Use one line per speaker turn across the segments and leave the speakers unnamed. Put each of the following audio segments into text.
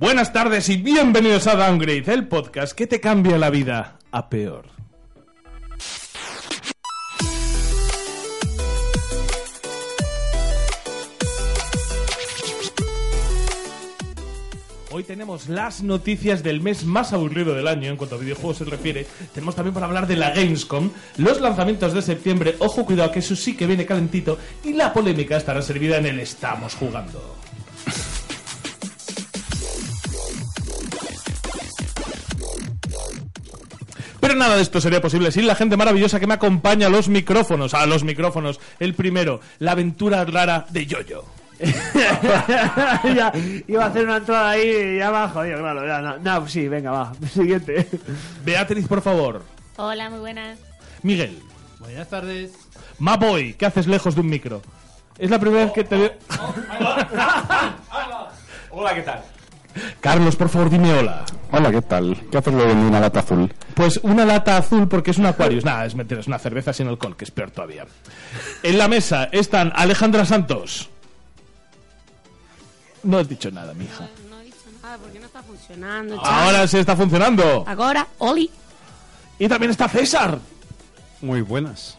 Buenas tardes y bienvenidos a Downgrade, el podcast que te cambia la vida a peor. Hoy tenemos las noticias del mes más aburrido del año en cuanto a videojuegos se refiere. Tenemos también para hablar de la Gamescom, los lanzamientos de septiembre, ojo cuidado que eso sí que viene calentito, y la polémica estará servida en el Estamos jugando. Pero nada de esto sería posible sin la gente maravillosa que me acompaña a los micrófonos. A los micrófonos. El primero, la aventura rara de Yoyo.
Ya, iba a hacer una entrada ahí y ya va, jodido, claro. ya, no, no, pues sí, venga, va. Siguiente.
Beatriz, por favor.
Hola, muy buenas.
Miguel.
Buenas tardes.
Maboy, ¿qué haces lejos de un micro? Es la primera vez que te veo.
Hola, ¿qué tal?
Carlos, por favor, dime hola.
Hola, ¿qué tal? ¿Qué haces luego en una lata azul?
Pues una lata azul porque es un Aquarius. Nada, es mentira, es una cerveza sin alcohol, que es peor todavía. En la mesa están Alejandra Santos. No has dicho nada, mija.
No he dicho nada porque Ah, no está funcionando.
Ahora se está funcionando.
Ahora, Oli.
Y también está César.
Muy buenas.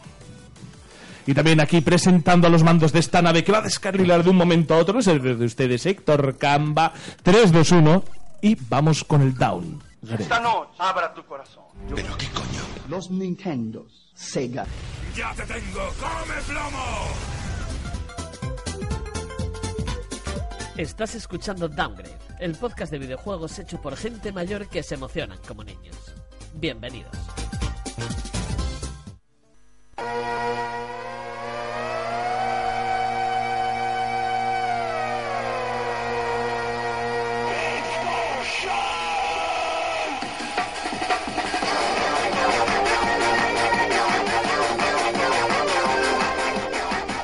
Y también aquí presentando a los mandos de esta nave que va a descarrilar de un momento a otro, es el de ustedes, Héctor Camba, 3, 2, 1, y vamos con el down.
Esta noche abra tu corazón.
¿Pero qué coño?
Los Nintendos, Sega.
¡Ya te tengo! ¡Come plomo!
Estás escuchando Downgrade, el podcast de videojuegos hecho por gente mayor que se emocionan como niños. Bienvenidos.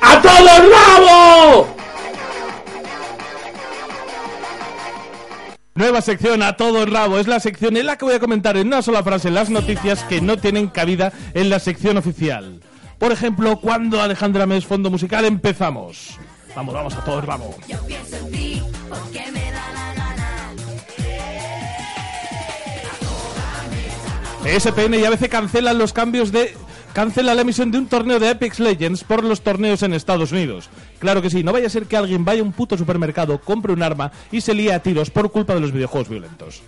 ¡A todos rabo! Nueva sección a todo rabo. Es la sección en la que voy a comentar en una sola frase las noticias que no tienen cabida en la sección oficial. Por ejemplo, cuando Alejandra me es fondo musical, empezamos. Vamos, vamos a todos, vamos. ESPN y a veces cancelan los cambios de cancela la emisión de un torneo de Apex Legends por los torneos en Estados Unidos. Claro que sí, no vaya a ser que alguien vaya a un puto supermercado, compre un arma y se líe a tiros por culpa de los videojuegos violentos.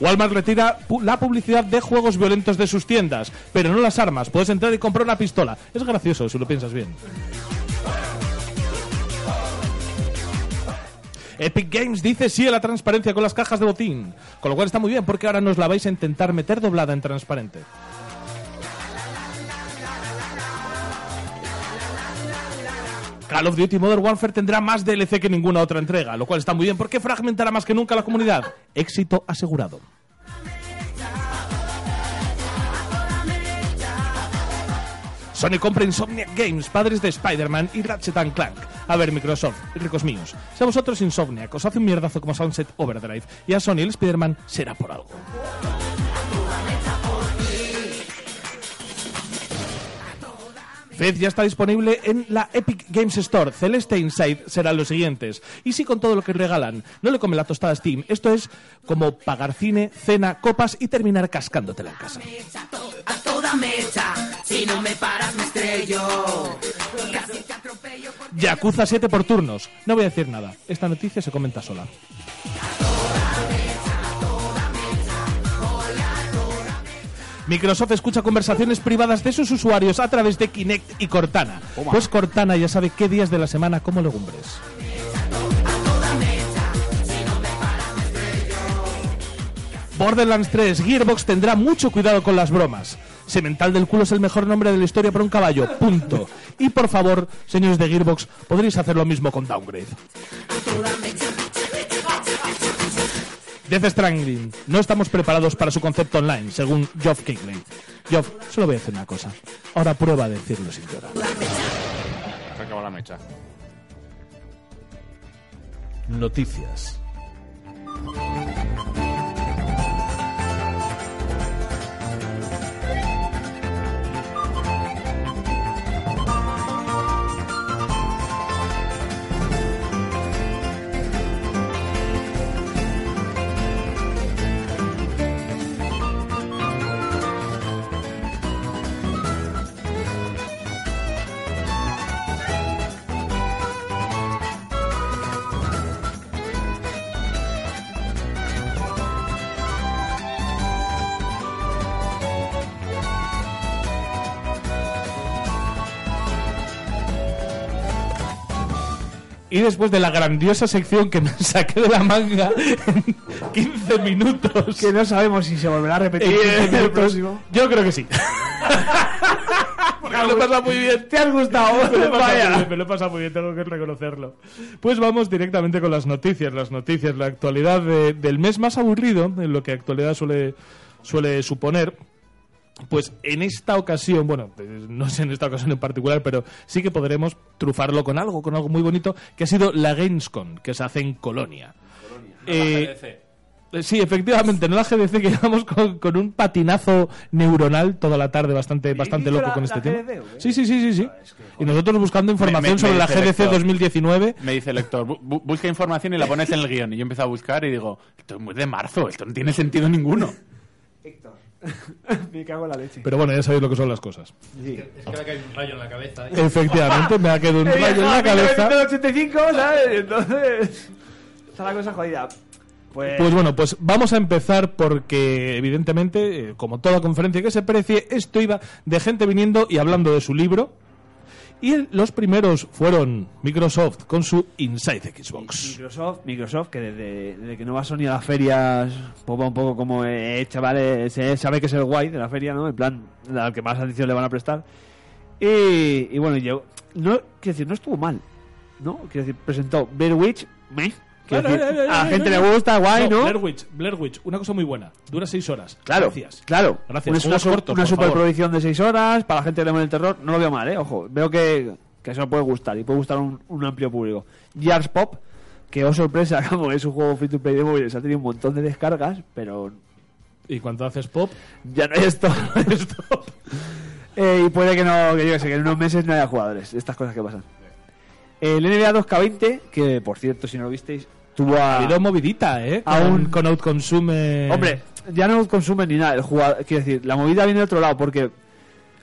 Walmart retira pu- la publicidad de juegos violentos de sus tiendas, pero no las armas. Puedes entrar y comprar una pistola. Es gracioso si lo piensas bien. Epic Games dice sí a la transparencia con las cajas de botín. Con lo cual está muy bien porque ahora nos la vais a intentar meter doblada en transparente. Call of Duty Modern Warfare tendrá más DLC que ninguna otra entrega, lo cual está muy bien porque fragmentará más que nunca la comunidad. Éxito asegurado. Sony compra Insomniac Games, padres de Spider-Man y Ratchet and Clank. A ver, Microsoft, ricos míos, si a vosotros Insomniac os hace un mierdazo como Sunset Overdrive y a Sony el Spider-Man será por algo. Fez ya está disponible en la Epic Games Store. Celeste Inside serán los siguientes. Y si con todo lo que regalan no le come la tostada a Steam, esto es como pagar cine, cena, copas y terminar cascándotela en casa.
a toda mecha. Si no me paras, me estrello. Casi te atropello porque
Yakuza 7 por turnos. No voy a decir nada. Esta noticia se comenta sola. Microsoft escucha conversaciones privadas de sus usuarios a través de Kinect y Cortana. Pues Cortana ya sabe qué días de la semana como legumbres. Borderlands 3, Gearbox tendrá mucho cuidado con las bromas. Semental del culo es el mejor nombre de la historia para un caballo, punto. Y por favor, señores de Gearbox, podréis hacer lo mismo con Downgrade. Death Stranding, no estamos preparados para su concepto online, según Geoff Keighley. Geoff, solo voy a decir una cosa. Ahora prueba a decirlo sin llorar.
Se acabó la mecha.
Noticias. Y después de la grandiosa sección que me saqué de la manga en 15 minutos.
Que no sabemos si se volverá a repetir
Y, eh,
en
pues,
el próximo.
Yo creo que sí. me lo he pasado muy bien. ¿Te has gustado? Me lo he pasado
Vaya.
muy bien, me lo he pasado muy bien, tengo que reconocerlo. Pues vamos directamente con las noticias. Las noticias, la actualidad de- del mes más aburrido, en lo que actualidad suele, suele suponer. Pues en esta ocasión, bueno, eh, no sé en esta ocasión en particular, pero sí que podremos trufarlo con algo, con algo muy bonito, que ha sido la Gamescom, que se hace en Colonia. Eh, eh, Sí, efectivamente, no la GDC que llevamos con, con un patinazo neuronal toda la tarde, bastante, bastante
hizo
loco
la-
con
la
este
GDC,
tema.
o qué? Ah,
Sí, sí, sí, sí, sí. Y nosotros buscando
Me-
información
me- me
sobre la
dice
GDC
Héctor.
2019.
Me dice el lector, "Bu- bu- busca información y la pones en el guión. Y yo empiezo a buscar y digo, esto es muy de marzo, esto no tiene sentido ninguno.
Me cago en la leche.
Pero bueno, ya sabéis lo que son las cosas.
Es que me ha caído un rayo en la cabeza. ¿eh?
Efectivamente, me ha quedado un
He
rayo en
viajado
la
a
cabeza.
1985, ¿sabes? Entonces. Está la cosa jodida. Pues.
Pues bueno, pues vamos a empezar porque evidentemente, eh, como toda conferencia que se precie, esto iba de gente viniendo y hablando de su libro. Y el- los primeros fueron Microsoft con su Inside Xbox.
Microsoft, Microsoft, que desde, desde que no va Sony a las ferias, pues va un poco como, eh, chavales, se sabe que es el guay de la feria, ¿no? En plan, al que más atención le van a prestar. Y, y bueno, yo, no, quiero decir, no estuvo mal, ¿no? Quiero decir, presentó Blair Witch, meh, quiero
Claro,
decir,
no, no, no,
a
no,
la gente
no,
le
eh, no.
gusta, guay, ¿no?
Blair Witch, Blair Witch, una cosa muy buena. Dura seis horas.
Claro,
Gracias.
claro.
Gracias.
Una,
Juegos
una-
cortos,
una
por favor.
superproducción de 6 horas para la gente que le mola el terror. No lo veo mal, ¿eh? Ojo, veo que, que eso puede gustar y puede gustar a un, un amplio público. Jars Pop, que oh sorpresa, como es un juego free to play de móviles, ha tenido un montón de descargas, pero
Y cuando haces pop,
ya no hay esto. esto. Eh, y puede que no, que yo qué sé, que en unos meses no haya jugadores. Estas cosas que pasan. El NBA 2K20, que por cierto, si no lo visteis, tuvo
ha
a.
habido movidita, ¿eh?
a
Con-
un-
con Outconsume.
Hombre, Eh, ya no consumen ni nada. El jugador, quiero decir, la movida viene de otro lado porque,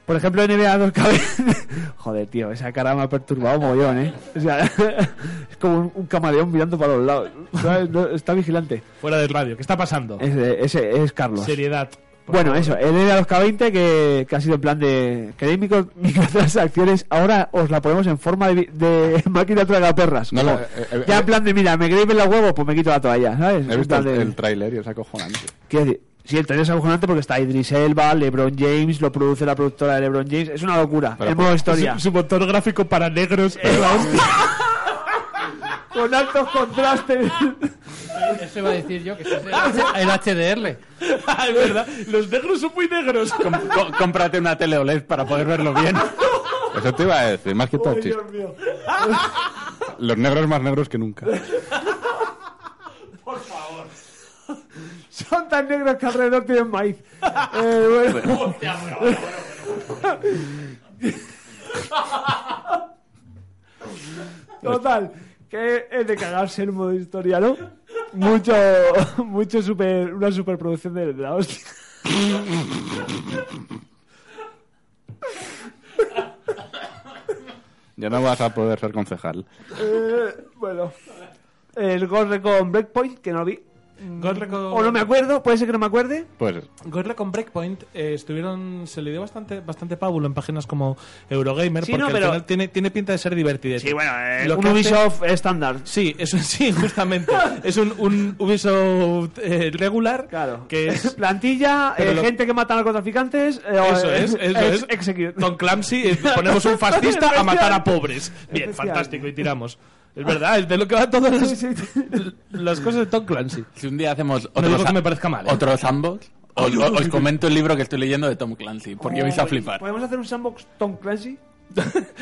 por ejemplo, NBA 2K. Joder, tío, esa cara me ha perturbado mogollón, ¿eh? O sea, es como un, un camaleón mirando para los lados. ¿sabes? No, está vigilante.
Fuera del radio. ¿Qué está pasando?
Ese, ese es Carlos.
Seriedad. por
Bueno,
favor.
eso, el NBA 2K20 que, que ha sido en plan de. ¿Queréis micro- microtransacciones? Ahora os la ponemos en forma de, vi- de máquina tragaperras.
No, no,
Como-
eh, eh,
ya
eh,
en plan de, mira, ¿me queréis ver los huevos? Pues me quito la toalla, ¿sabes?
He
En
visto
plan
el,
de-
el tráiler y es acojonante.
Quiero decir, sí, el trailer es acojonante porque está Idris Elba, LeBron James, lo produce la productora de LeBron James. Es una locura.
Pero
el
por-
modo historia. Eh.
Su, su motor gráfico para negros.
Con altos contrastes.
Eso iba a decir yo, que es el, HDR.
es verdad. Los negros son muy negros.
Com- co- cómprate una tele OLED para poder verlo bien. Eso te iba a decir, más que todo Los negros más negros que nunca.
Son tan negros que alrededor tienen maíz. Eh, bueno. Total, que es de cagarse el modo historia, ¿no? Mucho, mucho super, una superproducción de de la hostia.
Ya no vas a poder ser concejal.
Eh, bueno. El Ghost Recon Breakpoint, que no lo vi.
Mm, Godrecon-
O no me acuerdo, puede ser que no me acuerde.
Pues
Gorilla con Breakpoint eh, estuvieron se le dio bastante bastante pábulo en páginas como Eurogamer
Sí,
porque
no,
al
pero-
final tiene, tiene pinta de ser divertido. Lo
un
que hace-
Ubisoft estándar.
Sí, eso sí, justamente. es un, un Ubisoft eh, regular
Claro.
que es
Plantilla,
Pero
eh,
lo-
gente que mata a narcotraficantes. eh, o,
eso
eh,
es, eso
ex-
es.
execute.
Tom Clancy eh, ponemos un fascista a matar a pobres. Bien,
Especial.
fantástico y tiramos. Es verdad, es de lo que van todas
Sí,
las,
sí, sí.
las cosas de Tom Clancy.
si un día hacemos
No digo
otro
que me parezca mal, ¿eh?
otros ambos, os, os- os comento el libro que estoy leyendo de Tom Clancy, porque vais a flipar.
¿Podemos hacer un sandbox Tom Clancy?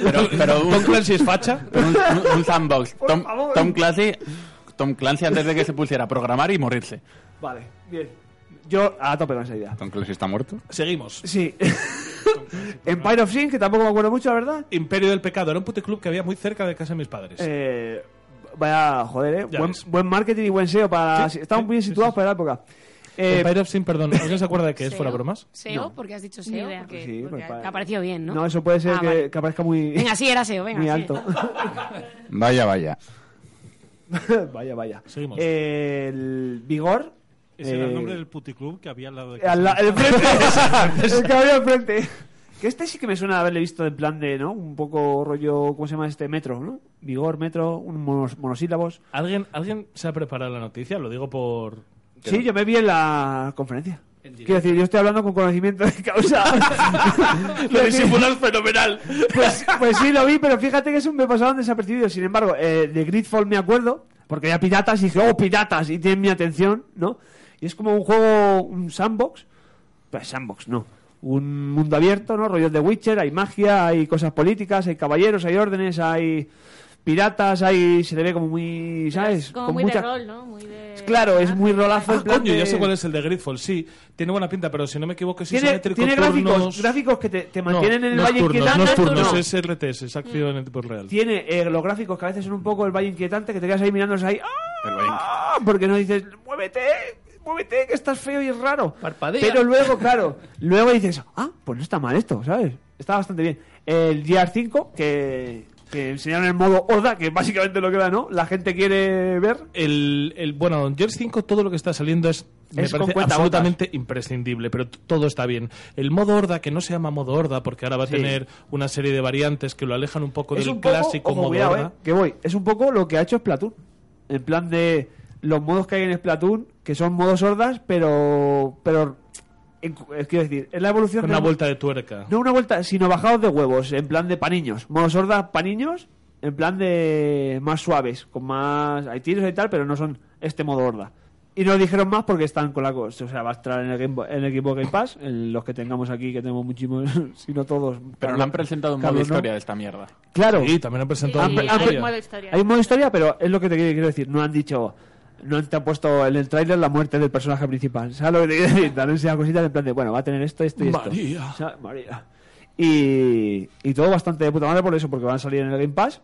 Pero, pero un,
Tom Clancy es facha.
pero un- un- un sandbox.
Por
Tom,
favor.
Tom Clancy, Tom Clancy antes de que se pusiera a programar y morirse.
Vale, bien. Yo a tope con esa idea.
Tom Clancy está muerto.
Seguimos.
Sí. Empire of Sin, que tampoco me acuerdo mucho, la verdad.
Imperio del Pecado era un puticlub que había muy cerca de casa de mis padres.
Eh, vaya, joder, ¿eh?
Ya
Buen,
ves.
buen marketing y buen SEO. Para...
Sí,
Estamos
sí,
bien
sí,
situados
sí.
para la época. Eh,
Empire of Sin, perdón. ¿Alguien se acuerda de que es fuera
SEO?
bromas?
SEO, porque has dicho SEO,
idea.
porque,
Sí,
porque
pues para-
te ha parecido bien, ¿no?
No, eso puede ser
Ah,
que,
vale.
que aparezca muy,
Venga, sí, era SEO, venga.
muy
sí.
alto.
Vaya, vaya.
vaya, vaya.
Seguimos.
Eh, el vigor.
Ese era el nombre
eh,
del puticlub que había al lado de
al la- el frente. el que había al frente. Que este sí que me suena haberle visto en plan de, ¿no? Un poco rollo, ¿cómo se llama este? Metro, ¿no? Vigor, metro, un monos- monosílabos.
¿Alguien, ¿Alguien se ha preparado la noticia? Lo digo por...
Sí, yo me vi en la conferencia. Quiero decir, yo estoy hablando con conocimiento de causa.
Lo disimulas fenomenal.
Pues, pues sí, lo vi, pero fíjate que es un me pasaron desapercibido. Sin embargo, eh, de Gridfall me acuerdo, porque había piratas y dije, oh, piratas, y tienen mi atención, ¿no? Y es como un juego, un sandbox. Pues sandbox, no. Un mundo abierto, ¿no? Rollos de Witcher, hay magia, hay cosas políticas, hay caballeros, hay órdenes, hay piratas, hay. Se le ve como muy. ¿Sabes?
Como
Con
muy
mucha-
de rol, ¿no? Muy de...
Claro, es muy rolazo el
Ah,
plan.
coño, ya
de-
sé cuál es el de Gridfall, sí. Tiene buena pinta, pero si no me equivoco es
Tiene,
isométrico,
tiene gráficos,
turnos-
gráficos que te, te
No,
mantienen en el
no es
valle
turnos,
inquietante.
No es turnos,
no.
es RTS, es
Mm.
acción en tiempo real.
Tiene eh, los gráficos que a veces son un poco el valle inquietante, que te quedas ahí mirándolos ahí. ¡Ah! Porque no dices, muévete, muévete, que estás feo y es raro.
Parpadea.
Pero luego, claro, luego dices, ah, pues no está mal esto, ¿sabes? Está bastante bien. El GR5, que, que enseñaron el modo Oda, que básicamente lo que da, ¿no? La gente quiere ver.
El, el- bueno, en Gears 5 todo lo que está saliendo es, me
Es con
parece
cuentagotas.
absolutamente imprescindible, pero t- todo está bien. El modo horda, que no se llama modo horda, porque ahora va a
Sí.
tener una serie de variantes que lo alejan un poco
es
del
un poco,
clásico
ojo,
modo
cuidado,
horda.
eh, que voy. Es un poco lo que ha hecho Splatoon. En plan de los modos que hay en Splatoon, que son modos hordas, pero. pero en- eh, quiero decir, es la evolución
Con una
del-
vuelta de tuerca.
No una vuelta, sino bajados de huevos, en plan de paniños. Modos hordas, paniños, en plan de más suaves, con más... Hay tiros y tal, pero no son este modo horda. Y no dijeron más porque están con la cosa. O sea, va a estar en el Game, Bo- en el Game Boy Game Pass, en los que tengamos aquí, que tenemos muchísimos, si no todos.
Pero
Carlos-
lo han presentado en modo
Carlos, ¿no?
historia de esta mierda.
Claro.
Sí, también han presentado
Ah,
un
pero- ah,
modo
pero-
historia.
modo historia.
Hay un modo historia, pero es lo que te quiero decir. No han dicho. No han- te han puesto en el tráiler la muerte del personaje principal. ¿Sabes lo que te quiero decir? Te han enseñado cositas en plan de, bueno, va a tener esto, esto y esto.
María.
O sea, María. Y, y todo bastante de puta madre por eso, porque van a salir en el Game Pass.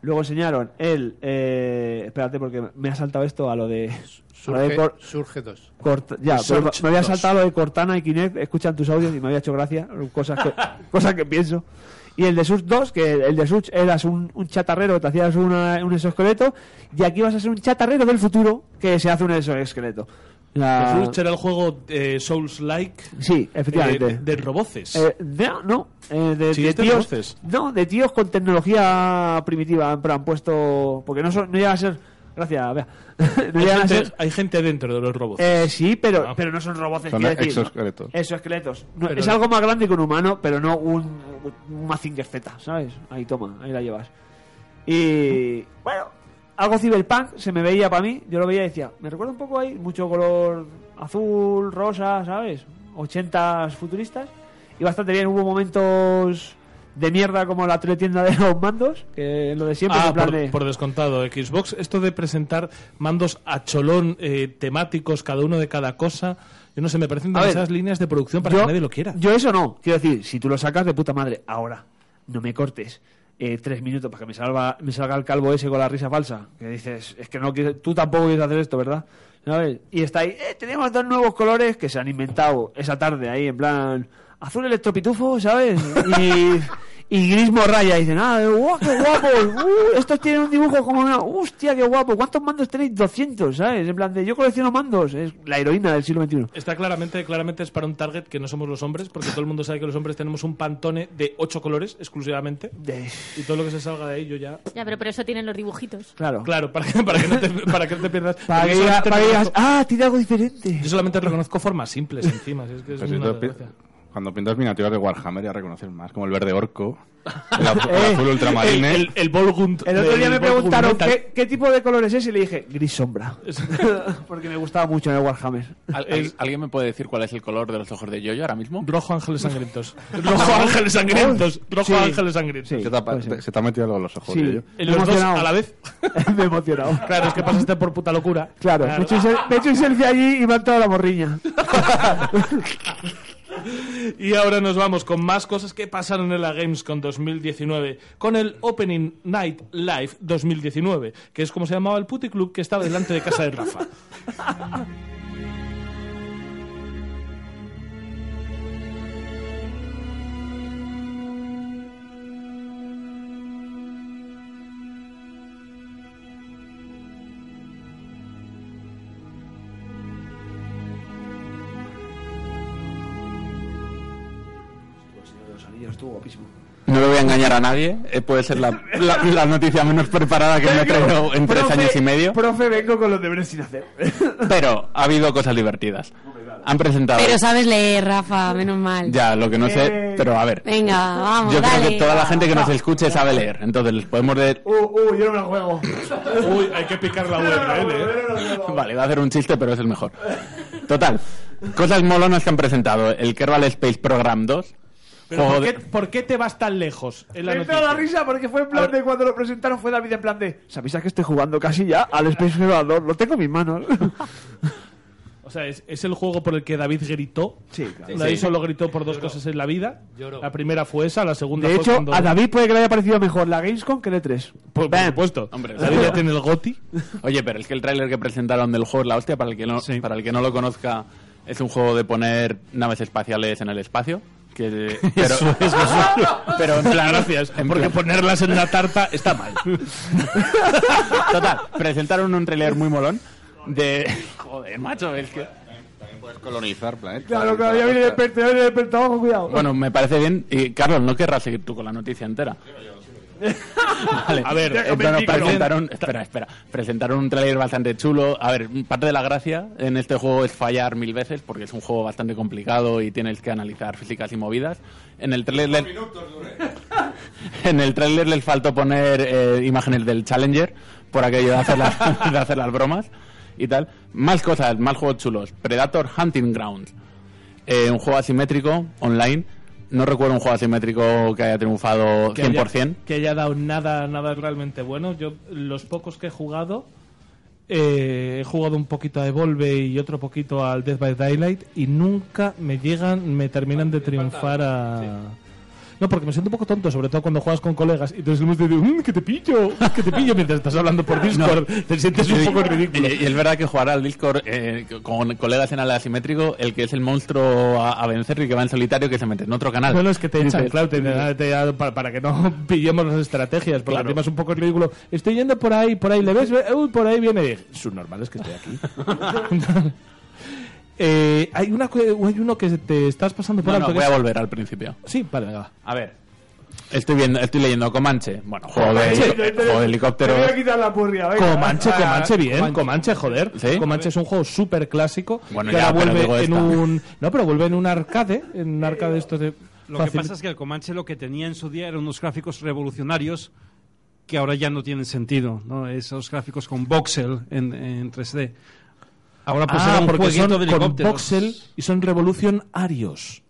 Luego enseñaron el. eh, espérate, porque me ha saltado esto a lo de. a lo de
Surge,
cor-
surge dos.
Corta- ya, pero
Search
me había
2.
saltado lo de Cortana y Kinect, escuchan tus audios y me había hecho gracia, cosas que, cosas que pienso. Y el de Surge 2, que el de Surge eras un, un chatarrero que te hacías una- un exoesqueleto, y aquí vas a ser un chatarrero del futuro que se hace un exoesqueleto. La-
The Fruits ¿este era el juego eh, Souls-like
Sí,
eh,
efectivamente.
de, de roboces.
Eh, de- no, eh, de,
Sí, este
de
es de
tíos,
voces.
no, de tíos con tecnología primitiva, en plan, han puesto, porque no, son, no llegan a ser, gracias, Bea. no
hay,
llegan a
gente,
ser
hay gente dentro de los roboces.
eh, sí, pero,
Ah.
pero no son robots.
Son
quiero decir, ¿no?
exoesqueletos.
Exoesqueletos. No,
Pero-
es algo más grande que un humano, pero no un, un Mazinger Z, ¿sabes? Ahí toma, ahí la llevas. Y bueno, algo cyberpunk se me veía para mí. Yo lo veía y decía, me recuerda un poco ahí, mucho color azul, rosa, ¿sabes? 80 futuristas. Y bastante bien, hubo momentos de mierda como la teletienda de los mandos, que es lo de siempre,
Ah,
en plan
por,
de-
por descontado, Xbox. Esto de presentar mandos a cholón eh, temáticos, cada uno de cada cosa, yo no sé, me parecen
A ver,
esas líneas de producción para que nadie lo quiera.
Yo eso no. Quiero decir, si tú lo sacas de puta madre, ahora, no me cortes eh, tres minutos para que me, salva, me salga el calvo ese con la risa falsa. Que dices, es que no quieres- tú tampoco quieres hacer esto, ¿verdad? ¿Sabes? Y está ahí, eh, tenemos dos nuevos colores que se han inventado esa tarde ahí, en plan, azul electropitufo, ¿sabes? Y... Y gris morraya, y dicen, ah, guau, qué guapo, uh, estos tienen un dibujo como una, hostia, qué guapo, ¿cuántos mandos tenéis? 200, ¿sabes? En plan de, yo colecciono mandos, es la heroína del siglo XXI.
Está claramente, claramente es para un target que no somos los hombres, porque todo el mundo sabe que los hombres tenemos un pantone de ocho colores exclusivamente,
De-
y todo lo que se salga de ahí yo ya...
Ya, pero por eso tienen los dibujitos.
Claro.
Claro, para que, para que no te, para que no te pierdas...
Para
Porque
que,
yo
diga-
solamente
para que digas,
reconozco-
ah, tiene algo diferente.
Yo solamente reconozco formas simples encima, si es que es
Pero Pues si
una
tú pi-
desgracia.
Cuando pintas miniaturas de Warhammer ya reconoces más, como el verde orco, el, azu- el
Eh,
azul
El,
ultramarine.
el, el Volgund-
El otro día
el
me
Volgund
preguntaron
Metal.
qué, qué tipo de colores es y le dije gris sombra. Porque me gustaba mucho en el Warhammer.
Al- al- ¿Alguien me puede decir cuál es el color de los ojos de Yoyo ahora mismo?
Rojo ángeles sangrientos. Rojo ángeles sangrientos. Rojo
Sí.
ángeles sangrientos.
Sí,
se, te ha,
puede ser.
te- se te ha metido algo en los ojos.
Sí.
tío.
En los dos
Emocionado.
a la vez.
me he emocionado.
Claro, es que pasaste por puta locura.
Claro, me he hecho un sel- me he hecho un selfie allí y me ha entrado la morriña.
Y ahora nos vamos con más cosas que pasaron en la Gamescom 2019, con el Opening Night Live 2019, que es como se llamaba el puticlub que estaba delante de casa de Rafa.
pues, maravilloso, estuvo guapísimo.
No le voy a engañar a nadie. eh, puede ser la, la- la noticia menos preparada que me he traído en tres
Profe,
años y medio.
Profe, vengo con los deberes sin hacer.
Pero ha habido cosas divertidas. Han presentado.
Pero sabes leer, Rafa, menos mal.
Ya, lo que no
Eh.
sé. Pero a ver.
Venga, vamos,
Yo
dale.
creo que toda la gente que nos escuche sabe leer. Entonces les podemos leer.
Uh, uh, yo no me la juego.
Uy, hay que picar la URL, ¿eh?
Vale, va a hacer un chiste, pero es el mejor. Total. Cosas molonas que han presentado. El Kerbal Space Program 2.
Pero
juego
¿por qué,
de-
por qué te vas tan lejos en la
Me
noticia?
entró la risa porque fue en plan de cuando lo presentaron fue David en plan de ¿Sabéis a que estoy jugando casi ya? Al Space Hero 2, lo tengo en mis manos.
O sea, es, es el juego por el que David gritó.
Sí, claro.
David solo gritó por dos cosas en la vida. La primera fue esa, la segunda
De
fue
hecho,
cuando...
a David puede que le haya parecido mejor la Gamescom que el E E3.
Por, por supuesto.
Hombre,
David ya tiene el goti.
Oye, pero es que el tráiler que presentaron del juego es la hostia, para el que no, para el que no lo conozca, es un juego de poner naves espaciales en el espacio. Que, pero,
Eso es, eso es.
pero en plan,
Gracias,
en
porque
plan-
ponerlas en una tarta está mal.
total, presentaron un tráiler muy molón de... Joder, macho, es que...
Puedes colonizar planetas.
Claro, claro, ya viene despertado, ya viene despertado, ojo, cuidado.
Bueno, me parece bien. Y Carlos, no querrás seguir tú con la noticia entera. Vale.
A ver,
Eh, bueno, presentaron, espera, espera. Presentaron un tráiler bastante chulo. A ver, parte de la gracia en este juego es fallar mil veces porque es un juego bastante complicado y tienes que analizar físicas y movidas. En el tráiler en el tráiler les faltó poner eh, imágenes del Challenger por aquello de hacer, las, de hacer las bromas y tal. Más cosas, más juegos chulos. Predator Hunting Grounds. Eh, un juego asimétrico online. No recuerdo un juego asimétrico que haya triunfado 100%.
Que haya- que haya dado nada, nada realmente bueno. Yo, los pocos que he jugado, eh, he jugado un poquito a Evolve y otro poquito al Death by Daylight y nunca me llegan, me terminan de triunfar a... No, porque me siento un poco tonto, sobre todo cuando juegas con colegas y te hemos de "Mm, que te pillo, que te pillo mientras estás hablando por Discord. Te sientes un
Sí,
poco ridículo.
Y, y es verdad que jugar al Discord eh, con colegas en el asimétrico, el que es el monstruo a, a vencer y que va en solitario, que se mete en otro canal.
Bueno, es que te echan,
Dices, eh,
claro, te- te- para, para que no pillemos las estrategias, porque
Claro.
encima es un poco ridículo. Estoy yendo por ahí, por ahí, le ves, Ve- uy, por ahí viene. Subnormal es que estoy aquí. Eh, hay, una, co- hay uno que te estás pasando por
No, no,
alto. que
voy a
es-
volver al principio.
Sí, vale, venga, va.
A ver. Estoy viendo, estoy leyendo Comanche. Bueno, juego de, helico- juego de helicóptero.
Te voy a quitar la purria, venga.
Comanche,
Ah,
Comanche, bien. Comanche, joder.
¿Sí?
Comanche es un juego súper clásico.
Bueno,
que
ya,
ahora
pero digo
vuelve en
esta.
un. No, pero vuelve en un arcade. En un arcade de estos de.
Lo que
fácil.
pasa es que el Comanche lo que tenía en su día eran unos gráficos revolucionarios que ahora ya no tienen sentido, ¿no? Esos gráficos con voxel en, en 3D. Ahora pues
Ah,
era un
porque
jueguito
son
de
con
helicópteros.
voxel y son revolucionarios.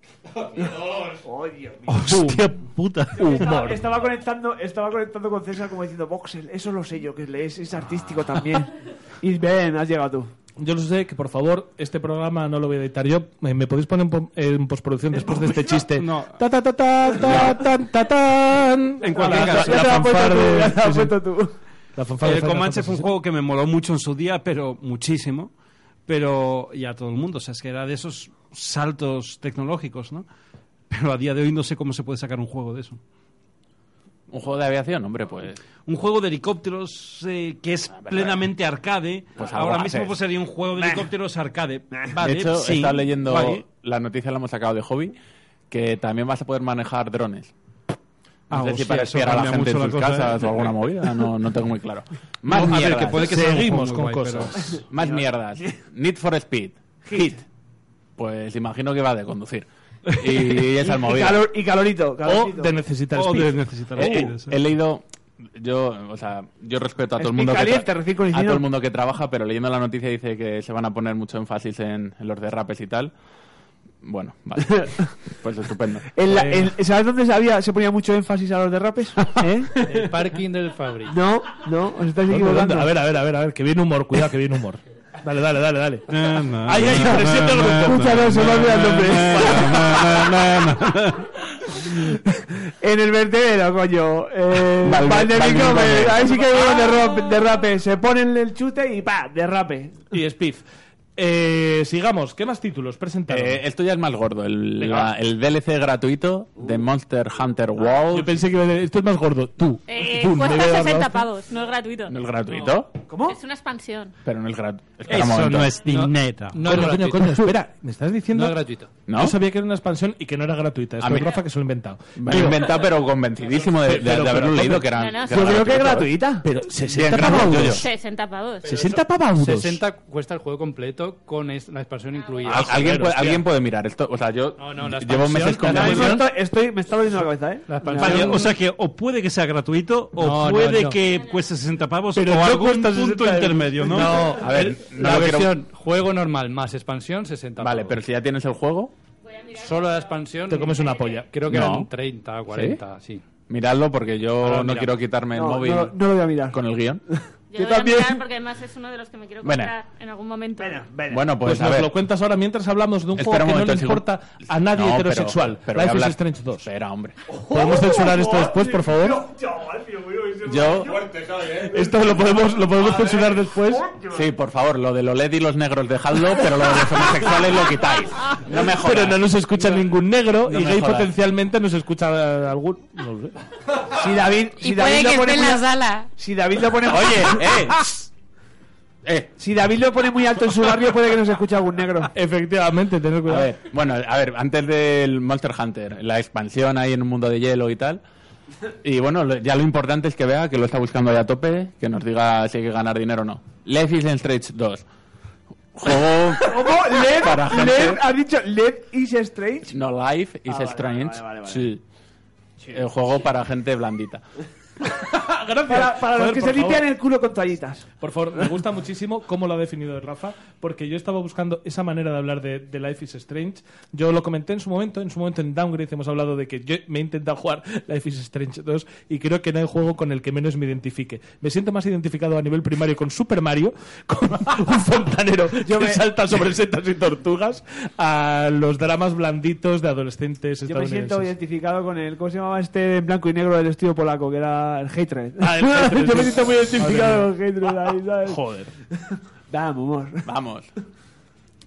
Hostia puta.
Estaba, estaba conectando, estaba conectando con César como diciendo Voxel, eso lo sé yo que lees, es artístico también. y ven, has llegado tú.
Yo lo sé que, por favor, este programa no lo voy a editar yo. ¿Me, me podéis poner en, po- en postproducción después de este chiste?
No.
Ta, ta, ta, ta, ta, tan, ta, tan.
En cualquier
La-
caso,
la-
Ya
la
te has puesto
fanfare
tú, ya
de-
te has
sí, sí.
puesto tú.
La
Eh,
fanfare de
El Eh,
Final
Comanche fue un
ah,
Fantasy.
juego que me moló mucho en su día, pero muchísimo. Pero, y a todo el mundo, o sea, es que era de esos saltos tecnológicos, ¿no? Pero a día de hoy no sé cómo se puede sacar un juego de eso.
Un juego de aviación, hombre, pues.
Un juego de helicópteros eh, que es plenamente arcade.
Pues algo
Ahora
haces.
mismo pues, sería un juego de helicópteros arcade. Vale,
de hecho,
sí,
estaba leyendo
vale.
la noticia, la hemos sacado de hobby, que también vas a poder manejar drones. No
Ah,
sé si
hostia,
para
eso
espiar a la
cambia
gente en
mucho
sus
la cosa,
casas
¿eh?
o alguna movida, no, no tengo muy claro. Más
No, a ver,
mierdas.
que puede que sea un
Seguimos
juego
con
muy guay, pero-
cosas.
Más mierdas. Need for Speed. Hit. Pues imagino que va de conducir. Y es al
Y,
movido.
calor- y calorito,
O
calorito.
de necesitar
O
speed.
de necesitar
Eh,
speed,
eh,
eso.
he leído yo o sea yo respeto a todo el
Speed
mundo que
caliente,
tra-
recién coincidido.
a todo el mundo que trabaja pero leyendo la noticia dice que se van a poner mucho énfasis en, en los derrapes y tal bueno vale pues estupendo
Eh,
En la- en- ¿Sabes dónde se, había- se ponía mucho énfasis a los derrapes? ¿Eh?
El parking del Fabric.
No, no, os estáis
¿Dónde, dónde?
equivocando.
A ver, a ver, a ver, a ver, que viene humor, cuidado, que viene humor. Dale, dale, dale, dale.
Na, na,
Ay, ay,
na,
presión del
na,
grupo.
na,
Escucha, no, se me ha olvidado el nombre.
na, na, na, na, na.
En el vertedero, coño. Eh,
Valde-
Valdemicro,
Valdemicro.
eh, ahí sí que hay uno derrape, derrape. Se ponen el chute y pa, derrape.
Y speed. Eh, sigamos, ¿qué más títulos presentaron?
Eh, esto ya es más gordo el,
Venga,
la-
va. Uh.
el DLC gratuito de Monster Hunter World
Yo pensé que iba a decir, esto es más gordo. Tú.
Eh,
Tú, me voy a
cuesta
dar la
60
hostia.
pavos, no es gratuito.
no es gratuito
¿Cómo?
Es una expansión.
Pero no es gratis.
Espera un momento.
No, es
Coño,
gratuito.
coño, espera, ¿me estás diciendo?
No es gratuito.
No. Yo sabía que era una expansión y que no era gratuita. Esto
A
es
mí-
Rafa que se lo ha inventado.
Me lo he inventado, pero convencidísimo de, de- de
Pero- pero-
haberlo
pero-
leído, que eran.
No, no,
que
Yo
eran
creo que es
gratuitos.
gratuita, pero
Bien,
60
gracias,
pavos.
yo-yo.
60 pavos.
60 pavos.
60 cuesta el juego completo con es- la expansión incluida.
Al- alguien, puede,
Hostia.
alguien puede mirar esto. O sea, yo
no, la
llevo
expansión-
meses con
la expansión-
Estoy, me está doliendo la cabeza, ¿eh?
Vale, o sea que o puede que sea gratuito o
No, no,
puede
no.
que cueste 60 pavos
Pero
o
no
algún
cuesta
punto
60
intermedio, ¿no?
No, a ver,
lo
la
quiero-
versión juego normal más expansión 60.
Vale, pero si ya tienes el juego.
Solo la expansión. eh,
Te comes una polla.
Creo que
No.
eran 30, 40, sí.
Miradlo porque yo
Ahora lo
no
miramos.
quiero quitarme el
No,
móvil.
no-
lo voy a mirar.
Con el guión.
Yo, voy a mirar porque además es uno de los que me quiero
Bueno.
comprar en algún momento.
Bueno, pues, a
nos
ver.
lo cuentas ahora mientras hablamos de un
Espera
juego
un
que no
momento,
le
el segundo-
importa a nadie
No, pero-
heterosexual.
pero voy a
Life is
hablar-
Strange Oh, 2.
Espera, hombre.
¿Podemos censurar esto
Pues,
después, por favor?
Yo.
Esto lo podemos, lo podemos censurar después.
Sí, por favor, lo de los LED y los negros dejadlo, pero lo de los homosexuales lo quitáis.
Ah.
No me jodas.
Pero no nos escucha ningún negro
No
y
me
gay
jodas.
potencialmente nos escucha algún. No lo sé.
Si David, si David lo pone muy-
sala.
Si David lo pone
Oye, eh.
Si David lo pone muy alto en su barrio, puede que nos escuche algún negro.
Efectivamente, tener
A
cuidado.
ver, bueno, a ver, antes del Monster Hunter, la expansión ahí en un mundo de hielo y tal. Y bueno, lo- ya lo importante es que vea que lo está buscando ya a tope, que nos diga si hay que ganar dinero o no. Life is Strange 2. Juego
¿Cómo? ¿Led?
para gente.
¿Led? ¿Has dicho Led is strange?
No, Life is Strange. Sí. El juego para gente blandita.
Para, para los
Joder,
que
por
se limpian
favor.
el culo con toallitas.
Por favor, me gusta muchísimo cómo lo ha definido Rafa, porque yo estaba buscando esa manera de hablar de, de Life is Strange. Yo lo comenté en su momento, en su momento en Downgrade hemos hablado de que yo me he intentado jugar Life is Strange 2 y creo que no hay juego con el que menos me identifique. Me siento más identificado a nivel primario con Super Mario, con un fontanero que salta sobre setas y tortugas, a los dramas blanditos de adolescentes
Yo me
estadounidenses.
siento identificado con el. ¿Cómo se llamaba este en blanco y negro del estudio polaco? Que era el Hatred.
Ah, el Hatred,
Yo me
sí.
siento muy identificado con
Madre
el Hatred ahí, ¿sabes?
Joder.
Dame humor.
Vamos.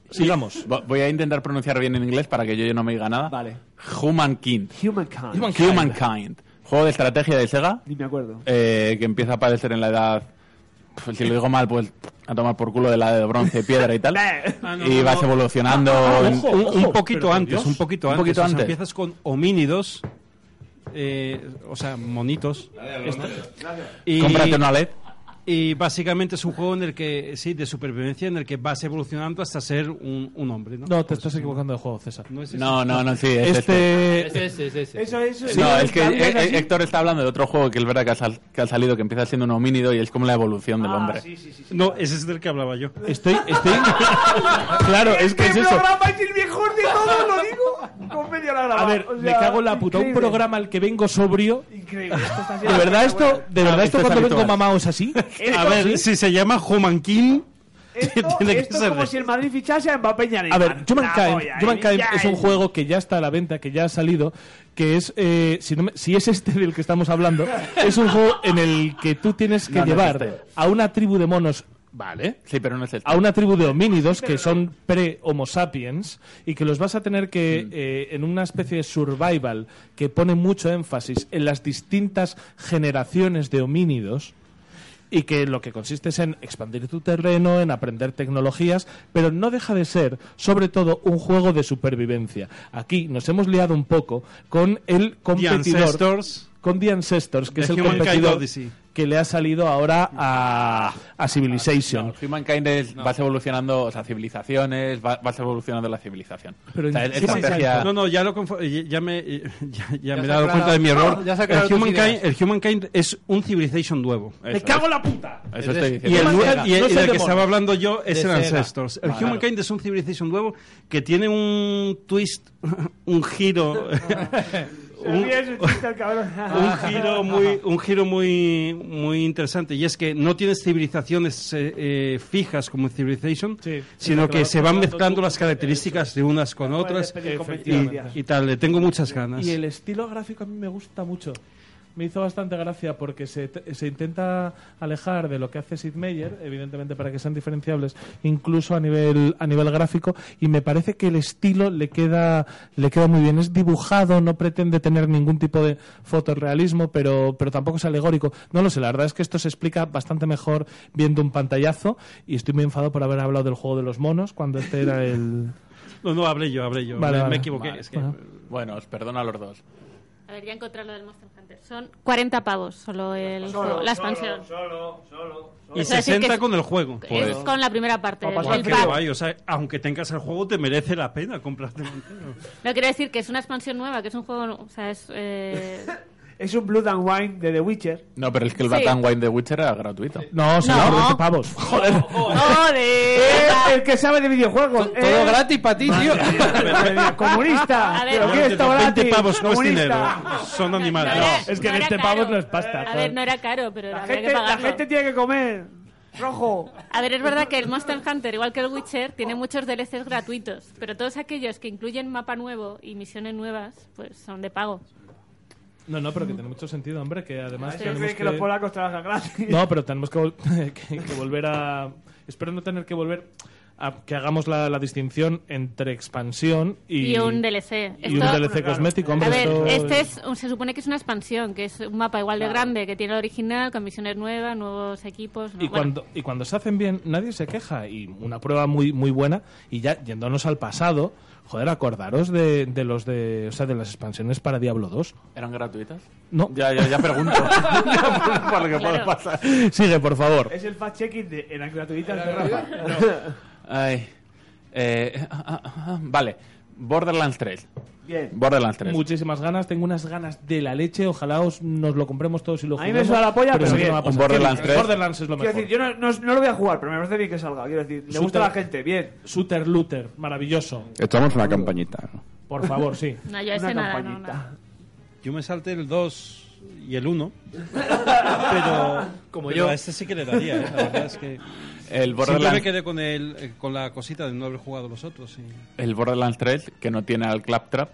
Sigamos.
Vo- Voy a intentar pronunciar bien en inglés para que yo, yo no me diga nada.
Vale.
Humankind.
Humankind.
Humankind. Juego de estrategia de Sega
Ni me acuerdo.
eh, que empieza a aparecer en la edad. pf, Si lo digo mal, pues a tomar por culo de la edad de bronce, piedra y tal. y vas evolucionando. en-
Ah, Ojo, un, un poquito
por
antes,
Dios.
un poquito
Un
antes.
poquito
o sea,
antes.
empiezas con homínidos, eh, o sea, monitos. Esto- y-
Cómprate una E LED.
Y básicamente es un juego en el que, sí, de supervivencia, en el que vas evolucionando hasta ser un, un hombre, ¿no?
No, te estás equivocando de juego, César.
No es eso.
No, no, no, sí. es
Este,
Ese, ese, ese, ese.
Eso, eso.
este. No, es que
David
eh, eh,
así.
Héctor está hablando de otro juego que es verdad que ha, sal- que ha salido, que empieza siendo un homínido y es como la evolución del hombre.
No, ese es del que hablaba yo.
Estoy, estoy. claro, es que es
Este
eso.
programa es el mejor de todos, lo digo. Con media hora
A
grabada.
ver,
O
me
sea,
cago en la puta. Un
increíble.
programa al que vengo sobrio.
Increíble. Esto está
De
siendo-
verdad esto, de verdad
Ah, esto
esto
es
cuando vengo
habitual.
mamado es así.
A ver, si se llama Human King,
Esto,
Tiene que
esto es
ser
como
de-
si el Madrid fichase a Mbappé y a
A
Neymar.
ver, Humankind,
La polla, ¿eh?
Humankind
Ya
es un juego que ya está a la venta, que ya ha salido, que es, eh, si, no me- si es este del que estamos hablando, es un juego en el que tú tienes que
No, no es
llevar
este.
a una tribu de monos, vale,
Sí, pero no es este. el.
a una tribu de homínidos que son pre-homo sapiens y que los vas a tener
Mm.
que, eh, en una especie de survival que pone mucho énfasis en las distintas generaciones de homínidos y que lo que consiste es en expandir tu terreno, en aprender tecnologías, pero no deja de ser, sobre todo, un juego de supervivencia. Aquí nos hemos liado un poco con el
The
competidor
Ancestors,
con The Ancestors, que
The
es el
Humankind
competidor
Odyssey.
que le ha salido ahora a, a Civilization.
No, Humankind es- vas evolucionando, o sea, civilizaciones, va- vas evolucionando la civilización.
Pero
O sea, es
sí, sí,
estrategia-
No, no, ya, lo confo- ya, ya me, ya, ya me he
se
dado
ha aclarado-
cuenta de mi error.
Ya se ha aclarado
el,
tus
Humankind,
ideas.
el Humankind es un Civilization nuevo.
Eso,
la puta!
eso estoy
Y
diciendo.
el,
Humankind
nue- y- y
no es el
del
de
que
monos,
estaba hablando yo es
de
el
Sega.
Ancestors. El
Claro.
Humankind es un Civilization nuevo que tiene un twist, un giro. un-
Sabía ese chiste, el cabrón.
Ah.
un giro muy un giro muy muy interesante y es que no tienes civilizaciones eh, eh, fijas como en Civilization
Sí.
sino
Claro,
que se van
claro,
mezclando
tú-
las características de unas con
puedes
otras
pedir
y-
competencias.
y, tal le tengo muchas ganas
Y el estilo gráfico a mí me gusta mucho. me hizo bastante gracia porque se, t- se intenta alejar de lo que hace Sid Meier, evidentemente para que sean diferenciables, incluso a nivel, a nivel gráfico, y me parece que el estilo le queda, le queda muy bien. Es dibujado, no pretende tener ningún tipo de fotorrealismo, pero, pero tampoco es alegórico. No lo sé, la verdad es que esto se explica bastante mejor viendo un pantallazo, y estoy muy enfadado por haber hablado del juego de los monos cuando este era el...
No, no, hablé yo, hablé yo.
Vale,
me,
vale.
me equivoqué.
Vale,
es que-
bueno.
Bueno, os perdono a los dos.
A ver, ya encontré lo del Monster Hunter. Son 40 pavos solo el juego, la expansión.
Solo, solo,
Y
Eso es decir
60
que es-
con el juego. pues.
Es con la primera parte.
Papá,
el
¿qué
pack.
va ahí? O sea, aunque tengas el juego, te merece la pena comprarte
No quiero decir que es una expansión nueva, que es un juego. O sea, es. eh,
Es un Blood and Wine de The Witcher.
No, pero es que el
Sí.
Batman Wine de Witcher era gratuito.
No, solo por 20 pavos. Joder.
¡Eh! El que sabe de videojuegos. eh. Todo gratis para ti, tío. Comunista.
A ver,
Pero
no,
quiero esto
Los 20
gratis.
pavos no es
comunista.
dinero. Son animales.
No,
No,
es que no era 20 caro. pavos no es
pasta.
a ver, no era caro, pero habría
gente-
que
la
pagarlo.
gente Este tiene que comer. Rojo.
A ver, es verdad que el Monster Hunter, igual que el Witcher, tiene muchos DLCs gratuitos, pero todos aquellos que incluyen mapa nuevo y misiones nuevas, pues son de pago.
No, no, pero que tiene mucho sentido, hombre, que además...
Este, Yo
tenemos
creo que los polacos trabajan gratis.
No, pero tenemos que, vol- que- que volver a... Espero no tener que volver a que hagamos la, la distinción entre expansión y...
Y, un DLC.
y un
Esto-
DLC cosmético, hombre.
A ver,
esto-
este es, un- se supone que es una expansión, que es un mapa igual de grande que tiene el original, con misiones nuevas, nuevos equipos.
Y
bueno,
cuando, y cuando se hacen bien, nadie se queja. Y una prueba muy, muy buena. Y ya yéndonos al pasado, joder, acordaros de, de los de, o sea, de las expansiones para Diablo 2.
¿Eran gratuitas?
No.
Ya, ya, ya pregunto. Ya, por, por lo que puede pasar.
Sigue, por favor.
Es el fact-checking de eran gratuitas de Rafa.
Ay. Eh, ah, ah, ah, vale. Borderlands 3.
Bien.
Borderlands 3.
Muchísimas ganas, tengo unas ganas de la leche. Ojalá os, nos lo compremos todos y lo
A mí
juguemos.
me suda la polla, pero
sé que
bien.
no va a
Un
pasar.
Borderlands
El
3.
Borderlands es lo
Quiero
mejor.
decir, yo no, no- no lo voy a jugar, pero me parece bien que salga. Quiero decir, le gusta a la
Shooter.
gente, bien.
Shooter Looter, maravilloso.
Echamos una campañita. ¿no?
Por favor, sí.
No, yo ese
Una
nada, no,
campañita.
nada.
Yo me salté el 2 y el 1. Pero.
Como
pero
yo.
A este sí que le daría, ¿eh? La verdad es que.
El
Siempre me
Borderlands,
quedé con, el, eh, con la cosita de no haber jugado los otros. y-
el Borderlands 3, que no tiene al Claptrap.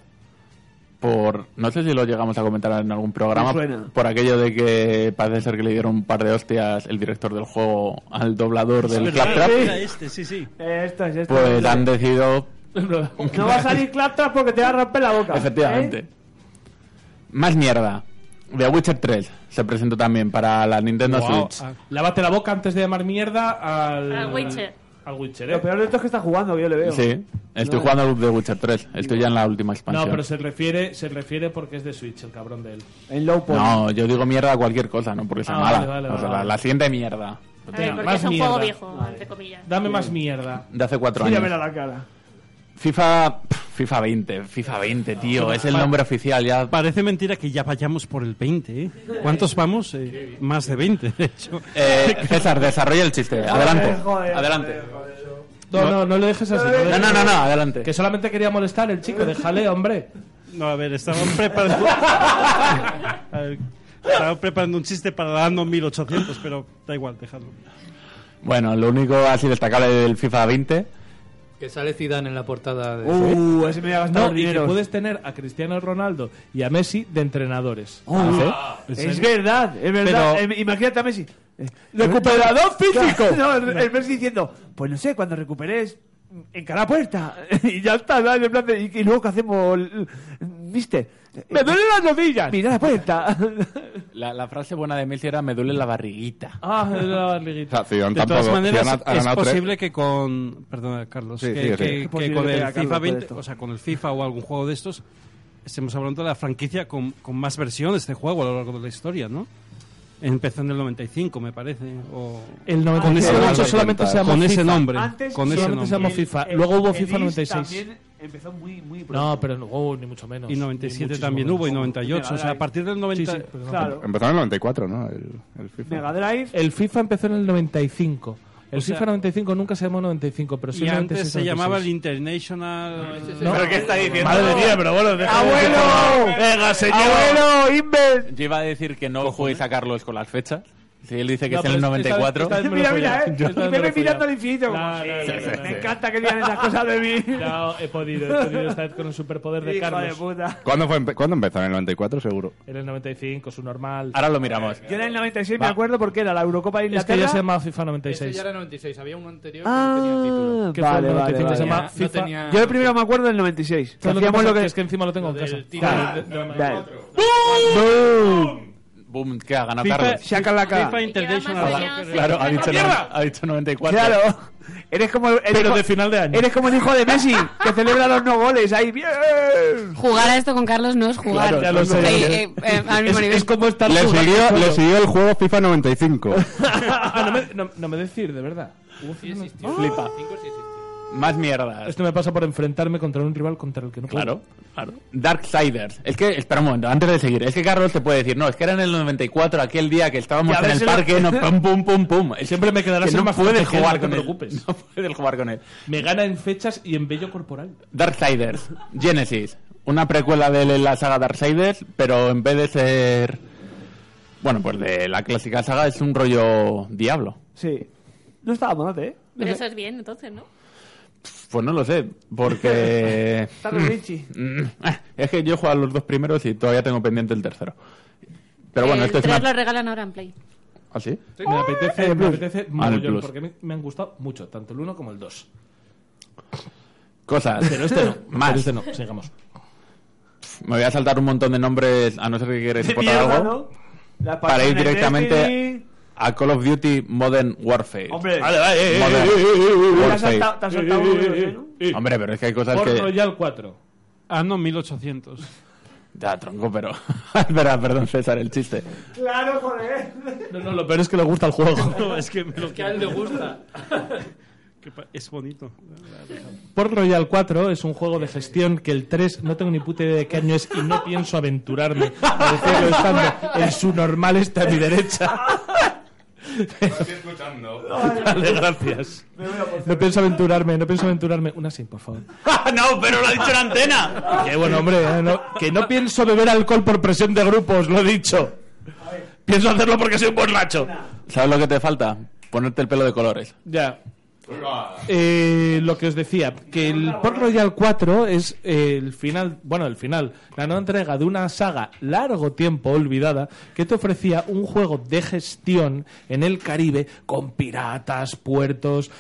Por, no sé si lo llegamos a comentar en algún programa.
Me suena.
Por aquello de que parece ser que le dieron un par de hostias el director del juego al doblador del
Pero
Claptrap.
era este, sí, sí.
Eh, Esto es esto.
Pues han decidido
No va a salir ¿eh? Claptrap porque te va a romper la boca.
Efectivamente. Más mierda. The Witcher 3 se presentó también para la Nintendo
Wow.
Switch.
Ah, Lávate la boca antes de llamar mierda al,
Al Witcher.
al Witcher,
¿eh?
¿eh?
Lo peor de esto es que está jugando, yo le veo.
Sí, estoy jugando al The Witcher 3. Estoy ya en la última
No,
expansión.
pero se refiere, se refiere porque es de Switch, el cabrón de él.
En low poly.
No, yo digo mierda a cualquier cosa, no porque sea
Ah,
mala.
vale, vale,
O sea,
vale,
la,
vale.
la siguiente mierda.
A ver, porque
más
es un
mierda.
juego viejo, entre comillas.
Dame más mierda.
De hace cuatro años.
Míramela a la cara.
FIFA, pff, FIFA 20, FIFA 20, tío. Es el
pa-
nombre oficial ya.
Parece mentira que ya vayamos por el 20, ¿eh? ¿Cuántos vamos? Eh, más de 20, de hecho.
Eh, César, desarrolla el chiste. Adelante.
Joder, joder,
Adelante.
joder, joder.
No, no, no, le dejes así. le
No,
dejes
no, no, no, adelante.
Que solamente quería molestar el chico, déjale, hombre.
No, a ver, estaban preparando. A ver, estaban preparando un chiste para el año 1800, pero da igual, dejadlo.
Bueno, lo único así destacable del FIFA 20.
Que sale Zidane en la portada de...
Uh, ese me ha gastado
No, y que
dinero.
puedes tener a Cristiano Ronaldo y a Messi de entrenadores.
Oh,
Es verdad, es verdad.
Pero-
Eh, imagínate a Messi. Eh, ¡Recuperador físico! No, el, el Messi diciendo, pues no sé, cuando recuperes, en cada puerta. y ya está, ¿sabes? En plan de, y, y luego que hacemos, l- mister. ¡Me duelen las rodillas! Mira la puerta.
La, la frase buena de Messi era me duele la barriguita.
Ah, es la
O
barriguita.
sea, Zidane
De todas
tampoco.
maneras,
Zidane ha- ha
es
ganado tres.
posible que con. Perdona, Carlos.
Sí,
que,
sí, sí.
que-
Es
que
posible
con
que
el
haya Carlos
FIFA
por
20,
esto.
o sea, con el FIFA o algún juego de estos, estemos hablando de la franquicia con, con más versiones de este juego a lo largo de la historia, ¿no? Empezó en el 95, me parece. O...
El
Con
98
ese-
solamente se llamó
con ese
FIFA.
nombre.
Antes
con ese
solamente se
nombre.
llamó FIFA. Luego hubo FIFA
Elis
96.
También empezó muy, muy pronto.
No, pero no, oh, ni mucho menos.
Y
Ni
97
muchísimo
también
menos.
hubo, y 98. O sea, a partir del 90.
Sí, sí, perdón.
Claro.
Empezaron en el 94, ¿no? El, el FIFA.
Mega Drive.
El FIFA empezó en el 95. El
O sea-
FIFA 95 nunca se llamó 95, pero sí
Y
96,
antes se llamaba el
96.
International. Ah,
No.
¿Pero qué está diciendo?
Madre mía, pero bueno, deja de-
¡Abuelo!
Venga, señor.
¡Abuelo, Inver!
Yo iba a decir que no juguéis a Carlos con las fechas, Sí, él dice que
No,
es en el
pero esta-
94.
esta vez me lo Mira, mira, follaba. eh, Yo- y esta vez me Pepe lo mirando follaba. al infinito, como,
No, no, no,
sí,
no,
me
no.
encanta que digan esas cosas de mí.
No, he podido, he podido esta vez con el superpoder de
Hijo de
Carlos.
puta.
¿Cuándo, fue, empe- ¿Cuándo empezó? ¿En el 94 seguro?
En el 95, su normal.
Ahora lo miramos.
Yo en el 96
Va.
me acuerdo porque era la Eurocopa de
Es
Inglaterra.
que ya se llamaba FIFA
Este
96.
ya era 96, había uno anterior que no tenía
Ah,
título.
Que fue
vale,
el
vale,
95,
vale.
se llama
No
FIFA.
tenía-
Yo el primero me acuerdo del 96.
¿Sabes lo que
Hacíamos
pasa?
lo que-
Es que encima lo tengo en casa.
Claro. Vale.
Boom, que ha ganado
FIFA-
Carlos.
saca la cara. FIFA
International
Claro, ha dicho,
¡Mierda!
ha dicho 94.
Claro. Eres como el, el
Pero
hijo-
de final de año.
Eres como el hijo de Messi, que celebra los no goles ahí. ¡Bien!
Jugar a esto con Carlos no es jugar.
Claro, ya lo sé.
Eh, eh, eh, al mismo
Es-
nivel.
es como estar
Le
jugando
siguió,
al juego.
le siguió el juego FIFA 95.
Ah, no, me, no, no me decir, de verdad.
Flipa. Más mierda.
Esto me pasa por enfrentarme contra un rival contra el que no puedo.
Claro, claro. Darksiders. Es que, espera un momento, antes de seguir, es que Carlos te puede decir, no, es que era en el 94, aquel día que estábamos
Ya,
en el
déselo.
parque, no, pum, pum, pum, pum. Es
Siempre me quedará
que
ser
no
más
puedes
fuerte que él,
jugar
no te
con él.
preocupes.
No puedes jugar con él.
Me gana en fechas y en bello corporal.
Darksiders, Genesis. Una precuela de la saga Darksiders, pero en vez de ser. Bueno, pues de la clásica saga es un rollo diablo.
Sí. No estaba monote, ¿eh?
Pero eso es bien, entonces, ¿no?
Pues no lo sé, porque.
Carlos Vinci.
Mm, ah, es que yo he jugado los dos primeros y todavía tengo pendiente el tercero. Pero bueno,
el
esto es
3
una-
Eh, lo regalan ahora en Play.
¿Ah, sí?
Me apetece, me
Plus.
apetece
el
mogollón,
Plus.
porque me, me han gustado mucho, tanto el 1 como el 2.
Cosas.
Pero este no.
Más.
Pero este no, sigamos.
Me voy a saltar un montón de nombres, a no ser que quieras
De
votar
mierda,
algo.
¿no? Las
Para ir
pasiones de
directamente
Destiny.
a Call of Duty Modern Warfare.
Hombre.
Vale, vale, eh, eh,
Modern
eh, eh, eh,
Te has
Warfare.
saltado- te has saltado uno, ¿no?
Hombre, pero es que hay cosas
Por
que.
Royal 4. Ah, no, 1800.
Ya, tronco, pero. Espera, perdón, César, el chiste.
Claro, joder.
No, no, lo peor es que le gusta el juego.
No, es que me lo
Que a él le gusta.
que pa- Es bonito.
Port Royal 4 es un juego de gestión que el 3 no tengo ni puta idea de qué año es y no pienso aventurarme a decirlo estando en su normal está a mi derecha.
estoy escuchando.
Vale, gracias. No pienso aventurarme, no pienso aventurarme. Una sin, por favor.
no, pero lo ha dicho la antena.
Que bueno, hombre, eh, no- que no pienso beber alcohol por presión de grupos, lo he dicho. Pienso hacerlo porque soy un borracho.
¿Sabes lo que te falta? Ponerte el pelo de colores.
Ya. Eh, lo que os decía, que el Port Royal 4 es eh, el final, bueno, el final, la nueva entrega de una saga largo tiempo olvidada que te ofrecía un juego de gestión en el Caribe con piratas, puertos.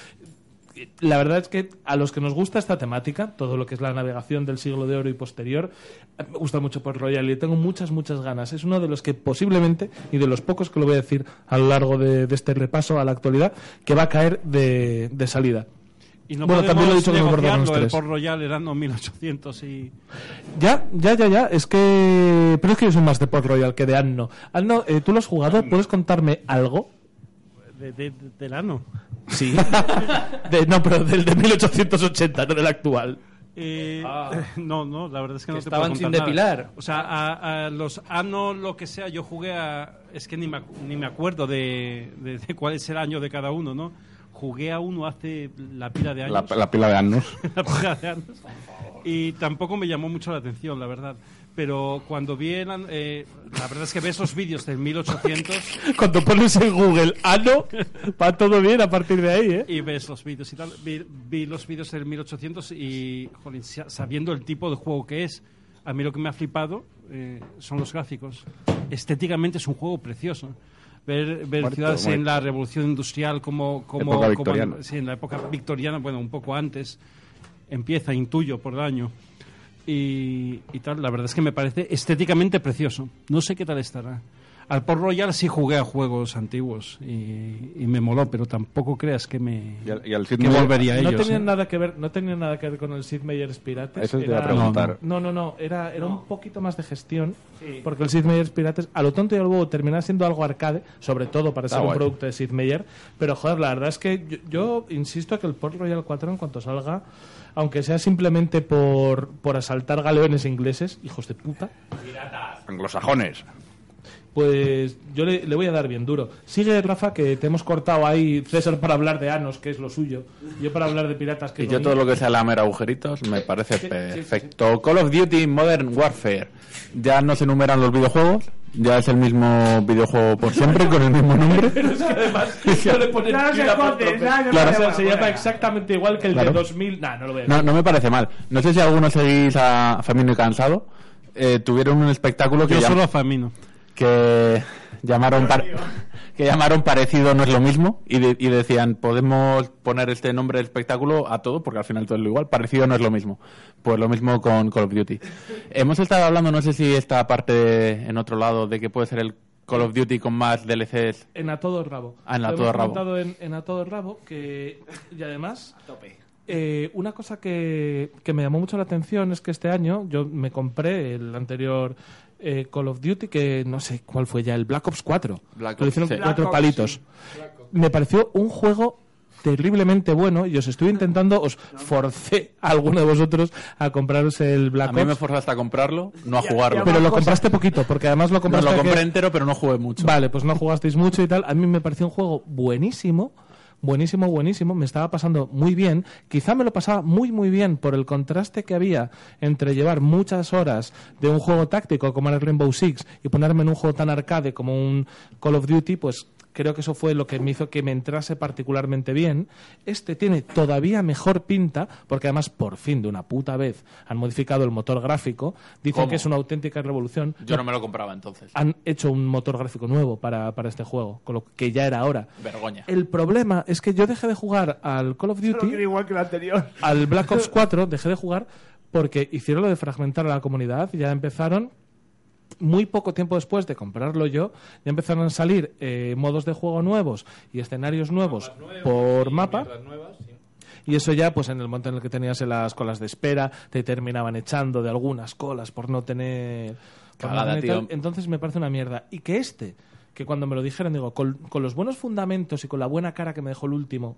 La verdad es que a los que nos gusta esta temática, todo lo que es la navegación del siglo de oro y posterior, eh, me gusta mucho Port Royal y tengo muchas, muchas ganas. Es uno de los que posiblemente, y de los pocos que lo voy a decir a lo largo de, de este repaso a la actualidad, que va a caer de, de salida.
Y no
Bueno, también lo he dicho con los
podemos
Borderlands
negociarlo, El
3.
Port Royal era no, 1800 y...
Ya, ya, ya, ya. Es que. Pero es que yo soy más de Port Royal que de Anno. Anno, eh, tú lo has jugado, ¿puedes contarme algo?
de- de- de- del ano.
Sí. no, pero del de 1880, no del actual.
Eh, No, no, la verdad es que, no te
Ah. estaban
puedo contar
sin
nada.
depilar.
O sea, a, a los ano, lo que sea, yo jugué a... Es que ni me, acu- ni me acuerdo de, de- de cuál es el año de cada uno, ¿no? Jugué a uno hace la pila de
La,
años.
la pila de Annus.
la paja de Armas. Y tampoco me llamó mucho la atención, la verdad. Pero cuando vi el an- eh, la verdad es que ves los vídeos del 1800
Cuando pones en Google Anno, va todo bien a partir de ahí, ¿eh?
y ves los vídeos y tal. Vi, vi los vídeos del 1800 y, jolín, sa- sabiendo el tipo de juego que es, a mí lo que me ha flipado eh, son los gráficos. Estéticamente es un juego precioso. Ver, ver
Muerto,
ciudades en
muerto.
la revolución industrial como... como,
Época
como-
victoriana.
sí, en la época victoriana, bueno, un poco antes. Empieza, intuyo, por daño. y, y tal. La verdad es que me parece estéticamente precioso. No sé qué tal estará. Al Port Royal sí jugué a juegos antiguos y, y me moló, pero tampoco creas que me
Y al- y al Sid
que
Meier-
volvería a
No
ellos.
tenían
¿eh?
nada que ver, no tenían nada que ver con el Sid Meier's Pirates.
Eso te iba a
Era-
preguntar.
No, no, no, era, era un poquito más de gestión, porque el Sid Meier's Pirates, a lo tonto y al bobo, terminaba siendo algo arcade, sobre todo para
Está
ser un
guay.
producto de Sid Meier, pero joder, la verdad es que yo, yo insisto que el Port Royal 4 en cuanto salga, aunque sea simplemente por, por asaltar galeones ingleses, hijos de puta,
Anglosajones.
Pues yo le, le voy a dar bien duro. Sigue, Rafa, que te hemos cortado ahí, César, para hablar de Anos, que es lo suyo. Yo para hablar de piratas, que
Y
es
yo
lo
todo
mío.
lo que sea lamer agujeritos me parece
Sí, sí,
perfecto. Call of Duty Modern Warfare. Ya no se enumeran los videojuegos. Ya es el mismo videojuego por siempre con el mismo nombre.
Pero es que además no le ponen
Claro, se
tira por
esconde,
trope.
ya, ya
Claro.
O sea,
me
se llama exactamente igual que el
Claro.
de 2000. Nah, no lo voy a
No, no me parece mal. No sé si algunos seguís a Famino y Cansado. Eh, tuvieron un espectáculo que,
Yo
llam-
solo a Famino.
que llamaron par- que llamaron parecido no es lo mismo y, de- y decían podemos poner este nombre del espectáculo a todo porque al final todo es lo igual. Parecido no es lo mismo. Pues lo mismo con Call of Duty. Hemos estado hablando, no sé si esta parte de- en otro lado de que puede ser el Call of Duty con más DLCs.
En A Todo Rabo.
Ah, en A
Lo
Todo
hemos
Rabo.
comentado en, en A Todo Rabo que, y además, eh, una cosa que, que me llamó mucho la atención es que este año yo me compré el anterior eh, Call of Duty, que no sé cuál fue ya, el Black Ops 4.
Black
que lo
Ops,
hicieron
sí.
con cuatro
Black Ops,
palitos. Me pareció un juego terriblemente bueno y os estuve intentando, os forcé a alguno de vosotros a compraros el Black
A mí me
Ops.
forzaste a comprarlo, no a jugarlo.
Pero lo compraste poquito, porque además lo
No,
compraste
lo
a que-
compré entero, pero no jugué mucho.
Vale, pues no jugasteis mucho y tal. A mí me pareció un juego buenísimo. Buenísimo, buenísimo. Me estaba pasando muy bien. Quizá me lo pasaba muy, muy bien por el contraste que había entre llevar muchas horas de un juego táctico como era el Rainbow Six y ponerme en un juego tan arcade como un Call of Duty, pues creo que eso fue lo que me hizo que me entrase particularmente bien. Este tiene todavía mejor pinta, porque además por fin de una puta vez han modificado el motor gráfico. Dicen
¿Cómo?
que es una auténtica revolución.
Yo no me lo compraba entonces.
Han hecho un motor gráfico nuevo para, para este juego, con lo que ya era hora.
Vergoña.
El problema es que yo dejé de jugar al Call of Duty,
igual que el anterior.
al Black Ops 4, dejé de jugar porque hicieron lo de fragmentar a la comunidad y ya empezaron muy poco tiempo después de comprarlo yo, ya empezaron a salir eh, modos de juego nuevos y escenarios nuevos por mapa. Y eso ya, pues en el momento en el que tenías en las colas de espera, te terminaban echando de algunas colas por no tener... por no
Cagada,
tener tal.
tío.
Entonces me parece una mierda. Y que este, que cuando me lo dijeron, digo, con, con los buenos fundamentos y con la buena cara que me dejó el último,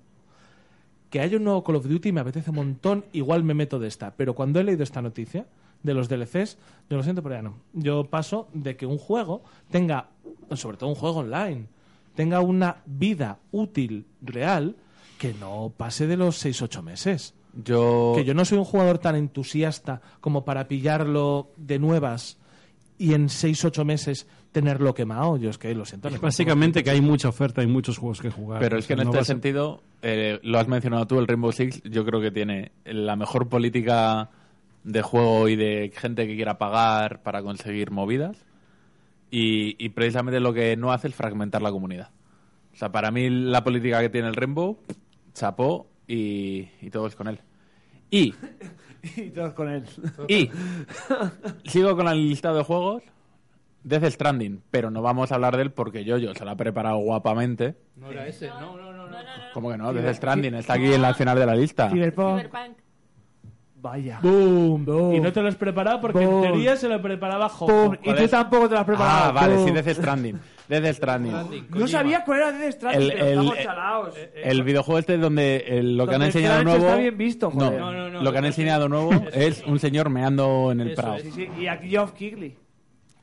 que haya un nuevo Call of Duty me apetece un montón, igual me meto de esta. Pero cuando he leído esta noticia de los DLCs, yo lo siento, pero ya no. Yo paso de que un juego tenga, sobre todo un juego online, tenga una vida útil real que no pase de los 6-8 meses.
Yo...
Que yo no soy un jugador tan entusiasta como para pillarlo de nuevas y en 6-8 meses tenerlo quemado. Yo es que lo siento. no me-
Básicamente que hay mucha oferta y muchos juegos que jugar.
Pero es que en
No
este
vas a-
sentido, eh, lo has mencionado tú, el Rainbow Six, yo creo que tiene la mejor política de juego y de gente que quiera pagar para conseguir movidas. Y, y precisamente lo que no hace es fragmentar la comunidad. O sea, para mí la política que tiene el Rainbow, chapó y, y todos con él. Y,
y todos con él.
y sigo con el listado de juegos. Death Stranding, pero no vamos a hablar de él porque yo, yo se lo ha preparado guapamente.
No era ese, no, no, no. no.
¿Cómo que no? Death Stranding está aquí en la final de la lista.
Cyberpunk.
Vaya.
Boom, boom. Y no te lo has preparado porque
Boom.
en teoría se lo preparaba
Pum,
Jojo.
y tú tampoco te lo has preparado.
Ah, vale,
tú.
sí, Death Stranding. Death Stranding.
No sabía cuál era de Stranding,
El-
pero
el-
estamos
el- eh,
chalaos.
El videojuego este donde el- lo que han
Donde el
enseñado
plancho
nuevo...
está bien visto, joder.
No,
No, no, no,
lo que han enseñado nuevo es un señor meando en el prado.
Sí, sí, y aquí Geoff Kigley.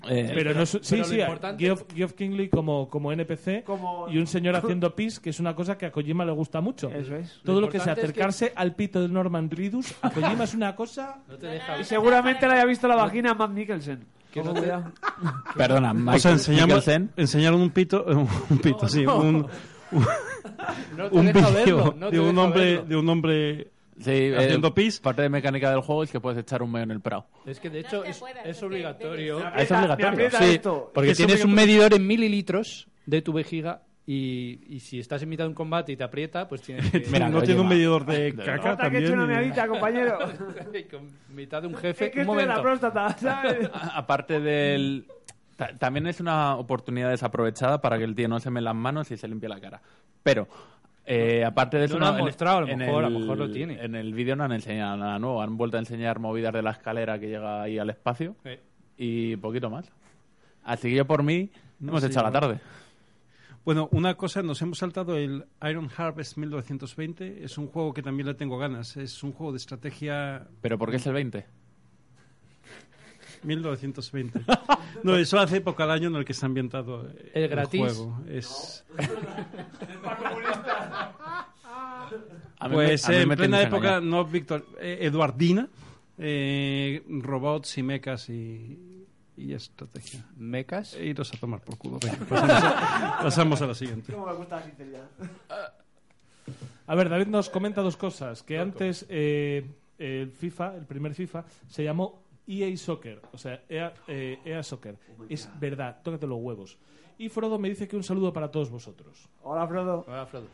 Eh,
Pero no, su- sí,
pero lo
sí,
importante-
Geoff, Geoff Kingley como, como NPC
Como-
y un señor haciendo pis, que es una cosa que a Kojima le gusta mucho.
Eso es.
Todo lo, que sea
importante es que-
acercarse al pito de Norman Reedus, a Kojima es una cosa...
No te deja.
Y seguramente la haya visto la vagina a Matt Mikkelsen. Ojo, cuidado.
Perdona,
O sea,
Michael
enseñamos,
Mikkelsen.
enseñaron un pito, un pito, sí, un,
No te
un
deja
vídeo
verlo. No te
de un
deja
hombre,
verlo.
de un hombre
Sí, eh,
haciendo pis.
parte de mecánica del juego es que puedes echar un meo en el prado.
Es que de hecho
te
es,
puedas,
es
es que
obligatorio.
Me
Ah, es
aprieta-
obligatorio.
Me aprieta
Sí,
esto.
porque
Es
tienes un
obligatorio.
medidor en mililitros de tu vejiga y, y si estás en mitad de un combate y te aprieta, pues tienes que...
Mira,
no tiene
oye,
un
va.
medidor de caca
Nota que he
también.
hecho una
y-
meadita, compañero.
eh. con mitad de un
Es
jefe,
que
un
estoy en la
momento.
próstata, ¿sabes?
A- Aparte del... ta- También es una oportunidad desaprovechada para que el tío no se me las manos y se limpie la cara. Pero, eh, aparte de eso...
lo han
en-
mostrado, a lo
en
mejor, a lo mejor lo tiene.
En el vídeo no han enseñado nada nuevo. Han vuelto a enseñar movidas de la escalera que llega ahí al espacio
Eh,
y poquito más. Así que yo por mí hemos
sé,
echado la
yo-
tarde.
Bueno, una cosa, nos hemos saltado el Iron Harvest 1920. Es un juego que también le tengo ganas. Es un juego de estrategia
Pero ¿por qué es el 20?
1920. No, eso hace época al año en el que está ambientado eh,
El
el,
gratis.
juego. Es...
A mí me-
Pues
a mí
eh, en
me
plena
tenéis
época,
engañado.
no Víctor, eh, Eduardina, eh, robots y mecas y, y estrategia. E
¿Mecas?
Iros a tomar por culo. Venga,
pues,
pasamos, a, Pues pasamos a la siguiente.
Como me gusta la sinceridad.
A ver, David nos comenta dos cosas. Que antes eh, el FIFA, el primer FIFA, se llamó EA Soccer. O sea, EA, eh, EA Soccer. Es verdad, tócate los huevos. Y Frodo me dice que un saludo para todos vosotros.
Hola, Frodo.
Hola, Frodo.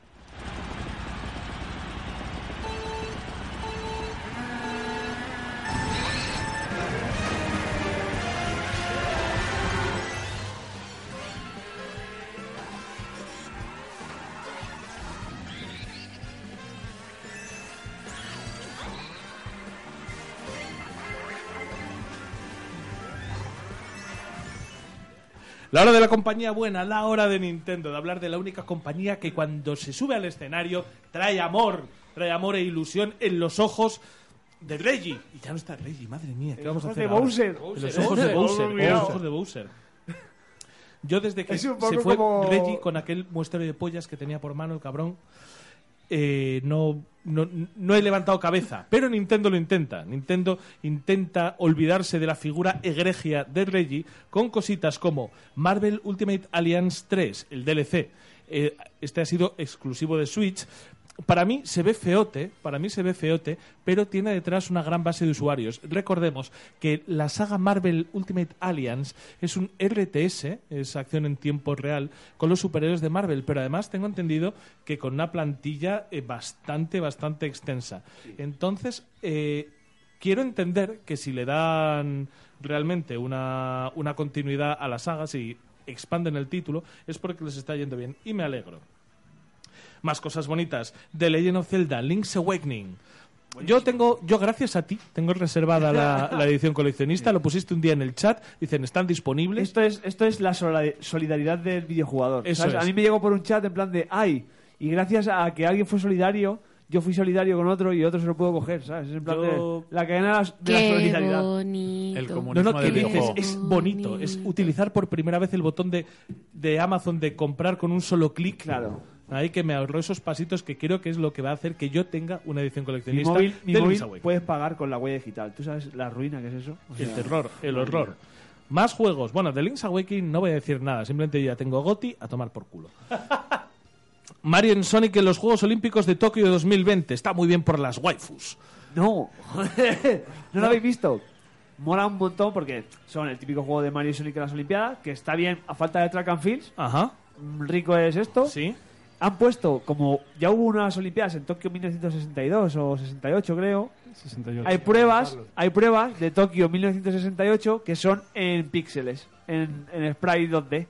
La hora de la compañía buena, la hora de Nintendo, de hablar de la única compañía que cuando se sube al escenario trae amor, trae amor e ilusión en los ojos de Reggie. Y ya no está Reggie, madre mía, ¿qué
En
vamos a
los ojos
hacer?
de
ahora?
Bowser.
En los ojos de
Bowser.
Bowser. en
Bowser.
los ojos de Bowser. Yo desde que
Es
se
un poco
fue
como-
Reggie con aquel muestreo de pollas que tenía por mano el cabrón, eh, no, no, no he levantado cabeza. Pero Nintendo lo intenta. Nintendo intenta olvidarse de la figura egregia de Reggie con cositas como Marvel Ultimate Alliance 3, el DLC. Eh, este ha sido exclusivo de Switch. Para mí se ve feote, para mí se ve feote, pero tiene detrás una gran base de usuarios. Recordemos que la saga Marvel Ultimate Alliance es un RTS, es acción en tiempo real, con los superhéroes de Marvel, pero además tengo entendido que con una plantilla eh, bastante, bastante extensa. Entonces, eh, quiero entender que si le dan realmente una, una continuidad a la saga, si expanden el título, es porque les está yendo bien y me alegro. Más cosas bonitas. The Legend of Zelda, Link's Awakening. Yo tengo, yo gracias a ti, tengo reservada la, la edición coleccionista, lo pusiste un día en el chat, dicen, están disponibles.
Esto es, esto es la sola- solidaridad del videojugador.
Eso
¿sabes?
es.
A mí me llegó por un chat en plan de, ay, y gracias a que alguien fue solidario, yo fui solidario con otro y otro se lo puedo coger, ¿sabes? Es en plan
Yo-
de la cadena de la- de la
Qué
solidaridad.
bonito.
El
No,
comunismo
no, ¿qué dices? Es
Oh.
bonito. Es
Mm.
utilizar por primera vez el botón de, de Amazon de comprar con un solo clic. Claro. Ahí que me ahorró esos pasitos que creo que es lo que va a hacer que yo tenga una edición
Mi
coleccionista.
móvil, mi
de
móvil
Luisa Wake.
puedes pagar con la huella digital. ¿Tú sabes la ruina que es eso? O
El
sea,
terror, el horror. Más juegos. Bueno, de Link's Awakening no voy a decir nada. Simplemente ya tengo a Gotti a tomar por culo. Mario en Sonic en los Juegos Olímpicos de Tokio 2020. Está muy bien por las waifus.
No. ¿No lo habéis visto? Mola un montón porque son el típico juego de Mario y Sonic en las Olimpiadas, que está bien a falta de track and fields.
Ajá.
Rico es esto.
Sí.
Han puesto, como ya hubo unas Olimpiadas en Tokio 1962 o 68, creo.
68.
Hay pruebas, hay pruebas de Tokio 1968 que son en píxeles, en, en sprite 2D.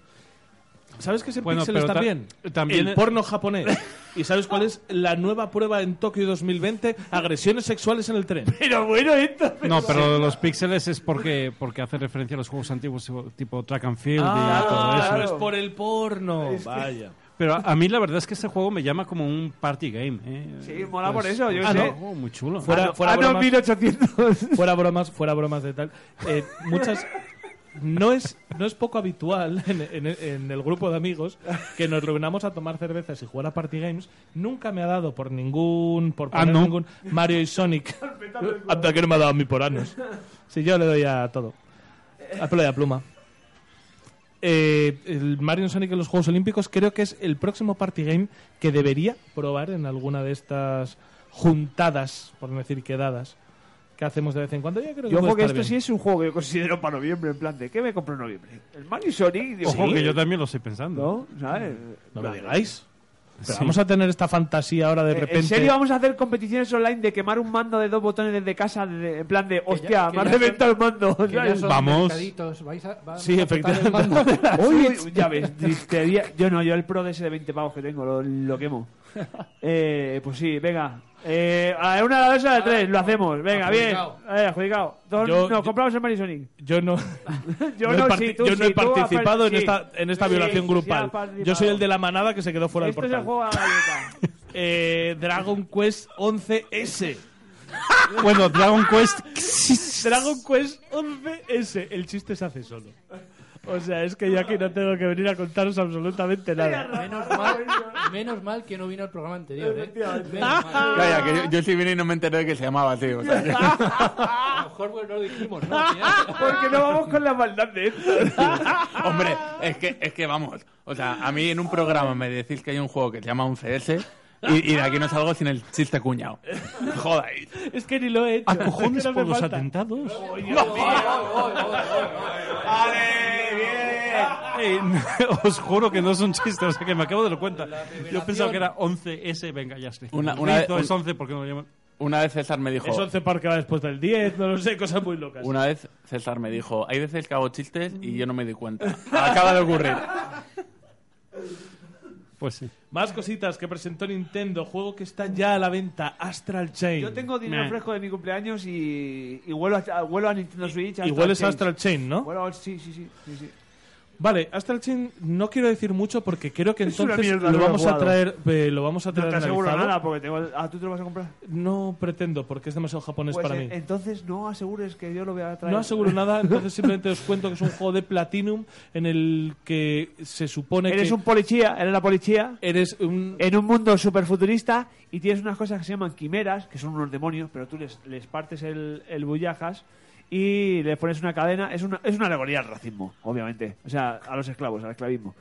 ¿Sabes qué es en
Bueno,
píxeles
pero ta-
también?
también-
El porno japonés. ¿Y sabes cuál es la nueva prueba en Tokio 2020? Agresiones sexuales en el tren.
Pero bueno, esto.
No, pero lo de los píxeles es porque, porque hace referencia a los juegos antiguos tipo track and field
Ah,
y a
Ah,
todo eso.
es por el porno. Vaya.
Pero a mí la verdad es que este juego me llama como un party game. ¿eh?
Sí, mola
Pues-
por eso, yo
Ah,
sé. Ah,
no, oh, muy chulo.
Fuera, fuera
Ano
bromas,
1800.
fuera bromas, fuera bromas de tal. Eh, muchas. No es, no es poco habitual en, en- en el grupo de amigos que nos reunamos a tomar cervezas y jugar a party games. Nunca me ha dado por ningún, por
Ah,
poner
¿no?
ningún Mario y Sonic. Hasta que no me ha dado a mí por años. Si yo le doy a todo. A pelo y a pluma. Eh, el Mario Sonic en los Juegos Olímpicos creo que es el próximo party game que debería probar en alguna de estas juntadas, por no decir quedadas, que hacemos de vez en cuando. Yo creo que,
Yo
puede
ojo que
estar
esto sí
bien.
es un juego que yo considero para noviembre, en plan de ¿qué me compro en noviembre? El Mario y Sonic. digo,
Ojo,
sí.
que yo también lo estoy pensando.
¿No? ¿Sabes?
No me digáis. Pero
Sí.
vamos a tener esta fantasía ahora de
Eh,
repente.
¿En serio vamos a hacer competiciones online de quemar un mando de dos botones desde casa? de- en plan de, hostia,
ya- que
me ha
ya son-
reventado el mando.
que ya
¿sabes?
son Vamos. mercaditos, vais a- va-
Sí,
vamos a cortar el
efectivamente. mando.
Uy, uy, ya ves, tristería. Yo no, yo el pro de ese de 20 pavos que tengo lo, lo quemo. Eh, pues sí, venga. Eh, a una, a dos, a tres, lo hacemos. Venga, bien.
Adjudicado.
Eh, adjudicado. Dos-
Yo-
nos compramos el Mario y Sonic.
Yo no.
Yo
he
no,
parti-
sí, tú
yo no he
sí, tú has
participado en
parti-
esta, en esta
sí,
violación
sí,
grupal.
has participado.
yo soy el de la manada que se quedó fuera
Esto
del
es el
portal.
juego a la galleta.
Eh, Dragon Quest 11S.
Bueno, Dragon Quest.
Dragon Quest 11S. El chiste se hace solo.
O sea, es que yo aquí no tengo que venir a contaros absolutamente nada.
Menos mal, menos mal que no vino al programa anterior, ¿eh? Menos mal.
Calla, que yo, yo sí vine y no me enteré de que se llamaba así. o sea que-
A lo mejor bueno, no lo dijimos, ¿no?
Porque no vamos con la maldad de esto.
Hombre, es que, es que vamos. O sea, a mí en un programa me decís que hay un juego que se llama 11S y, y de aquí no salgo sin el chiste cuñado. Jodáis.
Es que ni lo he hecho.
¿A cojones
Es que no me
por los
falta.
atentados? Eh, os juro que no es un chiste, o sea que me acabo de lo cuenta. Yo pensaba que era 11S, venga, ya estoy.
Una- una-
Listo, es
un-
11, ¿por qué no lo llaman?
Una vez César me dijo.
Es
11 porque va después del 10, no lo sé, cosas muy locas.
Una vez César me dijo, hay veces que hago chistes y yo no me di cuenta. Acaba de ocurrir.
Pues sí.
Más cositas que presentó Nintendo, juego que está ya a la venta, Astral Chain.
Yo tengo dinero
Meh.
fresco de mi cumpleaños y, y vuelo, a, vuelo a Nintendo Switch.
Y hueles a Astral Chain, ¿no?
Vuelo a- sí, sí, sí. sí, sí.
Vale, Astral Chain no quiero decir mucho porque creo que
Es una
entonces
mierda, no
lo
lo he
vamos a
jugado.
traer eh, lo vamos a
No
traer
te aseguro
analizado.
nada porque tengo. ¿A tú te lo vas a comprar?
No pretendo porque es demasiado japonés
Pues,
para
eh,
mí.
Entonces no asegures que yo lo voy a traer.
No aseguro nada, entonces simplemente os cuento que es un juego de Platinum en el que se supone que
Eres un policía, eres la policía.
Eres un...
En un mundo superfuturista y tienes unas cosas que se llaman quimeras, que son unos demonios, pero tú les, les partes el, el bullajas y les pones una cadena. Es una, es una alegoría al racismo, obviamente. O sea, a los esclavos, al esclavismo.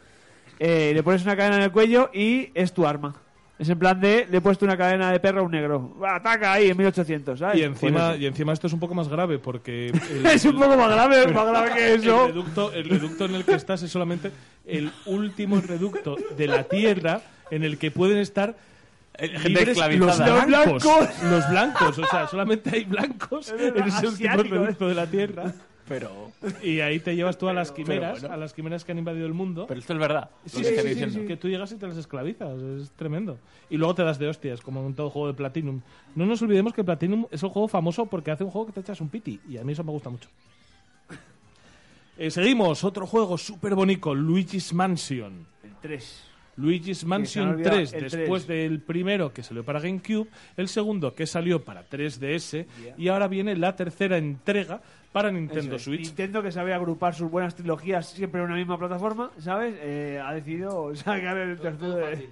Eh, le pones una cadena en el cuello y es tu arma. Es en plan de, le he puesto una cadena de perro a un negro. ¡Ataca ahí en 1800! ¿sabes?
y encima
Pues eso.
y encima esto es un poco más grave porque el-
Es un poco más grave, más grave que eso.
El reducto, el reducto en el que estás es solamente el último reducto de la Tierra en el que pueden estar
Eh, gente
libres los
esclavizada.
blancos,
Los blancos.
los blancos, o sea, solamente hay blancos
Es verdad,
en ese último
asiático, ¿eh?
reducto de la Tierra.
Pero.
Y ahí te llevas tú a las quimeras,
bueno.
a las quimeras que han invadido el mundo.
Pero esto es verdad. lo
Sí,
que
sí,
estoy
sí,
diciendo.
sí, que tú llegas y te las esclavizas, es tremendo. Y luego te das de hostias, como en todo juego de Platinum. No nos olvidemos que Platinum es un juego famoso porque hace un juego que te echas un piti, y a mí eso me gusta mucho. Eh, seguimos, otro juego súper bonito, Luigi's Mansion.
El 3.
Luigi's
me ha
Mansion
olvidado,
3,
el
después
3.
del primero que salió para GameCube, el segundo que salió para 3DS, y ahora viene la tercera entrega para Nintendo
Eso es.
Switch.
Nintendo que sabe agrupar sus buenas trilogías siempre en una misma plataforma, ¿sabes? Eh, ha decidido sacar el tercero de-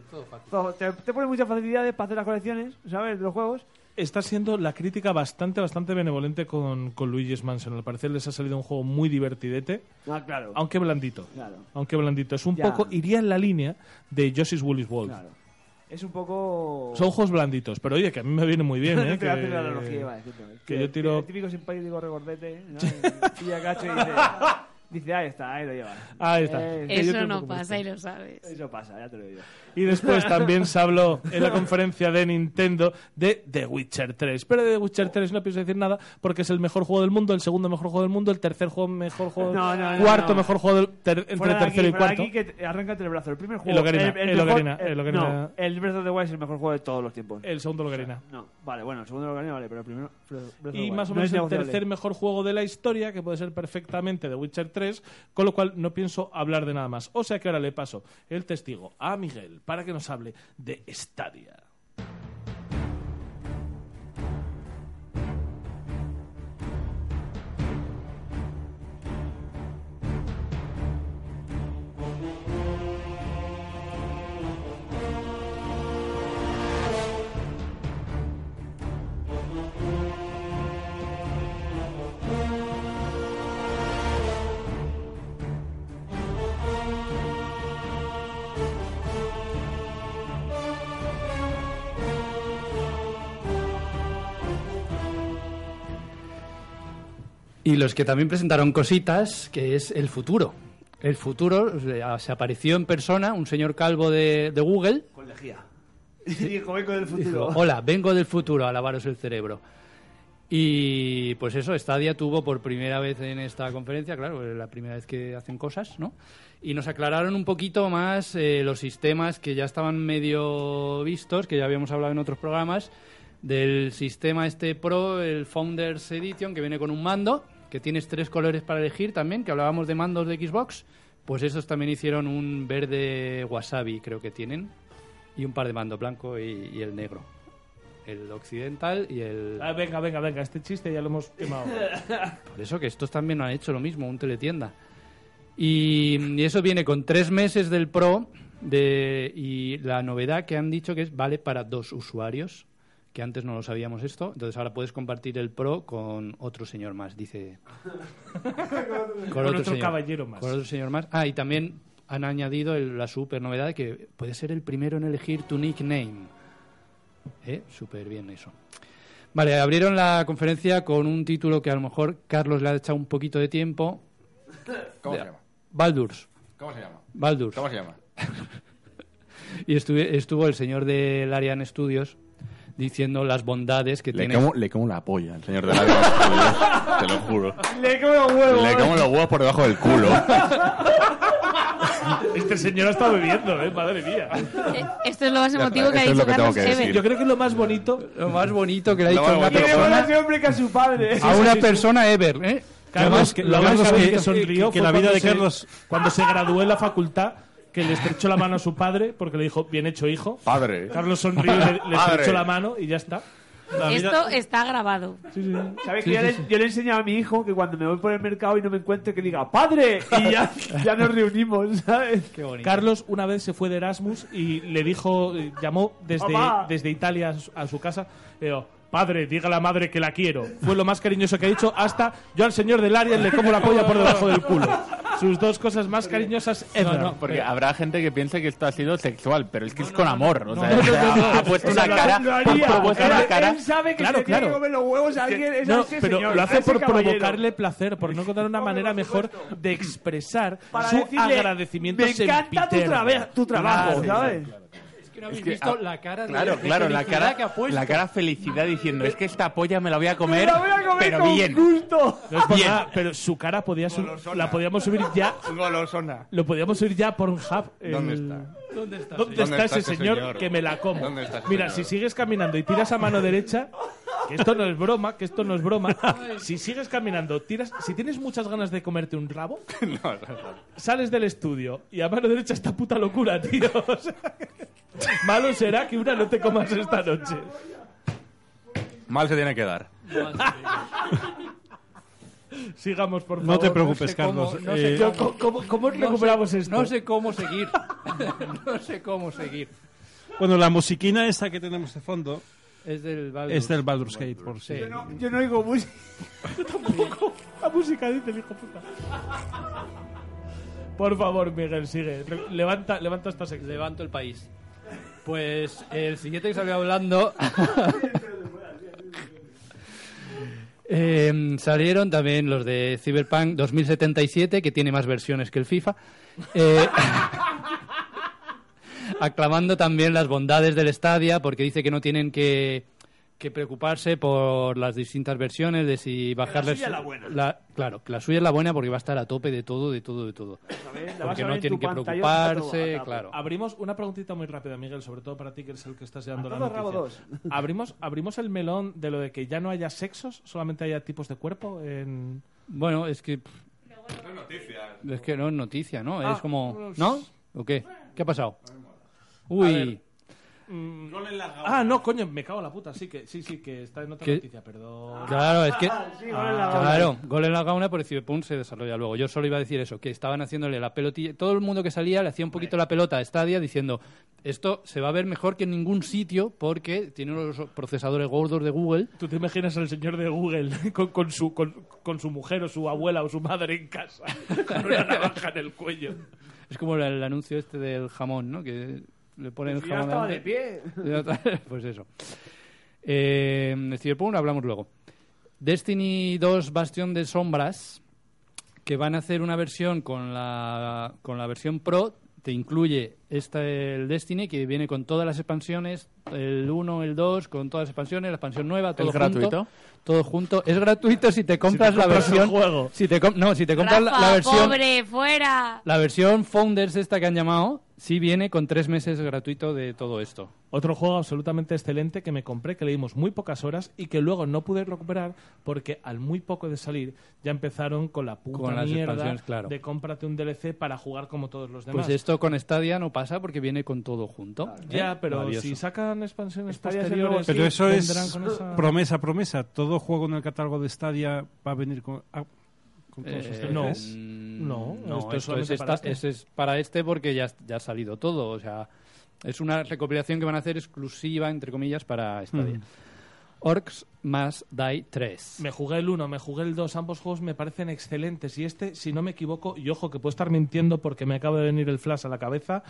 Todo- te, te pone muchas facilidades para hacer las colecciones, ¿sabes? De los juegos.
está siendo la crítica bastante, bastante benevolente con, con Luigi's Mansion. Al parecer les ha salido un juego muy divertidete,
Ah, claro.
aunque blandito.
Claro.
Aunque blandito. Es un
Ya.
poco, iría en la línea de Yoshi's Woolly's World.
Claro. Es un poco...
Son juegos blanditos, pero oye, que a mí me viene muy bien, ¿eh?
Te
que,
voy a hacer la analogía, vale, escúchame.
que yo tiro...
El típico simpático regordete, ¿sabes? Pilla cacho y dice... Dice, ahí está, ahí lo llevas.
Ahí está.
Eh, que yo
Eso
te
no
preocupes.
pasa y lo sabes.
Eso pasa, ya te lo digo.
este. Y después también se habló en la conferencia de Nintendo de The Witcher 3. Pero de The Witcher 3 no pienso decir nada porque es el mejor juego del mundo, el segundo mejor juego del mundo, el tercer juego mejor juego,
No, no, no,
cuarto
no.
mejor juego del ter- entre
Fuera de
tercero
aquí,
y
fuera de
cuarto.
aquí que te- arráncate el brazo. El primer juego.
El Ocarina, el
mejor-
Ocarina, el Ocarina.
No, el Breath of the Wild es el mejor juego de todos los tiempos.
El segundo Ocarina.
no, vale, bueno, el segundo Ocarina vale, pero el primero. Breath of the
y
Wild.
más o
No
menos
es
el
negociable.
tercer mejor juego de la historia, que puede ser perfectamente The Witcher 3, con lo cual no pienso hablar de nada más. O sea que ahora le paso el testigo a Miguel para que nos hable de Stadia.
Y los que también presentaron cositas, que es el futuro. El futuro, o sea, se apareció en persona un señor calvo de, de Google.
Con lejía. Y dijo, vengo del futuro.
Dijo, Hola, vengo del futuro a lavaros el cerebro. Y pues eso, Stadia tuvo por primera vez en esta conferencia, claro, es la primera vez que hacen cosas, ¿no? Y nos aclararon un poquito más eh, los sistemas que ya estaban medio vistos, que ya habíamos hablado en otros programas, del sistema este Pro, el Founders Edition, que viene con un mando, que tienes tres colores para elegir también, que hablábamos de mandos de Xbox, pues esos también hicieron un verde wasabi, creo que tienen, y un par de mando blanco y, y el negro. El occidental y el...
Ah, venga, venga, venga, este chiste ya lo hemos quemado.
Por eso que estos también han hecho lo mismo, un teletienda. Y, y eso viene con tres meses del Pro de, y la novedad que han dicho que es vale para dos usuarios, que antes no lo sabíamos esto. Entonces ahora puedes compartir el Pro con otro señor más, dice.
Con otro caballero más.
Con otro señor más. Ah, y también han añadido el- la super novedad de que puedes ser el primero en elegir tu nickname. ¿Eh? Súper bien eso. Vale, abrieron la conferencia con un título que a lo mejor Carlos le ha echado un poquito de tiempo.
¿Cómo se
De-
llama?
Baldur's.
¿Cómo se llama?
Baldur's.
¿Cómo se llama?
Y estuve- estuvo el señor del Arian Studios diciendo las bondades que
Le
tiene.
como, le como la polla al señor de la Te lo juro.
Le como los huevos. eh.
Le como los huevos por debajo del culo.
Este señor ha estado bebiendo, ¿eh? Madre mía.
Esto es lo más
Ya está,
emotivo que ha
esto es
dicho
lo que tengo
Carlos
que decir.
Ever.
Yo
creo que es lo más bonito. Lo más bonito que le ha dicho
más
a una
bonito.
persona.
hombre que a su padre.
A una persona ever, ¿eh?
Carlos,
Además,
que,
lo
lo
más
más
bonito
que, sonrió
que
fue
la vida
cuando
de
se-
Carlos-
cuando se graduó en la facultad que le estrechó la mano a su padre porque le dijo bien hecho hijo
Padre.
Carlos sonrió y le, le
Padre.
estrechó la mano y ya está La vida-
Esto está grabado.
¿Sabes que yo, le, yo le he enseñado a mi hijo que cuando me voy por el mercado y no me encuentre, que diga ¡Padre! Y ya, ya nos reunimos, ¿sabes? Qué bonito.
Carlos una vez se fue de Erasmus y le dijo, eh, llamó desde,
Papá.
desde Italia a su, a su casa, le dijo, padre, diga a la madre que la quiero. Fue lo más cariñoso que ha dicho, hasta yo al señor del Arias le como la polla por debajo del culo. Sus dos cosas más cariñosas ever.
No, no, porque habrá gente que piense que esto ha sido sexual, pero es que es con amor. O
Eh. no,
sea,
no, no,
o sea,
no, no.
ha puesto
O sea,
una
lo-
cara.
lo
ha
haría.
propuesto
Él-
una
él
cara.
sabe que
Claro,
se tiene
claro.
que comer los huevos a Pues alguien. Es
No,
a ese
pero
señor,
lo
a
hace
ese
por
caballero.
provocarle placer, por no encontrar una manera mejor de expresar
Para
su
decirle,
agradecimiento.
"Me encanta tu
sempiterno".
trabe- tu trabajo, ¿sabes?
Es que no habéis
que,
visto
ah,
la cara de-
Claro,
de
claro, la
felicidad
cara,
que ha puesto.
la cara felicidad diciendo, es que esta polla me la voy a comer,
la voy a comer
pero
con
bien.
No es por
Bien.
nada, pero su cara podía su- la podíamos subir ya. Lo podíamos subir ya por un hub.
¿Dónde está?
¿Dónde está,
¿Dónde está ese señor, que me la como?
¿Dónde está ese
Mira,
señor?
si sigues caminando y tiras a mano derecha, que esto no es broma, que esto no es broma. Si sigues caminando, tiras, si tienes muchas ganas de comerte un rabo,
No, no, no.
sales del estudio y a mano derecha esta puta locura, tío. O sea, malo será que una no te comas esta noche.
Mal se tiene que dar.
Sigamos, por favor.
No te preocupes, Carlos. eh,
Yo, co- ¿cómo, cómo
No sé-
recuperamos esto?
No sé cómo seguir. no sé cómo seguir.
Bueno, la musiquina esta que tenemos de fondo
Es del Baldur's.
es del Baldur's Gate, por si.
Sí.
Yo no oigo música.
Yo tampoco. La música dice el hijo puta. Por favor, Miguel, sigue. Re- Levanta, levanta esta sección.
Levanto el país. Pues el siguiente que salió hablando. Eh, salieron también los de Cyberpunk 2077, que tiene más versiones que el FIFA. Eh, aclamando también las bondades del Stadia, porque dice que no tienen que, que preocuparse por las distintas versiones, de si bajarles.
suya es la buena.
claro, que la suya es la buena porque va a estar a tope de todo, de todo, de todo.
la vas
porque
Pues a ver
no
en
tienen
tu
que
pantalla, está todo
preocuparse,
atado.
claro.
Abrimos una preguntita muy rápida, Miguel, sobre todo para ti, que eres el que estás llevando la
Atado
noticia.
rabo dos.
¿Abrimos, ¿Abrimos el melón de lo de que ya no haya sexos, solamente haya tipos de cuerpo? En...
Bueno, es que. pff, Es que no es noticia, ¿no?
Ah,
es como.
pues-
¿No? ¿O qué? ¿Qué ha pasado?
A
Uy.
ver, mm, Ah, no, coño, me cago en la puta. Sí, que, sí, sí, que está en otra
¿Qué?
noticia, perdón.
Claro, es que. Ah,
Sí, gol en la gauna.
Claro, gol en la gauna por el Cyberpunk se desarrolla luego. Yo solo iba a decir eso, que estaban haciéndole la pelotilla. Todo el mundo que salía le hacía un poquito la pelota a Stadia diciendo: Esto se va a ver mejor que en ningún sitio porque tiene los procesadores gordos de Google.
¿Tú te imaginas al señor de Google con, con su, con, con su mujer o su abuela o su madre en casa? Con una navaja en el cuello.
Es como el, el anuncio este del jamón, ¿no? Que le ponen el
Si no
jamón.
estaba de
delante.
pie.
pues eso. Eh, de Cyberpunk hablamos luego. Destiny 2 Bastión de Sombras, que van a hacer una versión con la, con la versión Pro, te incluye esta, el Destiny, que viene con todas las expansiones, el 1, el 2, con todas las expansiones, la expansión nueva, todo junto.
gratuito?
Todo junto. Es gratuito si te compras, la
compras el
versión...
juego.
Si te com- no, si te compras la,
Rafa,
la versión...
pobre, fuera.
La versión Founders esta que han llamado sí viene con tres meses gratuito de todo esto.
Otro juego absolutamente excelente que me compré, que le dimos muy pocas horas y que luego no pude recuperar porque al muy poco de salir ya empezaron con la puta
Con las
mierda
expansiones, claro.
de cómprate un DLC para jugar como todos los demás.
Pues esto con Stadia no pasa porque viene con todo junto. ¿eh?
Ya, pero
Maravilloso.
si sacan expansiones
Estaría siendo
posteriores...
Pero eso
vendrán
es
con esa-
promesa, promesa. Todo juego en el catálogo de Stadia va a venir con, ah, con todos
Eh,
los
no.
DLCs.
No,
esto es
esto es,
solamente
esta-
para este.
ese es para este porque ya, ya ha salido todo. O sea, es una recopilación que van a hacer exclusiva, entre comillas, para Stadia.
Mm.
Orcs más Die 3.
Me jugué el 1, me jugué el 2, ambos juegos me parecen excelentes. Y este, si no me equivoco, y ojo que puedo estar mintiendo porque me acaba de venir el flash a la cabeza,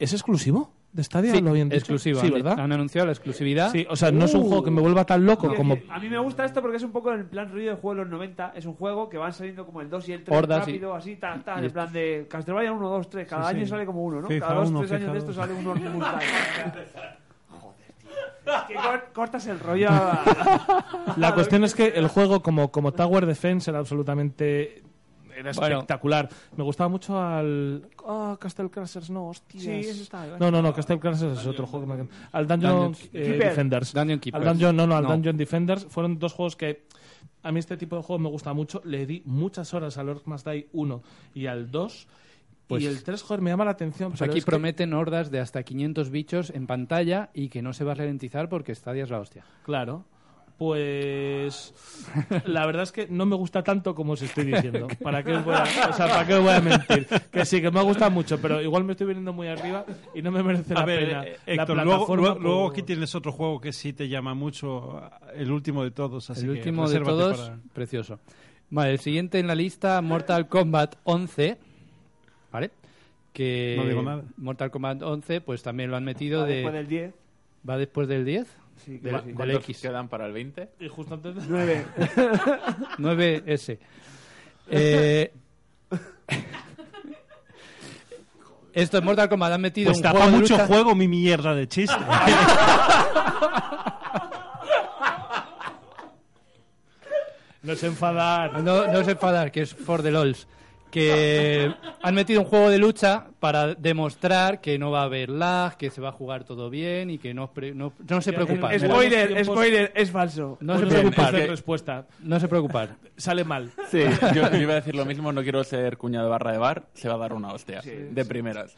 ¿es exclusivo de Stadia?
Sí,
¿Lo habían dicho?
exclusiva.
Sí, ¿verdad?
Han anunciado la exclusividad.
Sí, o sea, no es un juego que me vuelva tan loco
Quiero
como...
decir,
A mí me gusta esto porque es un poco el plan ruido de juego de los 90. Es un juego que van saliendo como el 2 y el 3
Hordas y-
rápido, así, tal, tal.
y-
En plan de Castlevania 1, 2, 3. Cada
Sí,
año
sí.
sale como uno, ¿no?
FIFA
Cada 2,
uno,
3 años
FIFA
de esto
dos.
sale uno simultáneo. Joder, tío. Es que cor- cortas el rollo a-
La cuestión es que el juego como, como Tower Defense era absolutamente... Era
Bueno.
espectacular. Me gustaba mucho al... Ah, Castle Crashers, no, hostias.
Sí, eso está bien.
No, no, no, Castle Crashers es otro juego que me Al Dungeon,
Dungeon
eh,
Keeper.
Defenders.
Dungeon Keeper.
Al Dungeon, no, no, al
No.
Dungeon Defenders. Fueron dos juegos que a mí este tipo de juegos me gusta mucho. Le di muchas horas al Orc Must Die 1 y al 2.
Pues-
y el 3, joder, me llama la atención.
Pues
pero
aquí
es que-
prometen hordas de hasta 500 bichos en pantalla y que no se va a ralentizar porque Stadia es la hostia.
Claro. Pues la verdad es que no me gusta tanto como os estoy diciendo. ¿Para qué os voy a, o sea, ¿para qué os voy a mentir? Que sí, que me gusta mucho, pero igual me estoy viniendo muy arriba y no me merece
A
la
ver,
pena.
eh,
la
Héctor, luego,
plataforma
luego-
por-
luego aquí tienes otro juego que sí te llama mucho, el último de todos. Así
el
que
último de
resérvate
todos,
para-
precioso. Vale, el siguiente en la lista, Mortal Kombat 11. ¿Vale? Que
No digo nada.
Mortal Kombat 11, pues también lo han metido
Va
de...
después del 10.
¿Va después del 10?
Sí,
del,
creo que sí.
del
¿Cuántos
X.
quedan para el 20?
Y justo antes de-
9.
9S. Eh, Esto es Mortal Kombat. Han metido
Pues
un
tapa
juego de
mucho
lucha.
juego mi mierda de chiste.
No se enfadar.
No, no se enfadar, que es for the lols. Que han metido un juego de lucha para demostrar que no va a haber lag, que se va a jugar todo bien y que no, os pre- no, no se preocupan.
Spoiler, spoiler, es falso.
No se
Bien,
preocupar.
esa es respuesta.
No se preocupar.
Sale mal.
Sí, yo, yo iba a decir lo mismo, no quiero ser cuñado de barra de bar, se va a dar una hostia, de primeras.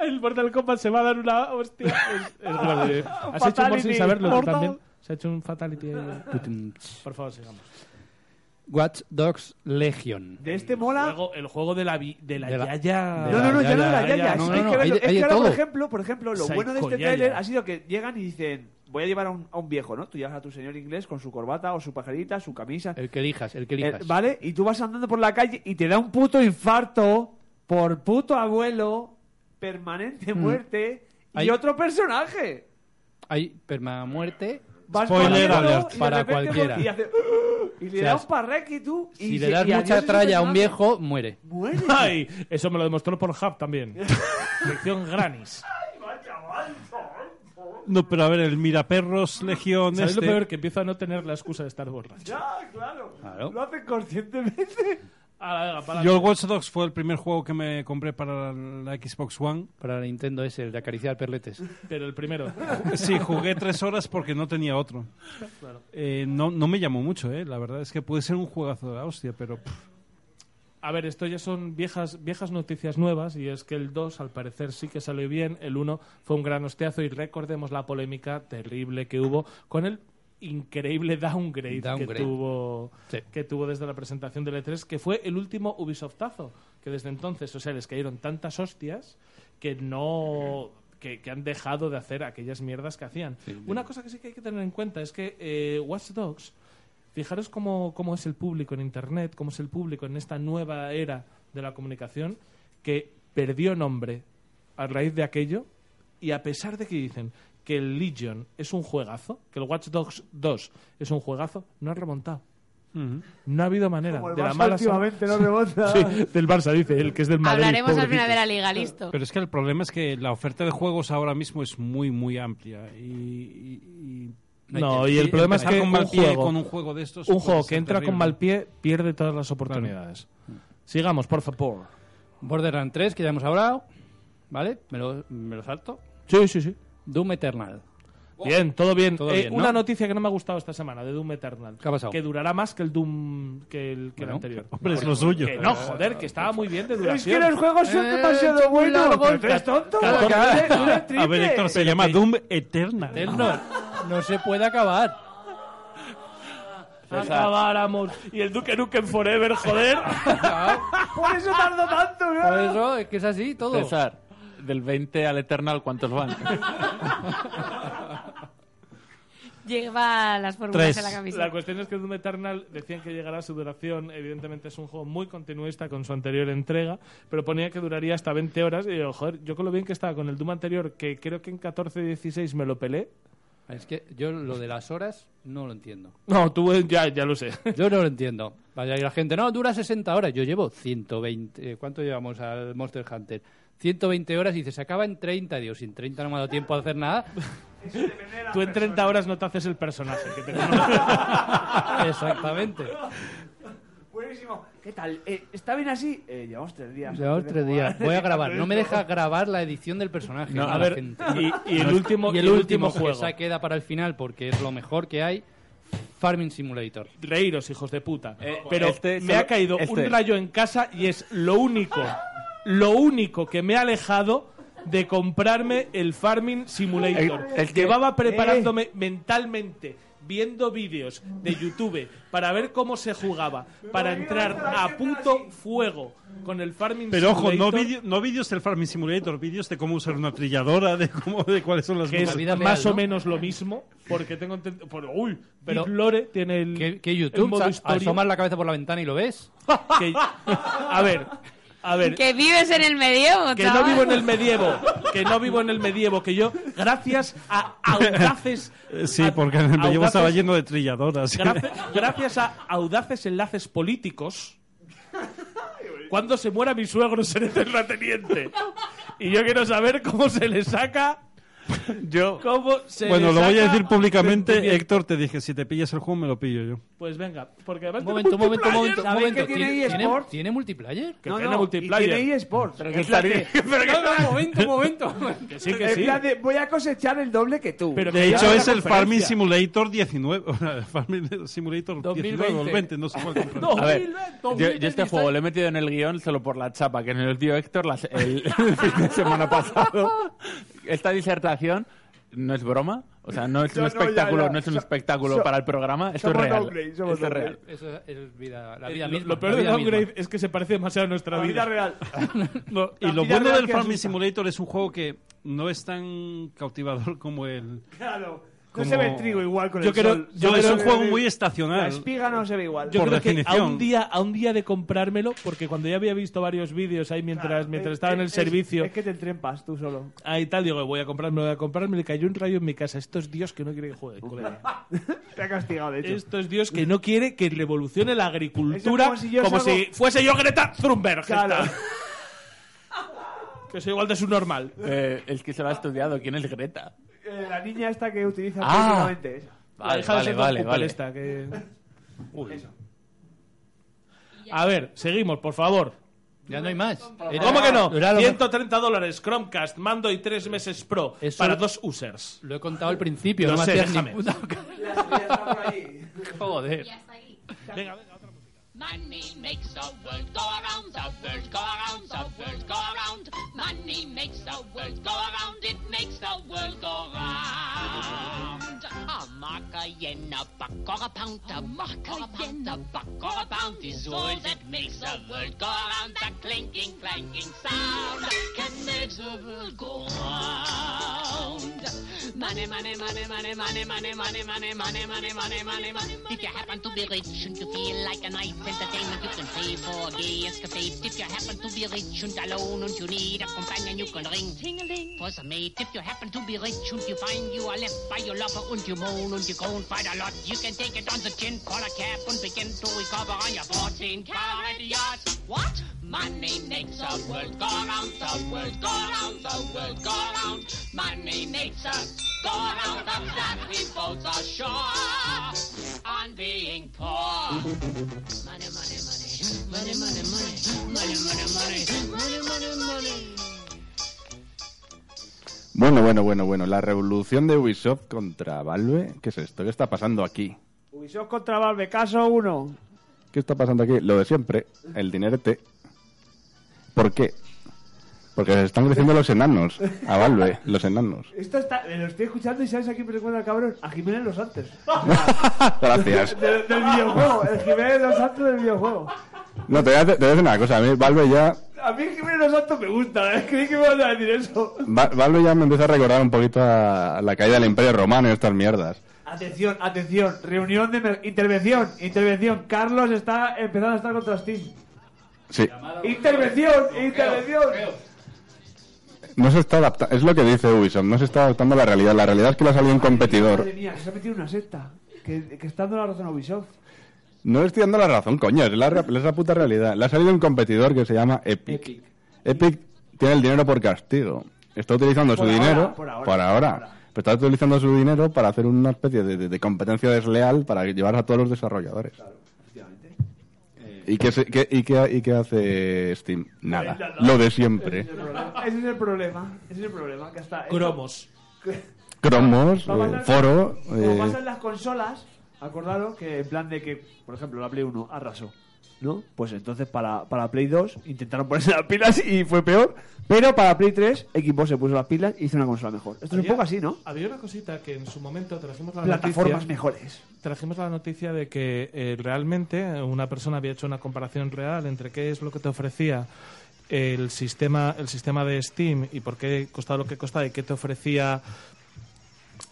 el Mortal Kombat se va a dar una hostia. Es- es grave. Has hecho por
Fatality,
sin saberlo tú
Mortal.
también. Se ha hecho un fatality. ahí. Por favor, sigamos.
Watch Dogs Legion.
De este mola.
Luego, el juego de la, vi- de la
De la-
yaya.
de
No, no, no, ya no
la
la yaya.
no,
sí,
no,
hay
no,
que verlo.
hay-
Es
hay
que
de
ahora, por
todo.
ejemplo, por ejemplo, lo
Psycho
bueno de este
Yaya.
tráiler ha sido que llegan y dicen, voy a llevar a un, a un viejo, ¿no? Tú llevas a tu señor inglés con su corbata o su pajarita, su camisa.
El que elijas, el que
Eh,
elijas.
¿Vale? Y tú vas andando por la calle y te da un puto infarto por puto abuelo, permanente muerte y
Mm. Hay-
otro personaje.
Hay permamuerte.
Vas
Spoiler
corriendo
alert.
y de
Para
repente
cualquiera.
vol- Y, hace, y le
O sea,
da un parreque y tú. y
Si le
se-
das
y adiós
mucha
ese
tralla a
personaje.
un viejo, muere.
Muere.
Ay, eso me lo demostró por Hub también. Sección Granis.
No, pero a ver, el Miraperros Legión
¿Sabes
este...
lo peor? Que empiezo a no tener la excusa de estar borracho.
Ya, claro.
Claro.
Lo hacen conscientemente.
A la, venga, para
Yo el Watch Dogs fue el primer juego que me compré para la Xbox One.
Para la Nintendo es el de acariciar perletes.
Pero el primero.
Sí, jugué tres horas porque no tenía otro. Eh, no, no me llamó mucho, eh. La verdad es que puede ser un juegazo de la hostia, pero... pff,
A ver, esto ya son viejas, viejas noticias nuevas y es que el 2 al parecer sí que salió bien, el 1 fue un gran hosteazo y recordemos la polémica terrible que hubo con el increíble downgrade,
Downgrade.
Que, tuvo,
Sí.
que tuvo desde la presentación del E3, que fue el último Ubisoftazo, que desde entonces, o sea, les cayeron tantas hostias que no... Que, que han dejado de hacer aquellas mierdas que hacían. Una cosa que sí que hay que tener en cuenta es que eh, Watch Dogs Fijaros cómo, cómo es el público en Internet, cómo es el público en esta nueva era de la comunicación que perdió nombre a raíz de aquello y a pesar de que dicen que el Legion es un juegazo, que el Watch Dogs 2 es un juegazo, no han remontado. No ha habido manera.
Como el
de la
Barça
mala
últimamente no rebota.
Sí, del Barça, dice él, que es del Madrid.
Hablaremos al final
pobrecito.
de la liga, listo.
Pero es que el problema es que la oferta de juegos ahora mismo es muy, muy amplia. Y, y- y-
No, y el problema es
empezar
que
con,
un
mal pie
juego,
con un juego de estos.
un
puede
juego
ser
que entra con
terrible.
mal pie pierde todas las oportunidades. Sigamos, por favor.
Borderlands 3, que ya hemos hablado. ¿Vale? Me lo, me lo salto.
Sí, sí, sí.
Doom Eternal.
Bien, todo bien.
Todo
Eh,
bien, ¿no?
una noticia que no me ha gustado esta semana de Doom Eternal.
¿Qué ha pasado?
Que durará más que el Doom que el, que el
Bueno,
anterior.
Hombre, es lo suyo.
Que no, joder, que estaba muy bien de duración.
Es que los juegos
Eh,
son demasiado buenos. ¿Pero tú eres tonto?
Catorce-
Dura- dura el
A ver,
triple.
Héctor, se llama Doom Eterna.
Eternal. No se puede acabar.
César.
Acabáramos. Y el Duque Nukem Forever, joder.
Por eso tardó tanto, ¿no?
Por eso, es que es así todo.
César, del 20 al Eternal, ¿cuántos van?
Lleva las fórmulas en la camiseta.
La cuestión es que Doom Eternal decían que llegará a su duración. Evidentemente es un juego muy continuista con su anterior entrega, pero ponía que duraría hasta 20 horas. Y yo, joder, yo con lo bien que estaba con el Doom anterior, que creo que en 14 16 me lo pelé.
Es que yo lo de las horas no lo entiendo.
No, tú eh, ya, ya lo sé.
Yo no lo entiendo. Vaya, y la gente, no, dura 60 horas. Yo llevo 120. eh, ¿Cuánto llevamos al Monster Hunter? 120 horas y dice, se acaba en 30. Digo, sin 30 no me ha dado tiempo a hacer nada.
Tú en 30 horas no te haces el personaje que te
Exactamente.
Buenísimo. ¿Qué tal? Eh, ¿Está bien así? Eh, llevamos tres días.
Llevamos tres días. Voy a grabar. No me deja grabar la edición del personaje.
No,
la
a ver,
gente.
y- y el último-
y el,
y el
último,
último juego.
que se queda para el final porque es lo mejor que hay. Farming Simulator.
Reíros, hijos de puta.
Pero
Eh, Pero
Este
me ha caído un rayo en casa y es lo único, lo único que me ha alejado de comprarme el Farming Simulator.
Eh, El- el que- Eh.
Llevaba preparándome mentalmente, viendo vídeos de YouTube para ver cómo se jugaba, para entrar a puto fuego con el Farming
Pero ojo,
Simulator.
no, vídeo- no vídeos del Farming Simulator, vídeos de cómo usar una trilladora, de cómo, de cuáles son las
que es
modas.
más o menos lo mismo, porque tengo entendido... por- Uy,
Pero-
pero Lore tiene el...
¿Qué,
el
qué YouTube?
modo
Sa-
historia.
Asomas la cabeza por la ventana y lo ves.
que- a ver, a ver.
Que vives en el medievo,
Que no
chaval.
vivo en el medievo, que no vivo en el medievo, que yo, gracias a audaces,
Eh, Sí, porque en el medievo estaba
Ah, audaces-
lleno de trilladoras.
gracias, gracias a audaces enlaces políticos, cuando se muera mi suegro seré terrateniente. Y yo quiero saber cómo se le saca.
Yo.
Cómo se
Bueno,
le
lo voy a
eh, saca
decir
de tu
públicamente. eh,
bien.
Héctor, te dije, si te pillas el juego, me lo pillo yo.
Pues venga, porque además.
Un momento, un momento, un momento. un
¿Sabéis
momento.
que tiene
¿Tiene,
eSport?
tiene multiplayer?
Que No, tiene no, multiplayer. y tiene eSports.
Pero
que es la
que-
que- pero que-
No, no, un momento, un momento.
Que sí, que
En
sí.
plan de, voy a cosechar el doble que tú.
Pero
De hecho,
ya
es
la
el Farming
Eh,
conferencia.
Simulator 19. Farming Simulator 19 o el 20, no sé cuál comprar.
A ver, yo, yo este juego lo he metido en el guión solo por la chapa que nos dio Héctor las- el, el fin de semana pasado. Esta disertación no es broma, o sea, no es
Yo
un
no,
espectáculo,
ya, ya.
no es un
So-
espectáculo
so-
para el programa, esto es
somos
real.
doble,
Esto
somos
es
doble.
real.
Eso es vida, la
Eh,
vida
lo-
misma.
lo peor
la
de
vida misma.
downgrade es que se parece demasiado a nuestra
La
vida.
vida
real.
Y lo bueno del Farming Simulator es un juego que no es tan cautivador como el.
Claro.
como-
No se ve el trigo igual con
Yo
el
creo-
sol.
yo
No,
creo-
se
es un
ve
juego
el-
muy estacional.
La espiga no se ve igual.
Yo creo que a un día, a un día de comprármelo, porque cuando ya había visto varios vídeos ahí mientras, mientras estaba en el
Es-
servicio,
Es que te entrempas tú solo.
ahí tal, digo, voy a comprármelo, voy a comprármelo, y cayó un rayo en mi casa. Estos dios que no quiere que juegue, colega.
Te ha castigado, de hecho.
Estos dios que no quiere que revolucione la agricultura
Es
como
como
si,
si yo salgo-
fuese yo Greta Thunberg.
Claro.
esta. que soy igual de su normal.
Eh, el que se lo ha estudiado, ¿quién es Greta?
Eh, la niña esta que utiliza
Ah.
últimamente esa.
Vale,
la hija de
vale,
Sheldon
vale,
Cooper
vale.
esta, que- A ver, seguimos, por favor.
Ya no hay más.
¿Cómo que no?
Era lo mejor.
130 dólares, Chromecast, mando y 3 meses Pro
Eso-
para dos users.
Lo he contado al principio.
Lo
no me
sé,
hacías ni
déjame.
puta Joder.
Venga,
Money makes the world go around, the world go around, the world go around. Money makes the world go around, it makes the world go round. A mark, a yen, a buck, or a pound, a mark, a yen, a buck, or a pound is all that makes the world go around. That clinking, clanking sound can make the world go round. Money, money, money, money, money, money, money, money, money, money, money, money, money. If you happen to be rich and you feel like a nice entertainment, you can pay for gay escapades. If you happen to be rich and alone and you need a companion, you can ring ting-a-ling for the mate. If you happen to be rich and you find you are left by your lover and you moan and you groan quite a lot, you can take it on the chin, call a cab and begin to recover on your 14 carat yacht. What? Money makes the world go round, the world go round, the world go round. Money makes us go round, of that we both are sure on being poor. Money, money, money, money, money, money, money, money, money, money, money, money.
Bueno, bueno, bueno, bueno. La revolución de Ubisoft contra Valve. ¿Qué es esto? ¿Qué está pasando aquí?
Ubisoft contra Valve, caso uno.
¿Qué está pasando aquí? Lo de siempre, el dinerete. ¿Por qué? Porque les están creciendo los enanos. A Valve, los enanos.
Esto está, eh, lo estoy escuchando y sabes a quién me recuerda el cabrón. A Jiménez Los Santos.
Gracias.
De- del videojuego, el Jiménez Los Santos del videojuego.
No, te voy, a, te voy a decir una cosa. A mí Valve ya,
A mí Jiménez Los Santos me gusta, ¿eh? creí que me iban a decir eso.
Va- Valve ya me empieza a recordar un poquito a la caída del Imperio Romano y estas mierdas.
Atención, atención, reunión de mer- intervención, intervención. Carlos está empezando a estar contra Steam.
Sí.
Intervención, intervención.
No se está adaptando. Es lo que dice Ubisoft. No se está adaptando a la realidad. La realidad es que le ha salido un competidor.
Madre mía, se ha metido en una secta. Que, que está dando la razón a Ubisoft.
No le estoy dando la razón, coño, es la, ra- es la puta realidad. Le ha salido un competidor que se llama Epic. Epic, tiene el dinero por castigo. Está utilizando
Por
su
ahora,
dinero
por ahora,
ahora. Pero está utilizando su dinero para hacer una especie de, de- de competencia desleal para llevar a todos los desarrolladores. ¿Y qué, se- qué- y qué- y qué hace Steam? Nada. Ah, Lo de siempre.
Ese es el problema. Ese es el problema. Ese es el problema. Que hasta
Cromos.
Cromos,
Va a
eh,
pasar-
foro.
Como
eh,
pasan las consolas, acordaros que en plan de que, por ejemplo, la Play 1 arrasó. ¿No? Pues entonces para, para Play 2 intentaron ponerse las pilas y fue peor. Pero para Play 3, Xbox se puso las pilas y hizo una consola mejor. Esto es un
Había-
poco así, ¿no?
Había una cosita que en su momento trajimos la
Plataformas
noticia-
mejores.
Trajimos la noticia de que eh, realmente una persona había hecho una comparación real entre qué es lo que te ofrecía el sistema, el sistema de Steam y por qué costaba lo que costaba y qué te ofrecía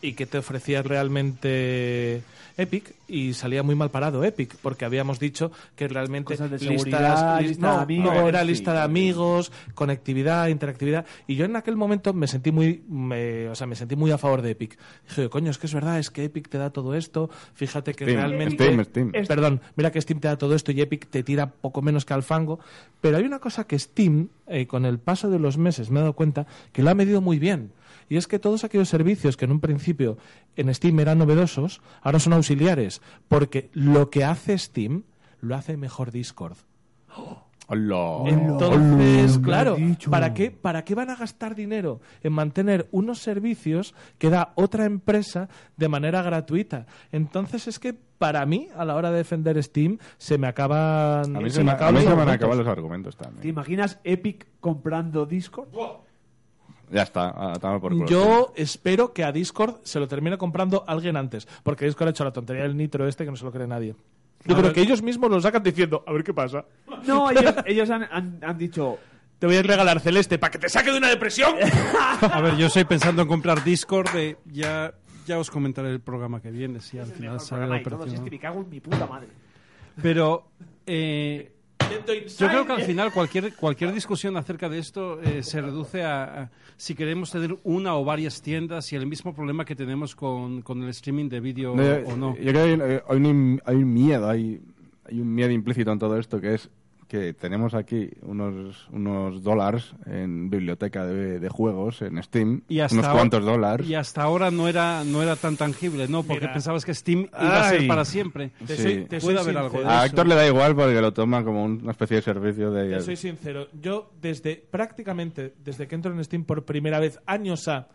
y que te ofrecía realmente Epic y salía muy mal parado Epic porque habíamos dicho que realmente
Cosas de
listas
seguridad,
lis-
lista
no,
de amigos,
no, era
sí.
lista de amigos conectividad interactividad y yo en aquel momento me sentí muy me- o sea me sentí muy a favor de Epic dije coño es que es verdad es que Epic te da todo esto fíjate que
Steam,
realmente
Steam, Steam.
perdón mira que Steam te da todo esto y Epic te tira poco menos que al fango pero hay una cosa que Steam eh, con el paso de los meses me he dado cuenta que lo ha medido muy bien y es que todos aquellos servicios que en un principio en Steam eran novedosos, ahora son auxiliares, porque lo que hace Steam lo hace mejor Discord.
hola.
Entonces,
Hola.
claro, ¿para qué, ¿para qué van a gastar dinero en mantener unos servicios que da otra empresa de manera gratuita? Entonces es que para mí, a la hora de defender Steam, se me acaban...
A mí se me, a
acaban
mí
los
se me han
argumentos.
acabado los argumentos también.
¿Te imaginas Epic comprando Discord?
Ya está, a tomar por culo.
Yo espero que a Discord se lo termine comprando alguien antes, porque Discord ha hecho la tontería del nitro este que no se lo cree nadie. Yo creo que ellos mismos lo sacan diciendo, a ver qué pasa.
No, ellos, ellos han, han- han dicho...
Te voy a regalar celeste para que te saque de una depresión.
A ver, yo estoy pensando en comprar Discord. eh, ya, ya os comentaré el programa que viene, si al final sale la
Programa y todo, si es
operación.
que me cago en mi puta madre.
Pero eh, yo creo que al final cualquier, cualquier discusión acerca de esto eh, se reduce a, a si queremos tener una o varias tiendas y el mismo problema que tenemos con, con el streaming de vídeo
No,
o no.
Yo creo que hay, un- eh, hay un, hay un miedo, hay, hay un miedo implícito en todo esto que es que tenemos aquí unos, unos dólares en biblioteca de, de juegos, en Steam,
Y hasta
unos
ahora-
cuantos dólares.
Y hasta ahora no era, no era tan tangible, ¿no? Porque
Mira.
pensabas que Steam iba a ser
Ay.
para siempre.
Te Sí. soy-
Puede
te
soy
haber algo de
sincero.
A
eso.
Héctor le da igual porque lo toma como una especie de servicio de...
Te soy sincero, yo desde prácticamente desde que entro en Steam por primera vez, años a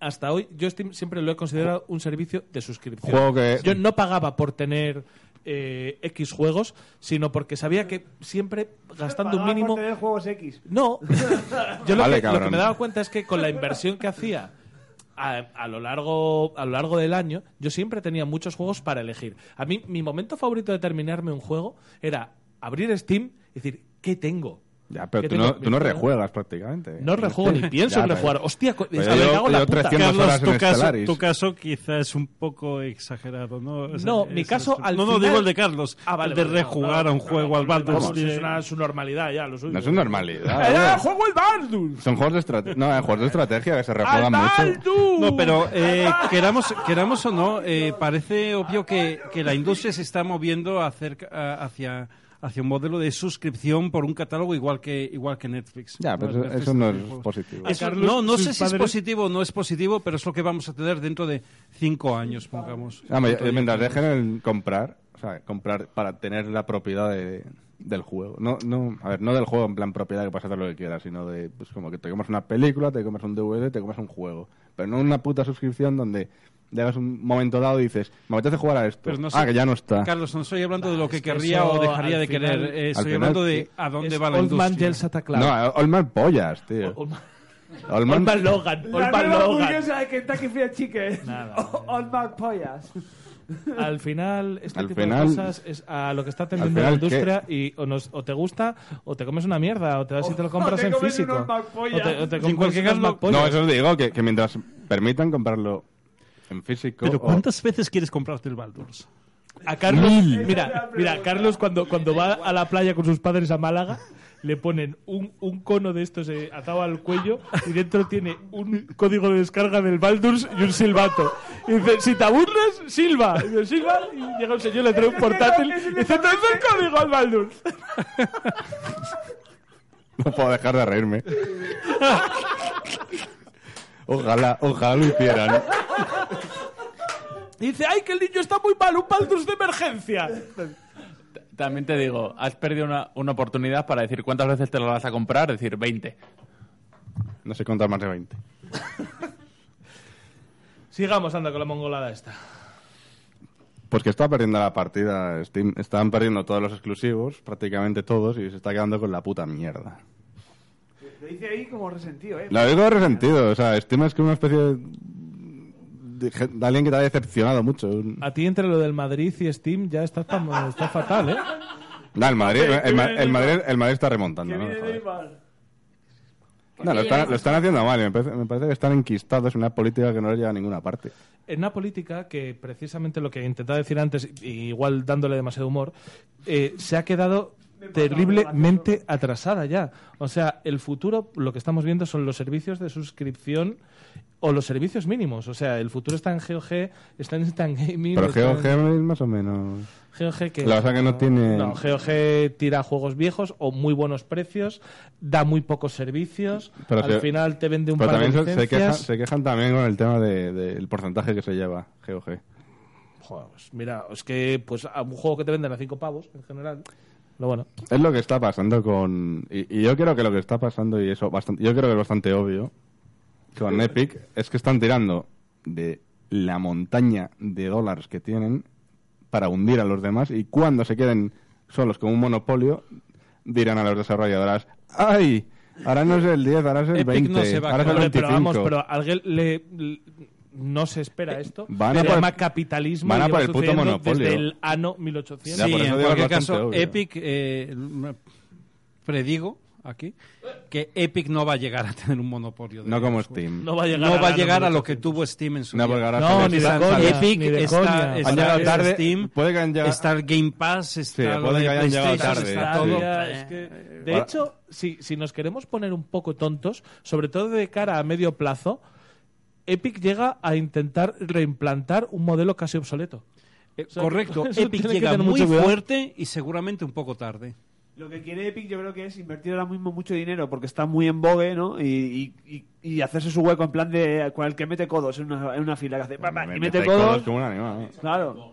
hasta hoy, yo Steam siempre lo he considerado un servicio de suscripción.
Juego que-
Yo no pagaba por tener eh, X juegos, sino porque sabía que siempre gastando un
Pagaba por
mínimo
tener juegos X.
No. Yo lo,
Vale,
que, lo
cabrón.
que me daba cuenta es que con la inversión que hacía a, a lo largo, a lo largo del año, yo siempre tenía muchos juegos para elegir. A mí, mi momento favorito de terminarme un juego era abrir Steam y decir, ¿qué tengo?
Ya, pero
¿Qué
tú
tengo?
no, tú no rejuegas prácticamente.
No rejuego ni pienso en
Ya, pero-
rejugar. Hostia, co-
Pero
es que me
Pues yo-
cago en la
yo
puta.
300
Carlos,
horas en
tu caso-
Stellaris.
Tu caso quizás es un poco exagerado, ¿no? O sea,
No, mi
es-
caso
es-
al
No, no,
final-
digo el de Carlos.
Ah, vale,
el de
vale, no,
rejugar
no,
a un
no,
juego
no,
al
no,
Baldur's
vamos, Es
Gate.
una su normalidad ya, lo suyo.
No es una normalidad.
¡Era,
eh.
juego el Baldur's!
Son juegos de, estrate- no, eh, juegos de estrategia que se rejuegan mucho.
No, pero eh, queramos, queramos o no, eh, parece obvio que, que la industria se está moviendo acerca- a- hacia hacia un modelo de suscripción por un catálogo igual que igual que Netflix.
Ya, pero
Netflix
eso- eso no es
tiene juegos.
positivo.
Eso-
A Carlos,
no, no
sus
sé si es
padres-
positivo o no es positivo, pero es lo que vamos a tener dentro de cinco años, pongamos.
Ah, me-
Dentro de
mientras
cinco
dejen el comprar, o sea, comprar para tener la propiedad de- del juego. No, no, a ver, no del juego en plan propiedad que puedes hacer lo que quieras, sino de, pues como que te comes una película, te comes un DVD, te comes un juego. pero no una puta suscripción donde llegas un momento dado y dices, me apetece jugar a esto.
Pero no
ah,
sé-
que ya no está.
Carlos, no estoy hablando de lo que
Ah, que
querría
eso,
o dejaría
al
de
final-
querer. eh,
Al
estoy
final,
hablando de
sí.
a dónde
Es
va la
Old Man
industria.
Yells Attack Club.
No, eh, Old Man Pollas, tío. Old Man,
Logan.
La nueva hamburguesa de Kentucky Fried Chicken. Old Mac Pollas.
Al final, este
Al
tipo
final-
de cosas es a lo que está atendiendo
al
la
final, ¿qué?
industria y o, nos- o te gusta o te comes una mierda o te vas y te lo compras
te
en
comes
físico.
unos McPollas.
O te, o te
En
compras
cualquier
unos
caso,
McPollas.
No, eso os digo, que, que mientras permitan comprarlo en físico.
Pero
o-
¿cuántas veces quieres comprarte el Baldur's?
A Carlos,
Mil.
mira, mira, Carlos cuando, cuando va a la playa con sus padres a Málaga, le ponen un, un cono de estos eh, atado al cuello y dentro tiene un código de descarga del Baldur's y un silbato. Y dice, si te aburres, silba. Y dice, silba, y llega un señor, le trae un portátil y dice, trae el código al Baldur's.
No puedo dejar de reírme. Ojalá, ojalá lo hicieran.
Y dice, ay, que el niño está muy mal, un Baldur's de emergencia.
También te digo, has perdido una, una oportunidad para decir cuántas veces te lo vas a comprar, decir 20.
No sé contar más de 20.
Sigamos, anda, con la mongolada esta.
Pues que está perdiendo la partida. Steam están perdiendo todos los exclusivos, prácticamente todos, y se está quedando con la puta mierda.
Lo dice ahí como resentido, ¿eh?
Lo digo resentido. O sea, Steam es que una especie de, de gen- de alguien que te ha decepcionado mucho. Un-
A ti entre lo del Madrid y Steam ya está, está fatal, ¿eh?
No, el Madrid,
Hombre,
el, Ma-
que
el
viene
Madrid,
Neymar.
el Madrid está remontando. No, Joder. No, lo, están, lo están haciendo mal. y Me parece, me parece que están enquistados en una política que no les lleva a ninguna parte.
en una política que precisamente lo que intentaba decir antes, y- igual dándole demasiado humor, eh, se ha quedado terriblemente atrasada ya. O sea, el futuro, lo que estamos viendo son los servicios de suscripción o los servicios mínimos. O sea, el futuro está en GOG, está en Instant Gaming.
Pero
está en-
GOG es más o menos.
GOG que
La verdad que no tiene-
No, GOG tira juegos viejos o muy buenos precios, da muy pocos servicios,
Pero
al
se-
final te vende un
pero
par de
también se- se, quejan,
licencias.
se quejan también con el tema del de, del porcentaje que se lleva GOG.
Joder, pues mira, es que pues a un juego que te venden a cinco pavos en general. Lo bueno.
Es lo que está pasando con. Y, y yo creo que lo que está pasando, y eso bastante, yo creo que es bastante obvio, con Epic, es que están tirando de la montaña de dólares que tienen para hundir a los demás y cuando se queden solos con un monopolio, dirán a los desarrolladores: ¡Ay! Ahora no es el 10, ahora es el 20, ahora es el
Hombre,
25.
pero vamos, pero a alguien le, le- no se espera esto.
Eh, van a
se
por-
llama capitalismo.
van a
y
por
lleva
el puto
sucediendo
monopolio.
Desde el ano 1800.
Ya,
sí,
por eso
en
digo,
cualquier
es bastante
caso,
obvio.
Epic, eh, m- predigo aquí que Epic no va a llegar a tener un monopolio. de
No como
videojuegos.
Steam.
No va a llegar
No
a
va a,
la
llegar a lo
1800.
que tuvo Steam en su
No,
día.
porque ahora No, se- ni de
Está-
coña,
Epic
ni de
está,
coña.
está-
Han llegado
está
tarde,
Steam,
puede que hayan llegado-
está el Game Pass, está lo
puede
de
que hayan llegado
PlayStation,
tarde,
está
sí.
todo. Eh,
Ya, es que, de
Ahora-
hecho, si, si nos queremos poner un poco tontos, sobre todo de cara a medio plazo, Epic llega a intentar reimplantar un modelo casi obsoleto.
Eh,
O sea,
correcto,
eso
Epic
tiene que
llega
tener
muy
mucho cuidado.
fuerte y seguramente un poco tarde.
Lo que quiere Epic yo creo que es invertir ahora mismo mucho dinero porque está muy en vogue, ¿no? Y, y- y- y hacerse su hueco en plan de con el que mete codos en una, en una fila que hace pa, pa, y mete codos.
como un animal. ¿eh?
Claro.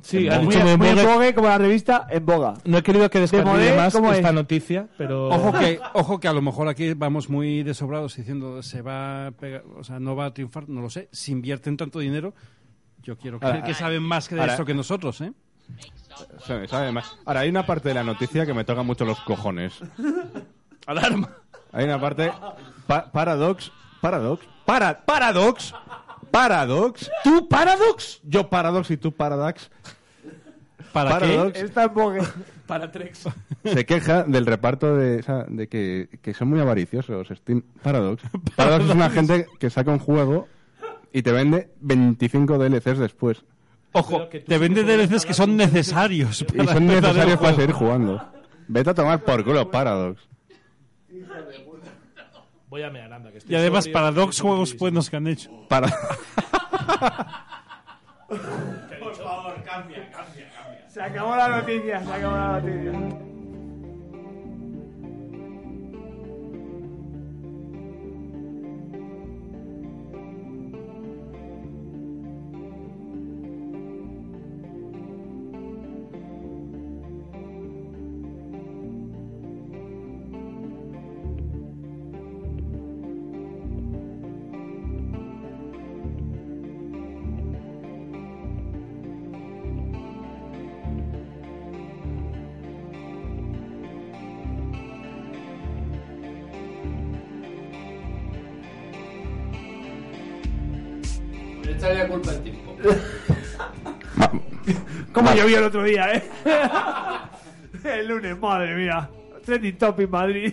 Sí,
muy,
han dicho muy
muy en
vogue.
vogue como la revista en boga.
No he querido que
De
descargue
Modé,
más
¿cómo
esta
es?
noticia, pero.
Ojo que, ojo que a lo mejor aquí vamos muy desobrados diciendo se va a pegar, o sea, no va a triunfar, no lo sé. Si invierten tanto dinero, yo quiero creer
Ahora-
que saben más que de
ahora-
esto que nosotros, ¿eh?
Sabe- sabe más. Ahora, hay una parte de la noticia que me toca mucho los cojones.
¡Alarma!
Hay una parte. pa- paradox. Paradox. Para, paradox. Paradox. ¿Tú paradox? Yo paradox y tú paradox.
¿Para qué?
Está en vogue.
Para Trex.
Se queja del reparto de, o sea, de que, que son muy avariciosos. Steam Paradox. Paradox es una gente que saca un juego y te vende 25 DLCs después.
Ojo, te vende DLCs que son necesarios.
Y son
empezar el
necesarios para
juego.
seguir jugando. Vete a tomar por culo Paradox.
Voy a mear, anda, que estoy
Y además,
sobrio.
Paradox juegos buenos que han hecho.
Para...
Por favor, cambia, cambia, cambia. Se acabó la noticia, se acabó la noticia.
echarle la culpa al tiempo.
¿Cómo llovió el otro día, eh? el lunes, madre mía. Trending Topic Madrid.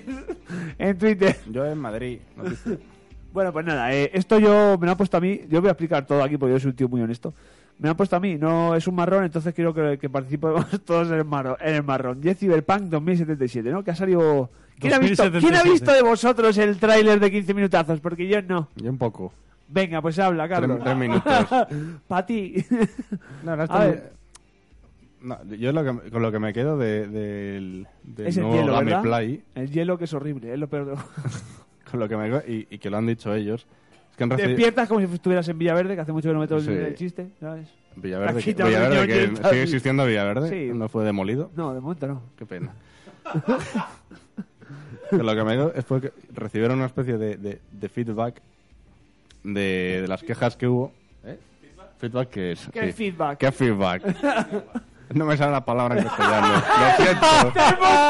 en Twitter.
Yo en Madrid. no dice.
Bueno, pues nada, eh, esto yo me lo han puesto a mí. Yo voy a explicar todo aquí porque yo soy un tío muy honesto. Me lo han puesto a mí, no es un marrón, entonces quiero que, que participemos todos en el marrón. En el marrón. Y es Cyberpunk 2077, ¿no? Que ha salido. ¿Quién, ha visto,
2077?
¿Quién ha visto de vosotros el tráiler de 15 minutazos? Porque yo no.
Yo un poco.
Venga, pues habla, Carlos.
Tres- tres minutos.
pa' ti.
No, no,
a ver,
No, yo lo que, con lo que me quedo de- del, del
es el
nuevo
hielo,
Game
¿verdad?
Play,
El hielo que es horrible, es lo peor. de-
con lo que me quedo- y, y que lo han dicho ellos, es que han recibido...
Despiertas como si estuvieras en Villaverde, que hace mucho que no meto el-
Sí.
el chiste, ¿sabes?
Villaverde,
Has
que,
quitado el
Villaverde, que
ñoñito.
sigue existiendo Villaverde,
Sí.
no fue demolido.
No, de momento no.
Qué pena. Pero lo que me digo es porque recibieron una especie de, de- de feedback de, de las quejas que hubo. ¿Feedback qué es?
¿Qué
Sí.
feedback?
¿Qué feedback? no me sale la palabra en castellano. Lo siento.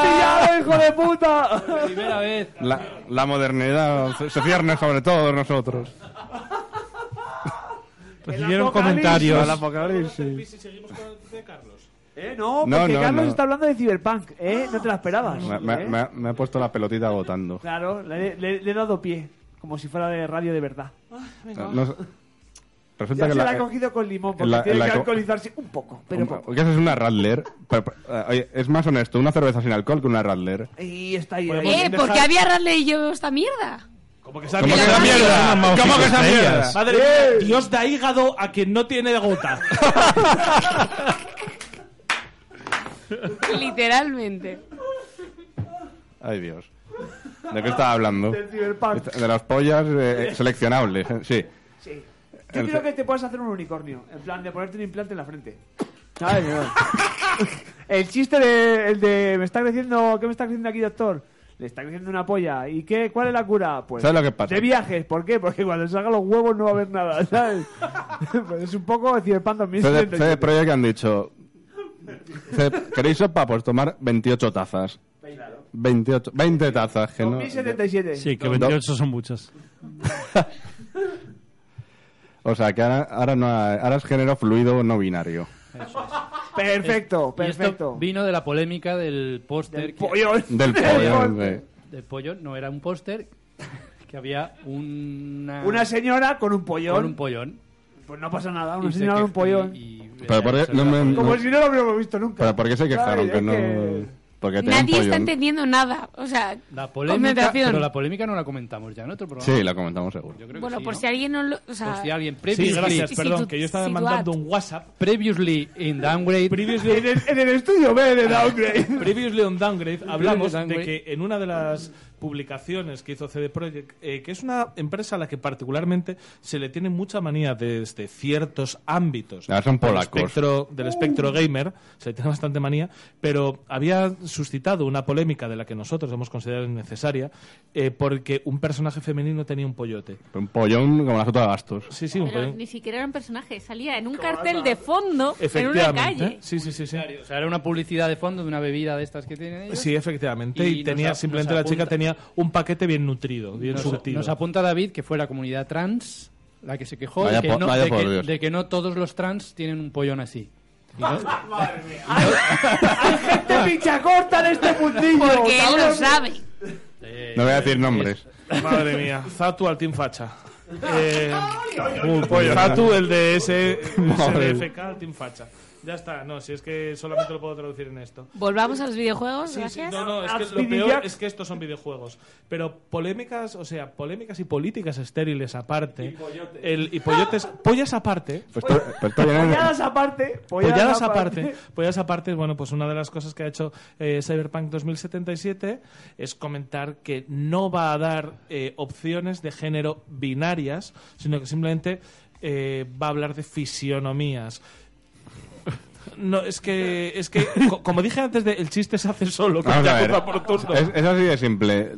pillado, hijo de puta!
Primera vez.
La, la modernidad se, se cierne sobre todos nosotros.
Recibieron comentarios.
El apocalipsis.
Si seguimos con el de Carlos.
Eh, no,
No,
porque
no,
Carlos
no.
está hablando de Cyberpunk, ¿eh? No te la esperabas.
Me, me-
¿eh?
me ha- me ha puesto la pelotita agotando.
Claro, le, le- le he dado pie, como si fuera de radio de verdad.
No sé. Resulta
Ya
que
se la,
la,
ha cogido con limón, porque
en la-
tiene
en la
que
co-
alcoholizarse un poco, pero
Hombre,
poco.
¿Qué haces una Radler? Pero, pero, eh, oye, es más honesto una cerveza sin alcohol que una Radler.
Y está ahí.
Podemos
Eh, ¿por qué había Radley y yo esta mierda?
¿Cómo que
¿Cómo que esa mierda? ¿Cómo que esa mierda?
Madre mía, Dios da hígado a quien no tiene gota.
Literalmente.
Ay, Dios. ¿De qué estaba hablando?
Del ciberpunk.
De las pollas eh, seleccionables, eh, sí.
Sí. Yo
El-
quiero que te puedas hacer un unicornio, en plan de ponerte un implante en la frente. ¿Sabes? el chiste de, el de me está creciendo, ¿qué me está creciendo aquí, doctor? Le está creciendo una polla. ¿Y qué? ¿Cuál es la cura? Pues
¿Sabes lo que pasa?
de viajes, ¿por qué? Porque cuando salgan los huevos no va a haber nada, ¿sabes? pues es un poco Cyberpunk
CD,
2077.
CD Projekt han dicho... "CD- ¿Queréis sopa? Pues tomar 28 tazas. 28, 20 tazas, que no...
2077.
Sí, que
No.
28 son muchas.
O sea, que ahora, ahora, no, ha- ahora es género fluido no binario.
Perfecto,
Y esto
perfecto.
vino de la polémica del póster. que-
pollón.
Del pollo. de-
Del pollón, no era un póster que había una.
Una señora con un pollón.
Con un pollón.
Pues no pasa nada, una
Y se
señora con un
quej-
pollón.
Pero por
pues,
qué no me-
Como
no-
si no lo hubiéramos visto nunca.
¿Pero por qué se quejaron
Ay,
que
es
no...?
que-
Porque tenían
Nadie está
pollo.
entendiendo nada. O sea,
La polémica,
concentración.
pero la polémica no la comentamos ya en otro programa.
Sí, la comentamos seguro.
Yo creo que
Bueno,
sí,
por
¿no?
si alguien no lo. O sea,
Por si alguien
Sí,
previously,
gracias, perdón,
situ-
que yo estaba
situad.
mandando un WhatsApp.
previously in downgrade.
En el, en el estudio B de Downgrade.
Previously on Downgrade hablamos
Downgrade.
de que en una de las publicaciones que hizo CD Projekt, eh, que es una empresa a la que particularmente se le tiene mucha manía desde ciertos ámbitos
Ah, son
del
polacos.
espectro- del espectro gamer, se le tiene bastante manía, pero había suscitado una polémica de la que nosotros hemos considerado innecesaria eh, porque un personaje femenino tenía un pollote.
Un pollón como la jota de gastos.
Sí, sí, un
Pero
pues.
pollón.
ni siquiera era un personaje, salía en un cartel de fondo, en una
Efectivamente.
calle.
Sí, sí, sí, sí.
O sea, era una publicidad de fondo de una bebida de estas que tienen ellos.
Sí, efectivamente.
Y
Y,
nos
tenía
a-
simplemente
nos
la chica
apunta-
tenía un paquete bien nutrido, bien
Nos,
surtido.
nos apunta David que fue la comunidad trans la que se quejó
Vaya
de, que
por-
no,
vaya
de
por
que-
Dios.
de que no todos los trans tienen un pollón así. Y no-
¡Gente pincha corta en este mundillo!
Porque él lo
cabrón!
sabe.
Eh,
No voy a decir nombres.
Madre mía, Zatu al Team Facha. Eh,
Uy, pollo.
Zatu, el de ese,
Madre.
SDFK al Team Facha. Ya está, no, si es que solamente lo puedo traducir en esto.
Volvamos a los videojuegos, Pues gracias.
No, no, es
Ah,
que lo peor es que estos son videojuegos. Pero polémicas, o sea, polémicas y políticas estériles aparte. Y pollotes. El, y pollotes, pollas aparte.
Pues to- pues to-
Polladas aparte. Polladas,
Polladas Pues aparte, polladas aparte, bueno, pues una de las cosas que ha hecho eh, Cyberpunk 2077 es comentar que no va a dar eh, opciones de género binarias, sino que simplemente eh, va a hablar de fisionomías. No, es que, es que co- como dije antes, de, el chiste se hace solo, con
Vamos a ver.
Yakuza por turno.
Es, es así de simple.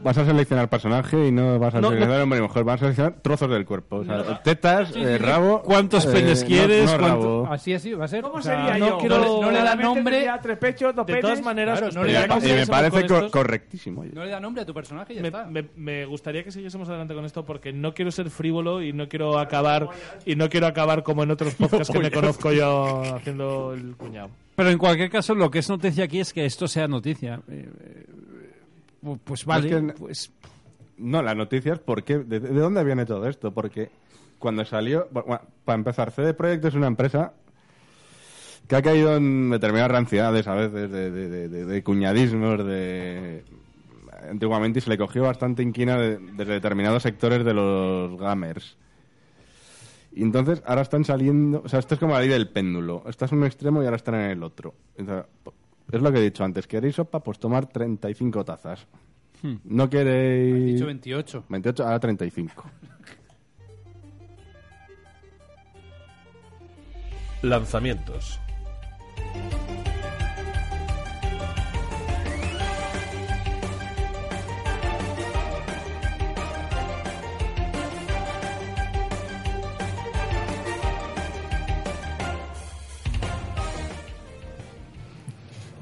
Vas a seleccionar personaje y no vas a
No,
seleccionar
no.
hombre y mujer, vas a seleccionar trozos del cuerpo. O sea,
No, no.
tetas,
Sí,
eh,
sí.
rabo.
¿Cuántos
eh,
penes
no-
quieres?
no
¿Cuánto-
rabo.
Así, así va a ser.
¿Cómo
O sea,
sería
no,
yo?
quiero-
Realmente
no le da
tendría
nombre.
tres pechos, dos
De todas
penes.
maneras,
Claro,
os
no
Y
le
me,
da
pa-
nombre.
y me
eso
parece
con
co-
estos-
correctísimo. oye.
No le da nombre a tu personaje y ya
Me,
está.
me- me gustaría que siguiésemos adelante con esto porque no quiero ser frívolo y no quiero acabar y no quiero acabar como en otros podcasts que me conozco yo haciendo el cuñado.
Pero en cualquier caso, lo que es noticia aquí es que esto sea noticia. Eh, eh, pu- pues vale.
Es que-
pues,
No, las noticias, ¿por qué? ¿De, de dónde viene todo esto? Porque cuando salió, bu- bueno, para empezar, CD Projekt es una empresa que ha caído en determinadas rancidades a veces, de, de- de- de- de cuñadismos, de... Antiguamente y se le cogió bastante inquina de- desde determinados sectores de los gamers. Y entonces ahora están saliendo, o sea, esto es como la ley del péndulo. Estás en un extremo y ahora están en el otro. O sea, es lo que he dicho antes, queréis sopa, pues tomar 35 tazas.
Hmm.
No queréis...
Has dicho 28.
28, ahora 35.
Lanzamientos.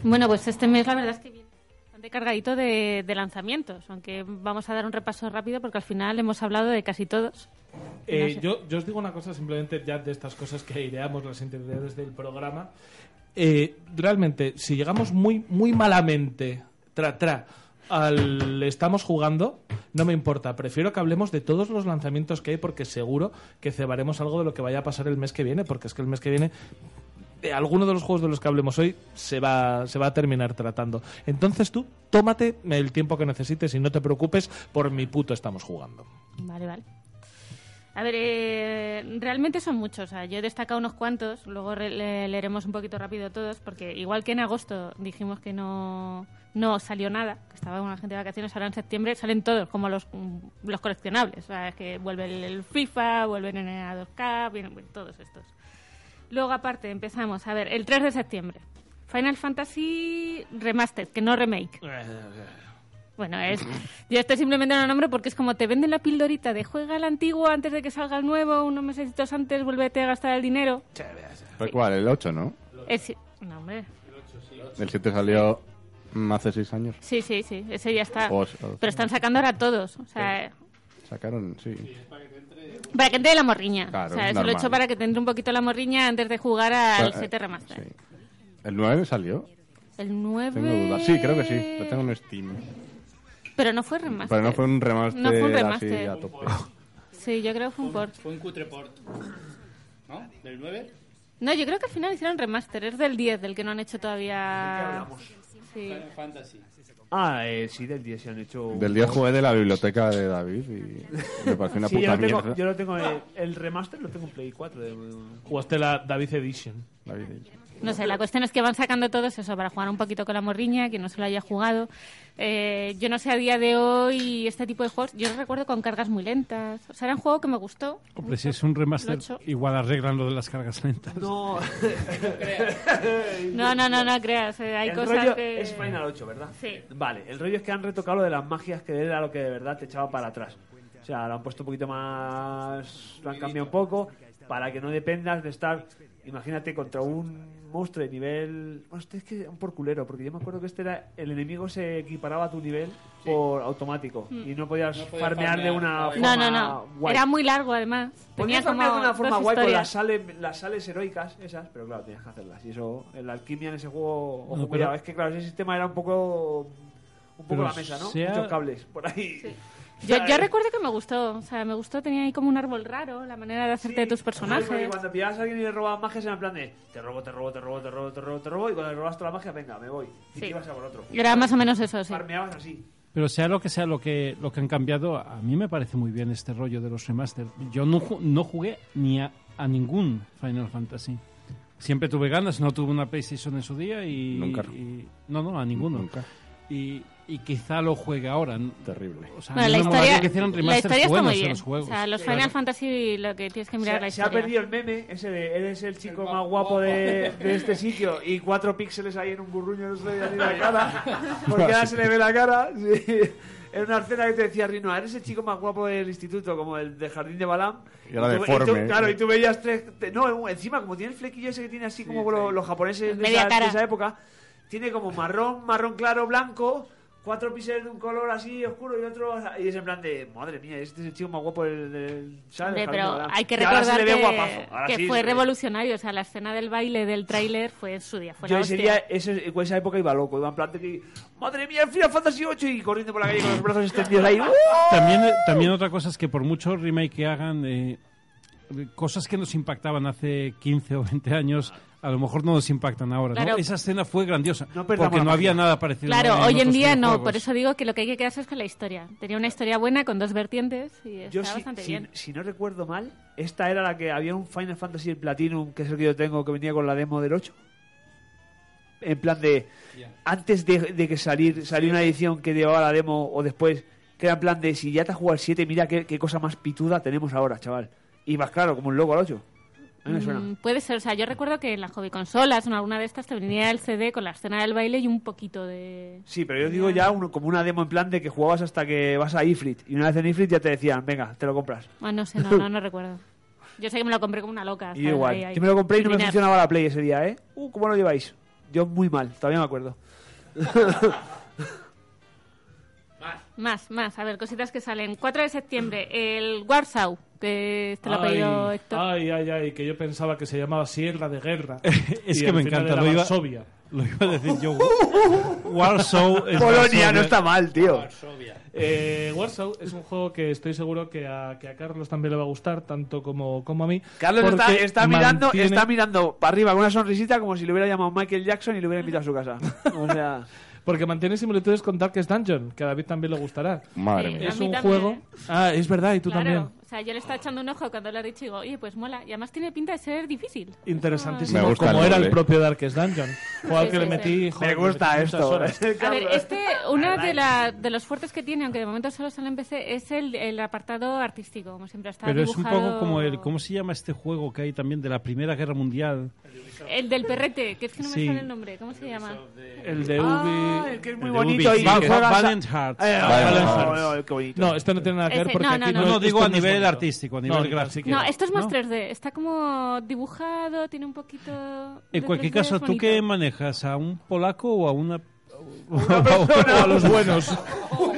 Bueno, pues este mes la verdad es que viene bastante cargadito de, de lanzamientos, aunque vamos a dar un repaso rápido porque al final hemos hablado de casi todos.
Eh,
No sé.
yo, yo os digo una cosa, simplemente ya de estas cosas que ideamos las integridades del programa. Eh, realmente, si llegamos muy, muy malamente, tra, tra, al estamos jugando, no me importa. Prefiero que hablemos de todos los lanzamientos que hay porque seguro que cebaremos algo de lo que vaya a pasar el mes que viene, porque es que el mes que viene de alguno de los juegos de los que hablemos hoy se va, se va a terminar tratando. Entonces tú, tómate el tiempo que necesites y no te preocupes, por mi puto estamos jugando.
Vale, vale. A ver, eh, realmente son muchos. O sea, yo he destacado unos cuantos, luego re- le- leeremos un poquito rápido todos, porque igual que en agosto dijimos que no, no salió nada, que estaba con la gente de vacaciones, ahora en septiembre salen todos, como los, mm, los coleccionables. O sea, es que vuelve el, el FIFA, vuelve el NA2K, vienen bueno, todos estos. Luego, aparte, empezamos. A ver, el 3 de septiembre. Final Fantasy Remastered, que no remake. Bueno, es. Yo estoy simplemente no lo nombro porque es como te venden la pildorita de juega el antiguo antes de que salga el nuevo, unos mesecitos antes, vuélvete a gastar el dinero.
¿Pero Pues, cuál? El 8, ¿no?
Es, no, hombre.
El 7 salió mm, hace 6 años.
Sí, sí, sí, ese ya está.
O- o-
Pero están sacando ahora todos. O sea,
Sacaron, sí.
para que entre la morriña.
Claro,
o sea,
es
eso lo he
normal.
hecho para que te entre un poquito la morriña antes de jugar al
Bueno, eh,
7 Remaster.
¿El 9 salió?
El 9.
Tengo dudas. Sí, creo que sí. Lo tengo en Steam.
Pero no fue remaster.
Pero no fue un remaster,
No fue un
así
remaster.
a tope.
Sí, yo creo que fue un port.
Fue un cutreport. ¿No? ¿Del 9?
No, yo creo que al final hicieron remaster. Es del 10, del que no han hecho todavía. Sí.
Fantasy.
Ah, eh, sí, del 10 se han hecho...
Del día jugué de la biblioteca de David y me pareció una
Sí, yo
puta
lo tengo,
mierda.
yo lo tengo eh, el remaster lo tengo en Play 4. de-
Jugaste la David Edition.
No sé, la cuestión es que van sacando todos eso para jugar un poquito con la morriña, que no se lo haya jugado. Eh, yo no sé, a día de hoy, este tipo de juegos, yo los recuerdo con cargas muy lentas. O sea, era un juego que me gustó.
hombre, si es un remaster,
Lo he hecho.
igual arreglan lo de las cargas lentas.
No.
No, no, no, no creas. eh, hay
el
cosas
rollo
que.
es Final 8, ¿verdad?
Sí.
Vale, el rollo es que han retocado lo de las magias que era lo que de verdad te echaba para atrás. O sea, lo han puesto un poquito más... Lo han cambiado un poco para que no dependas de estar... Imagínate contra un monstruo de nivel... Bueno, este es que es un por culero, porque yo me acuerdo que este era... El enemigo se equiparaba a tu nivel por automático
Mm.
y no podías,
No podías
farmear, de
farmear,
una forma
No, no, no.
guay.
Era muy largo, además. Tenía
Podías
como
farmear de una forma
dos
guay con las
historias.
sales, las sales heroicas esas, pero claro, tenías que hacerlas. Y eso, la alquimia en ese juego, ojo,
No, pero-
cuidado. Es que claro, ese sistema era un poco... Un
Pero
poco la mesa, ¿no?
sea-
Muchos cables por ahí.
Yo, yo recuerdo que me gustó. O sea, me gustó. Tenía ahí como un árbol raro, la manera de hacerte de tus
Porque
personajes.
Cuando pillabas a alguien y le robabas magias era en plan de te robo, te robo, te robo, te robo, te robo, te robo y cuando le robas toda la magia, venga, me voy. Y te ibas a por otro.
Era más o menos eso, sí.
Farmeabas así.
Pero sea lo que sea lo que, lo que han cambiado, a mí me parece muy bien este rollo de los remaster. Yo no, ju- no jugué ni a, a ningún Final Fantasy. Siempre tuve ganas, no tuve una PlayStation en su día y...
Nunca.
y- no, no, a ninguno. Y, y quizá lo juegue ahora.
Terrible.
O sea,
Bueno, la
no me molaría
historia,
que hicieran
la
remasters
historia está
buenos
muy
en
bien.
los juegos.
O sea, los Final Fantasy lo que tienes que
Se,
mirar es la
ha- se ha
historia.
perdido el meme ese de eres el chico más guapo de, de este sitio y cuatro píxeles ahí en un burruño no se le ve ni la cara porque ahora se le ve la cara sí. Era una escena que te decía Rino, "Ah, eres el chico más guapo del instituto, como el de Jardín de Balam.
Y era
tú- tú-
deforme.
claro, y tú veías tres. te- no, encima, como tiene el flequillo ese que tiene así como los, los japoneses de
Media
esa, de
cara.
esa época, tiene como marrón, marrón claro, blanco, cuatro píxeles de un color así oscuro y otro. Y es en plan de, madre mía, este es el chico más guapo del. del- ¿sabes? Del Jardín
Hombre,
de
pero
Balam".
hay que
Y ahora
recordar
se le ve
que,
guapazo. Ahora
que
sí
fue
se le ve.
revolucionario. O sea, la escena del baile del tráiler fue en su día. Fue
Yo
la
ese
hostia.
día, ese- en esa época iba loco, iba en plan de que, madre mía, el Final Fantasy VIII y corriendo por la calle con los brazos extendidos ahí. ¡uh!
También, eh, también otra cosa es que por mucho remake que hagan, eh, cosas que nos impactaban hace 15 o 20 años, a lo mejor no nos impactan ahora. ¿no?
Claro.
Esa escena fue grandiosa,
perdamos
porque
la
no había
magia.
nada parecido.
Claro, hoy en
otros
día no,
videojuegos.
por eso digo que lo que hay que quedarse es con la historia. Tenía una historia buena con dos vertientes y está
Yo, si,
bastante
si-
bien.
si no recuerdo mal, esta era la que había un Final Fantasy el Platinum, que es el que yo tengo, que venía con la demo del 8. En plan de, antes de, de que salir, salió una edición que llevaba la demo o después, que era en plan de, si ya te has jugado el 7, mira qué, qué cosa más pituda tenemos ahora, chaval. Y más claro, como un loco al 8. A mí me suena.
Mm, puede ser, o sea, yo recuerdo que en las hobby consolas o en alguna de estas te venía el CD con la escena del baile y un poquito de...
Sí, pero yo digo ya uno- como una demo en plan de que jugabas hasta que vas a Ifrit. Y una vez en Ifrit ya te decían, venga, te lo compras.
Ah, no sé, no, no, no recuerdo. Yo sé que me lo compré como una loca.
Y
¿sabes?
igual.
Ahí, ahí.
Yo me lo compré y no me
Dinar.
funcionaba la Play ese día, ¿eh? Uh, ¿cómo lo lleváis? Yo muy mal, todavía me acuerdo.
Más, más. A ver, cositas que salen. 4 de septiembre, el Warsaw, que te lo este ha
Ay,
pedido Héctor.
Ay, ay, ay, que yo pensaba que se llamaba Sierra de Guerra.
Es
Y
que
al
me
final
encanta,
era
lo iba,
Varsovia.
lo iba a decir yo. Warsaw es Varsovia.
Polonia, no está mal, tío.
Eh, Warsaw es un juego que estoy seguro que a, que a Carlos también le va a gustar, tanto como, como a mí.
Carlos está,
porque
está mirando,
mantiene-
está mirando para arriba con una sonrisita como si le hubiera llamado Michael Jackson y le hubiera invitado a su casa. O sea,
Porque mantiene similitudes con Darkest Dungeon, que a David también le gustará.
Madre
Sí, mía. a
Es
mí
un
también,
juego.
¿eh?
Ah, es verdad, y tú
claro.
también.
O sea, yo le estaba echando un ojo cuando lo he dicho y digo, oye, pues mola. Y además tiene pinta de ser difícil.
Interesantísimo,
Me gusta
como
el
era el
doble.
propio Darkest Dungeon. Juego
Sí,
que
sí,
le
sí.
metí. joder,
me
le
gusta
metí muchas
esto. eh.
horas.
A ver, este, uno de, la- de los fuertes que tiene, aunque de momento solo sale en PC, es el, el apartado artístico, como siempre. Está
Pero es un
dibujado-
poco como el. ¿Cómo se llama este juego que hay también de la Primera Guerra Mundial?
El del perrete, que es que no me
Sí.
sale el nombre. ¿Cómo se llama?
El de
Ah,
Ubi.
el que es muy
El de
bonito
Ubi, sí,
y
que-
juegas a-
Valiant Hearts.
Eh,
Vale,
Valiant
vale.
Hearts. No, no, qué bonito.
No, esto no tiene nada que ver
Ese-
porque
no, no,
aquí
no,
no,
no,
es-
digo
esto
a
no es
nivel
bonito.
artístico, a nivel
No, ni tan
gráfico.
siquiera.
No, esto es más
¿No?
3D. Está como dibujado, tiene un poquito. de
En cualquier
3D, es
caso, ¿tú
bonito.
qué manejas? ¿A un polaco o a una.?
O a los buenos.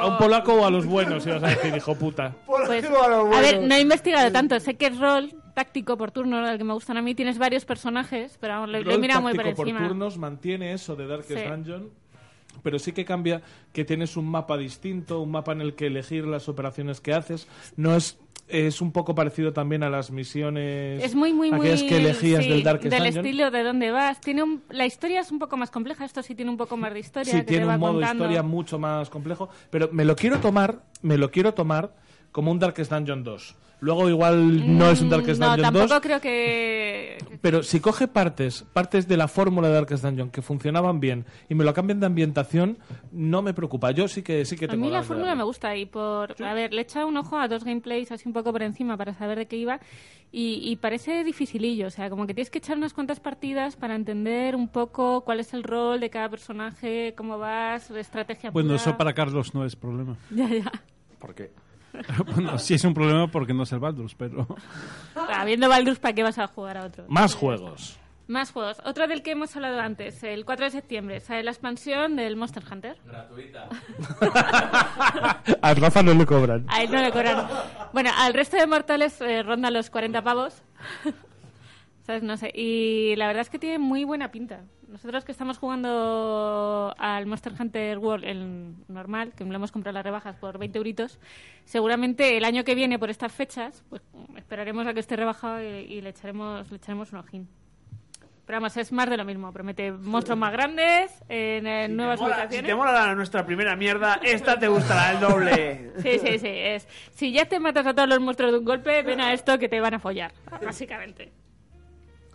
a un polaco o a los buenos, ibas a decir, hijo puta.
Pues,
a lo bueno.
a ver, no he investigado tanto. Sé que es rol táctico por turno, el que me gustan a mí. Tienes varios personajes, pero vamos, lo, lo he
Rol
mirado muy por
táctico
encima.
por turnos mantiene eso de Darkest
Sí.
Dungeon, pero sí que cambia que tienes un mapa distinto, un mapa en el que elegir las operaciones que haces. No es es un poco parecido también a las misiones
Es muy, muy, muy.
aquellas que elegías
sí,
del Darkest Dungeon.
estilo de dónde vas. Tiene un- la historia es un poco más compleja. Esto sí tiene un poco más de historia.
Sí,
que
tiene
te va
un modo
contando.
historia mucho más complejo. Pero me lo quiero tomar, me lo quiero tomar como un Darkest Dungeon 2. Luego igual no es un
Mm,
Darkest
No,
Dungeon
tampoco
2,
creo que.
pero si coge partes, partes de la fórmula de Darkest Dungeon que funcionaban bien y me lo cambian de ambientación, no me preocupa. Yo sí que sí que
A
tengo
mí la
ganas de
fórmula
darle.
me gusta y por... A ver, le he echado un ojo a dos gameplays así un poco por encima para saber de qué iba y, y parece dificilillo, o sea, como que tienes que echar unas cuantas partidas para entender un poco cuál es el rol de cada personaje, cómo vas, estrategia
Bueno,
pura.
eso para Carlos no es problema.
Ya, ya.
¿Por qué? bueno, sí es un problema porque no es el Baldur's, pero.
Habiendo Baldur's, ¿para qué vas a jugar a otro?
Más juegos.
Más juegos. Otro del que hemos hablado antes, el 4 de septiembre, sale la expansión del Monster Hunter.
Gratuita.
A Rafa no le cobran.
A él no le cobran. Bueno, al resto de mortales eh, rondan los 40 pavos. ¿Sabes? No sé. Y la verdad es que tiene muy buena pinta. Nosotros que estamos jugando al Monster Hunter World, el normal, que lo hemos comprado en las rebajas por 20 euritos, seguramente el año que viene, por estas fechas, pues esperaremos a que esté rebajado y, y le, echaremos, le echaremos un ojín. Pero vamos, es más de lo mismo. Promete monstruos más grandes, en, eh, nuevas
Mola, si
ubicaciones.
te mola la- nuestra primera mierda, esta te gustará el doble.
Sí, sí, sí. Es, si ya te matas a todos los monstruos de un golpe, ven a esto que te van a follar, básicamente.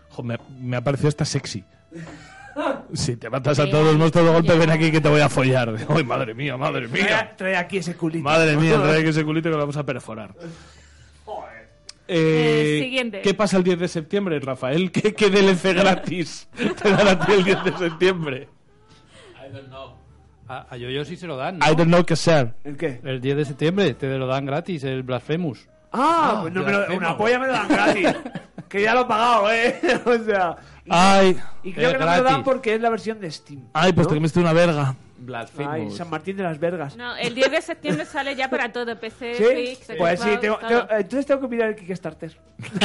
Jo, me, me ha parecido esta sexy. Si te matas a
Sí,
todos los monstruos de golpe,
ya.
ven aquí que te voy a follar. Ay, madre mía, madre mía.
Trae, trae aquí ese culito.
Madre mía, trae que ese culito que lo vamos a perforar. Eh,
Eh, siguiente.
¿Qué pasa el 10 de septiembre, Rafael? ¿Qué, qué DLC gratis te dan a ti el 10 de septiembre?
I don't know.
A, a Yoyo sí se lo dan.
I don't know qué ser.
¿El qué? El 10 de septiembre te lo dan gratis, el Blasphemous.
Ah, pues no me lo- una polla me lo dan gratis. que ya lo he pagado, ¿eh? o sea. y-
Ay,
Y creo
eh,
que no me lo dan
gratis.
porque es la versión de Steam.
Ay, pues te comiste una verga.
Ay, San Martín de las Vergas.
No, el 10 de septiembre sale ya para todo, PC,
¿Sí?
Switch,
Pues sí,
Xbox,
tengo-
todo.
tengo- entonces tengo que mirar el Kickstarter.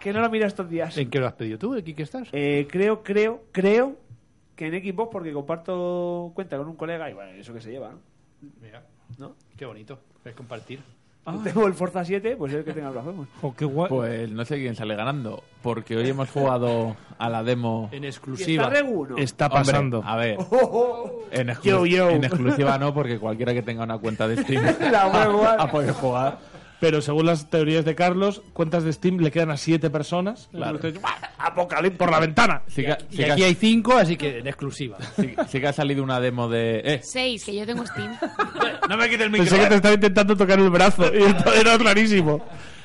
que no lo miro estos días.
¿En qué lo has pedido tú, el Kickstarter?
Eh, creo, creo, creo que en Xbox porque comparto cuenta con un colega y bueno, eso que se lleva, ¿no?
Mira,
¿no?
Qué bonito, es compartir.
Yo Tengo el Forza 7, pues es el que tenga Blasphemous.
Oh,
Pues no sé quién sale ganando, porque hoy hemos jugado a la demo
En
exclusiva. ¿Y está Regu Oh, uno?
Está
Hombre,
pasando.
a ver. En, exclu-
Yo, yo.
en exclusiva no, porque cualquiera que tenga una cuenta de Steam
La voy a jugar.
va a poder jugar.
Pero según las teorías de Carlos, cuentas de Steam le quedan a siete personas.
Claro.
Entonces, ¡buah! Apocalipsis por la ventana.
Sí que- sí
Y
que
aquí
ha-
hay cinco, así que en exclusiva.
sí- sí que ha salido una demo de... eh,
Seis, que yo tengo Steam.
No me quites el
Pensé
eh.
que te estaba intentando tocar el brazo y esto era clarísimo.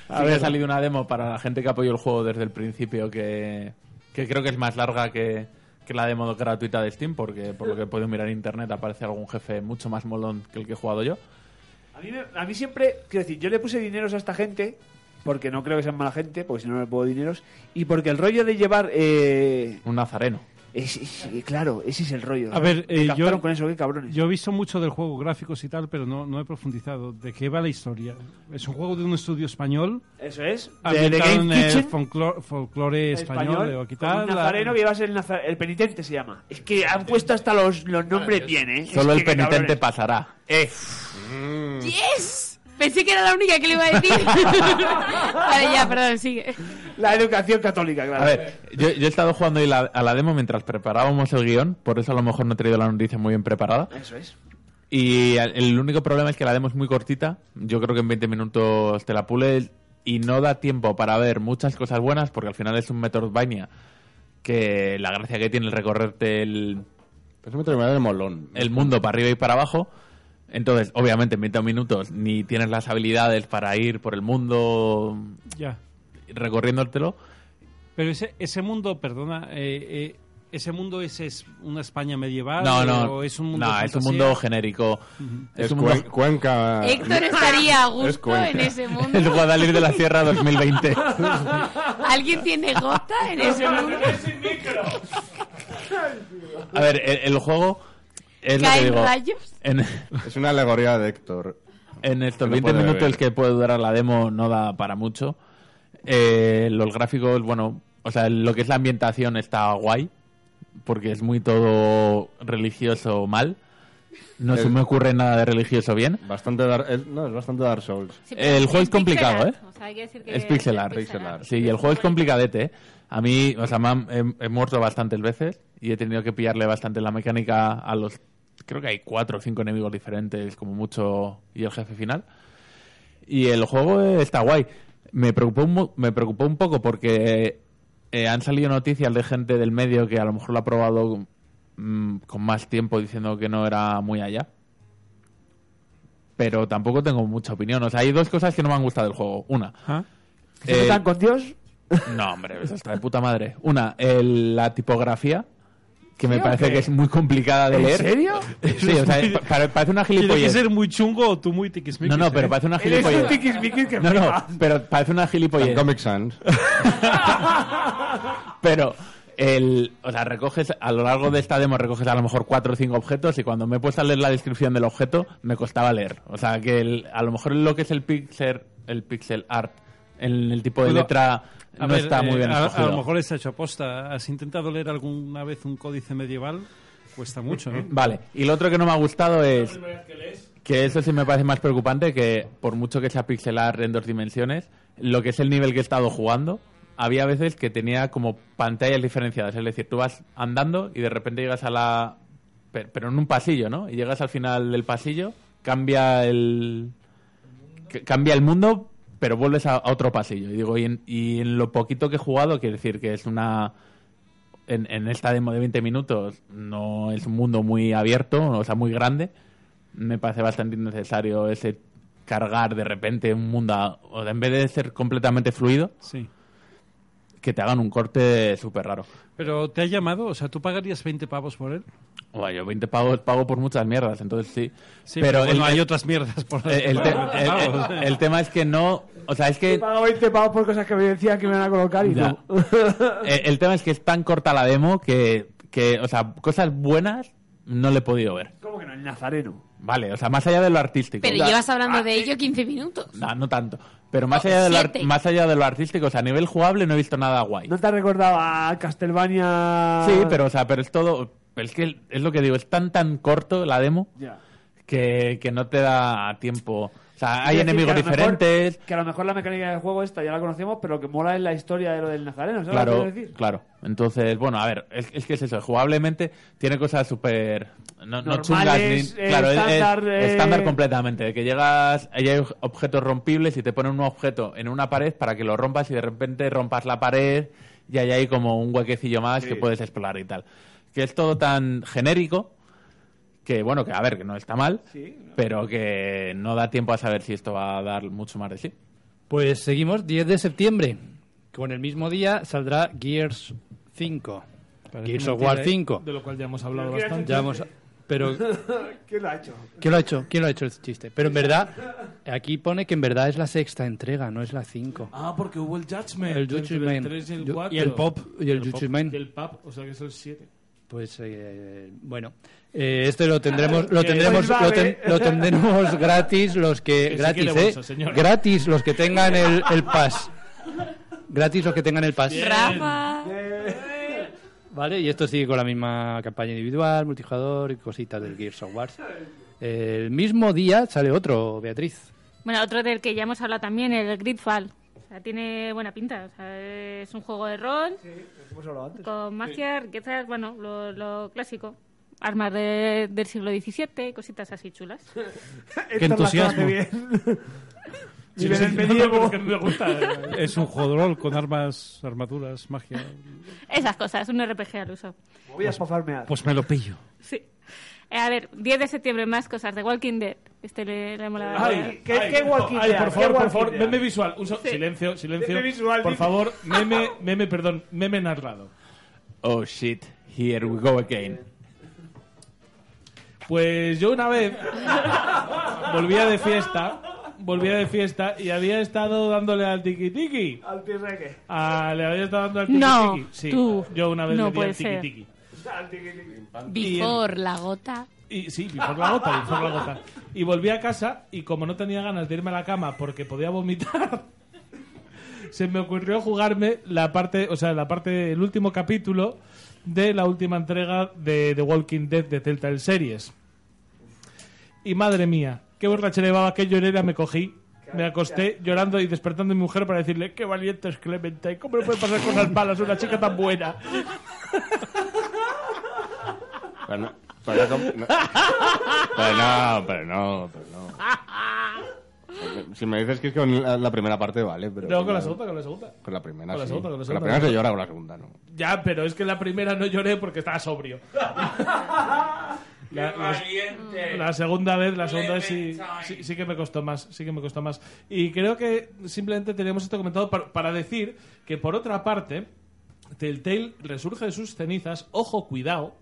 A
Sí que
ver.
ha salido una demo para la gente que apoyó el juego desde el principio que, que creo que es más larga que, que la demo gratuita de Steam porque por lo que he podido mirar en internet aparece algún jefe mucho más molón que el que he jugado yo.
A mí, me- a mí siempre, quiero decir, yo le puse dineros a esta gente porque no creo que sean mala gente, porque si no, no le puedo dineros. Y porque el rollo de llevar. Eh,
Un nazareno.
es- es- eh, claro, ese es el rollo.
A ver,
Me
eh,
captaron
yo,
con eso, qué cabrones.
yo he visto mucho del juego, gráficos y tal, pero no, no he profundizado. ¿De qué va la historia? Es un juego de un estudio español.
Eso es. De, de
ambientado en
Game
el
Kitchen.
folclore, folclore español, o aquí
con
tal,
un
la-
nazareno que iba a ser el, naza- el penitente se llama. Es que han puesto hasta los, los nombres bien, ¿eh?
Solo
Es
el
que qué cabrones.
penitente pasará.
Eh.
¡Yes! Pensé que era la única que le iba a decir. vale, ya, perdón, sigue.
La educación católica, claro.
A ver, yo, yo he estado jugando ahí la- a la demo mientras preparábamos el guión, por eso a lo mejor no he traído la noticia muy bien preparada.
Eso es.
Y el- el único problema es que la demo es muy cortita. Yo creo que en 20 minutos te la pules y no da tiempo para ver muchas cosas buenas porque al final es un Metroidvania que la gracia que tiene el recorrerte el,
Es un Metroidvania de molón.
el mundo para arriba y para abajo. Entonces, obviamente, en 20 minutos ni tienes las habilidades para ir por el mundo
Ya.
recorriéndotelo.
Pero ese, ese mundo, perdona, eh, eh, ese mundo es, es una España medieval.
No,
o
no,
Ah, es un mundo
no,
de
es un
fantasía?
mundo genérico.
Es
un mundo-
Cuen- Cuenca.
Héctor estaría a
Es
gusto
Cuenca.
en ese mundo.
Ah. El Guadalí de la Sierra 2020.
¿Alguien tiene gota en ese mundo?
A ver, el, el juego es lo que
¿Caen
digo.
rayos?
es una alegoría de Héctor. En estos
no
20
puede
minutos
beber.
que puede durar la demo no da para mucho. Eh, los gráficos, bueno, o sea, lo que es la ambientación está guay, porque es muy todo religioso mal. No se
El-
me ocurre nada de religioso bien.
Bastante dar, es- no, es bastante Dark Souls.
Sí, pero
El juego
es
es complicado,
pixel
¿eh?
art, o sea, hay que decir que
es pixel
es
art.
pixel art.
Sí, y el juego es complicadete, ¿eh? A mí, o sea, me han- he, he muerto bastantes veces y he tenido que pillarle bastante la mecánica a los... Creo que hay cuatro o cinco enemigos diferentes, como mucho, y el jefe final. Y el juego eh, está guay. Me preocupó, un mo- me preocupó un poco porque eh, han salido noticias de gente del medio que a lo mejor lo ha probado mm, con más tiempo diciendo que no era muy allá pero tampoco tengo mucha opinión. O sea, hay dos cosas que no me han gustado del juego. Una.
¿Ah?
¿Se
eh,
metan con Dios?
No, hombre, eso está de puta madre. Una, el- la tipografía, que me
¿Sí o
parece
qué?
que es muy complicada de
¿En
leer.
serio?
Sí, o sea, pa- pa- parece una
Tiene que
gilipollez.
ser muy chungo o tú muy tiquismiquis.
No, no, pero
¿eh?
parece una gilipollez. No, no, pero parece una gilipollez.
Comic Sans.
Pero el, o sea, recoges a lo largo de esta demo recoges a lo mejor cuatro o cinco objetos y cuando me he puesto a leer la descripción del objeto me costaba leer. O sea, que el- a lo mejor lo que es el pixel, el pixel art, el, el tipo de
Bueno,
pues, letra
A
no
ver,
está muy
eh,
bien
a, a
escogido.
lo mejor está hecho aposta. ¿Has intentado leer alguna vez un códice medieval? Cuesta mucho, ¿eh?
Vale, y lo otro que no me ha gustado es que eso sí me parece más preocupante que por mucho que sea pixel art en dos dimensiones, lo que es el nivel que he estado jugando, había veces que tenía como pantallas diferenciadas, es decir, tú vas andando y de repente llegas a la per- pero en un pasillo, ¿no? Y llegas al final del pasillo, cambia el c- cambia el mundo, pero vuelves a, a otro pasillo. Y digo, y en, y en lo poquito que he jugado, quiero decir que es una en, en esta demo de 20 minutos no es un mundo muy abierto, o sea, muy grande. Me parece bastante innecesario ese cargar de repente un mundo, a- o sea, en vez de ser completamente fluido.
Sí.
que te hagan un corte súper raro.
Pero te ha llamado, o sea, ¿tú pagarías 20 pavos por él?
Bueno, yo 20 pavos pago por muchas mierdas, entonces sí.
Sí, pero bueno, hay otras mierdas por
el, el, te-
Vamos.
el- el tema es que no. O sea, es que.
He pagado 20 pavos por cosas que me decían que me van a colocar y
Ya.
no.
Eh, el tema es que es tan corta la demo que, que, o sea, cosas buenas no le he podido ver.
¿Cómo que no? El nazareno.
Vale, o sea, más allá de lo artístico.
Pero llevas hablando de ello 15 minutos.
No, no tanto. Pero más allá, de lo, ar-
siete.
más allá de lo artístico, o sea, a nivel jugable no he visto nada guay.
¿No te recordaba a Castlevania?
Sí, pero, o sea, pero es todo... Es que es lo que digo, es tan tan corto la demo
Ya.
que, que no te da tiempo. O sea, hay
Quiero decir
enemigos
que a lo mejor-
diferentes.
que a lo mejor la mecánica del juego esta ya la conocemos, pero lo que mola es la historia de lo del nazareno, ¿sabes lo que
Claro,
quiero decir?
claro. Entonces, bueno, a ver, es, es que es eso. Jugablemente tiene cosas súper. No, no
Normales,
chungas ni.
eh,
claro, es- es
estándar, eh.
estándar completamente. de Que llegas. Ahí hay objetos rompibles y te ponen un objeto en una pared para que lo rompas y de repente rompas la pared y ahí hay como un huequecillo más que puedes explorar y tal. Que es todo tan genérico que, bueno, que a ver, que no está mal, pero que no da tiempo a saber si esto va a dar mucho más de sí.
Pues seguimos, 10 de septiembre. Con el mismo día saldrá Gears 5. Gears of War 5.
De lo cual ya hemos hablado
Pero
bastante.
ya hemos- pero-
¿Quién lo ha hecho?
¿Quién lo ha hecho? ¿Quién lo ha hecho este chiste? Pero en verdad, aquí pone que en verdad es la sexta entrega, no es la 5.
Ah, porque hubo el Judgment.
El
entre
Judgment.
3 y el
Yo-
4.
y el Pop, y el
Pop.
Judgment.
Y el Pop, o sea que es el 7.
Pues eh, bueno, eh, este lo tendremos, lo
Que
tendremos,
vuelva,
lo, ten-
eh.
lo tendremos gratis los que,
Que si
gratis,
quiere
eh,
bolsa, señor.
gratis los que tengan el, el pass, gratis los que tengan el pass.
Rafa.
Vale, y esto sigue con la misma campaña individual, multijugador y cositas del Gears of War. El mismo día sale otro, Beatriz.
Bueno, otro del que ya hemos hablado también, el Gridfall. O sea, tiene buena pinta. O sea, es un juego de rol
Hemos hablado antes.
con magia, riquezas, bueno, lo, lo clásico. Armas de- del siglo XVII, cositas así chulas.
Qué entusiasmo.
Sí,
Vive en
sí, sí.
el medievo.
eh.
es un jodrol con armas, armaduras, magia.
Esas cosas, un RPG al uso.
Voy a farmear.
Pues me lo pillo.
Sí. Eh, a ver, 10 de septiembre, más cosas de Walking Dead. Este le, le mola.
Ay,
¿Qué- qué Walking
ay,
Dead?
por
¿Qué
favor, por
Walking
favor,
Dead?
meme visual. Un so- Silencio, silencio.
Meme visual,
por
dice.
favor, meme, meme, perdón, meme narrado.
Oh shit, here we go again.
Pues yo una vez volvía de fiesta, volvía de fiesta y había estado dándole al tiki tiki.
Al tirreque.
Ah, le había estado dando al tiki
No,
tiki. Sí,
tú.
yo una vez
No
le di
puede
al tiki
ser.
tiki.
Al tirreque.
Before, la gota.
Y, sí, por la gota, por la gota. Y volví a casa y como no tenía ganas de irme a la cama porque podía vomitar, se me ocurrió jugarme la parte, o sea, la parte, el último capítulo de la última entrega de The Walking Dead de Telltale Series. Y madre mía, qué borracha llevaba, qué llorera me cogí. Me acosté llorando y despertando a mi mujer para decirle qué valiente es Clemente, cómo le puede pasar cosas malas a una chica tan buena.
Pero no, pero no, no. Pero no, pero no, pero no. Si me dices que es con la, la primera parte, vale, pero...
No, con la segunda, con la segunda.
Con la primera,
Con la
sí.
segunda, con la
con la
segunda.
primera se llora, con la segunda no.
Ya, pero es que la primera no lloré porque estaba sobrio. La, la- la segunda vez, la segunda vez sí, sí, sí que me costó más, sí que me costó más. Y creo que simplemente teníamos esto comentado par- para, decir que por otra parte, Telltale resurge de sus cenizas, ojo, cuidado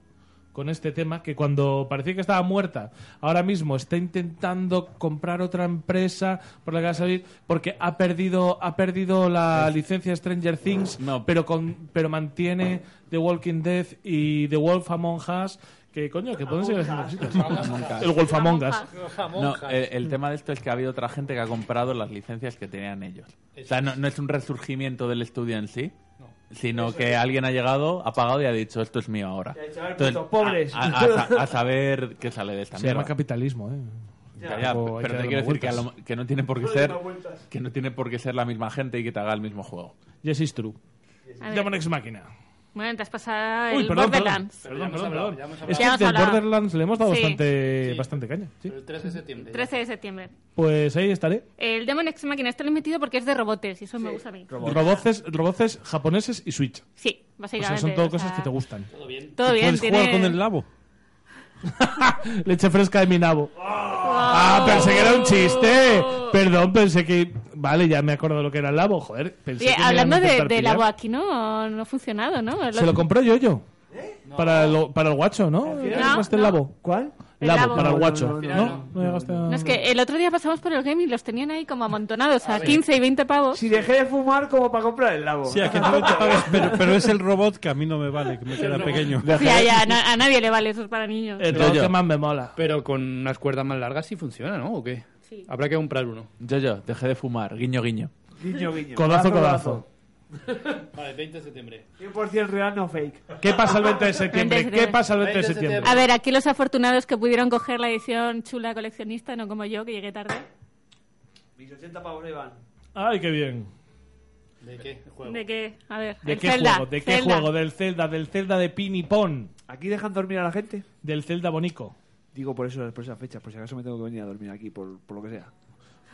con este tema, que cuando parecía que estaba muerta, ahora mismo está intentando comprar otra empresa por la que va a salir, porque ha perdido, ha perdido la licencia Stranger Things, pero con, pero mantiene The Walking Dead y The Wolf Among Us, que coño, que pueden seguir haciendo cositas. El Wolf Among Us.
No, eh, el, el tema de esto es que ha habido otra gente que ha comprado las licencias que tenían ellos. O sea, no, no es un resurgimiento del estudio en sí, sino que alguien ha llegado, ha pagado y ha dicho, esto es mío ahora.
Y ha dicho, "A ver, putos pobres".
A, a- a sa- a saber qué sale de esta
Se llama
mierda.
capitalismo, eh.
Ya, ya,
Tampoco
pero
hay que
te
darle
quiero decir que, a
vueltas.
lo- que no tiene por qué
No le
ser
da vueltas.
que no tiene por qué ser la misma gente y que te haga el mismo juego.
Yes is true.
A ver.
Demon Ex Machina.
Bueno, te has pasado
Uy,
el
perdón, perdón,
Borderlands.
perdón,
Ya hemos
perdón,
hablado,
perdón.
ya hemos
Es
hablado. Ya hemos
que del
hablado.
Borderlands le hemos dado
Sí.
bastante, bastante caña. sí.
El 3 de septiembre.
13 de septiembre.
Pues ahí estaré.
El Demon Ex Machina está metido porque es de robotes y eso me gusta a mí.
Roboces, roboces japoneses y Switch.
Sí,
O
básicamente.
sea, son todo
o sea,
cosas que te gustan. Todo
bien.
Todo bien,
Puedes jugar
tiene-
con el nabo. Leche fresca de mi nabo. Ah, pensé que era un chiste. Perdón, pensé que. Vale, ya me acuerdo lo que era el Labo, joder. Pensé
Oye,
que me
hablando
iban a
de,
intentar
de
pillar.
Labo aquí, ¿no? No ha funcionado, ¿no?
Se lo compró yo, yo. Para, lo- para el guacho, ¿no?
final?
¿Llegaste el
No, no.
Labo? ¿Cuál?
El
Labo,
Labo.
para el
No,
guacho. No,
no, no, no, no,
No llegaste a-
No, es que el otro día pasamos por el game y los tenían ahí como amontonados a 15 y 20 pavos.
Si dejé de fumar como para comprar el labo.
Sí, aquí no te pagas, pero, pero es el robot que a mí no me vale, que me queda pequeño.
Sí, a- a, na- a nadie le vale, eso es para niños.
más me mola.
Pero con unas cuerdas más largas sí funciona, ¿no? ¿O qué?
Sí.
Habrá que comprar uno.
Yo, yo, dejé de fumar. Guiño, guiño.
Guiño, guiño.
Codazo,
Codazo,
codazo.
Vale, 20 de septiembre.
100% real, no fake.
¿Qué pasa el 20 de septiembre? ¿Qué pasa el 20 de septiembre?
A ver, aquí los afortunados que pudieron coger la edición chula coleccionista, no como yo, que llegué tarde.
Mis 80 pavos ahí van.
Ay, qué bien.
¿De qué juego?
¿De qué? A ver,
¿De
el
qué
Zelda,
juego? ¿De qué
Zelda.
juego? Del Zelda, del Zelda de Pin y Pon.
¿Aquí dejan dormir a la gente?
Del Zelda Bonico.
Digo por eso, por esas fechas, por si acaso me tengo que venir a dormir aquí, por, por lo que sea.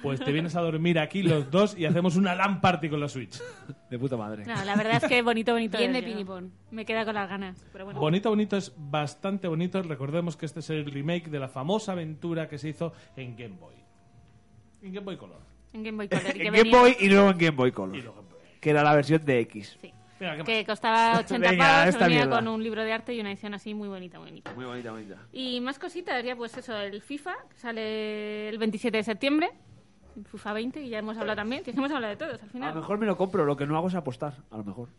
Pues te vienes a dormir aquí los dos y hacemos una LAN party con la Switch.
De puta madre.
No, la verdad es que bonito, bonito.
Bien de
yo.
pinipón.
Me queda con las ganas. Pero bueno.
Bonito, bonito es bastante bonito. Recordemos que este es el remake de la famosa aventura que se hizo en Game Boy. En Game Boy Color.
En Game Boy Color. y que
En Game Boy
venía-
y luego en Game Boy Color. Que era la versión de X.
Que costaba 80
Venga,
pavos,
esta
venía
mierda.
con un libro de arte y una edición así muy bonita, muy bonita.
Muy bonita, bonita.
Y más cositas, ya pues eso, el FIFA, que sale el 27 de septiembre, el FIFA 20, y ya hemos hablado también, que es que hemos hablado de todos al
A lo
final,
mejor me lo compro, lo que no hago es apostar, a lo mejor.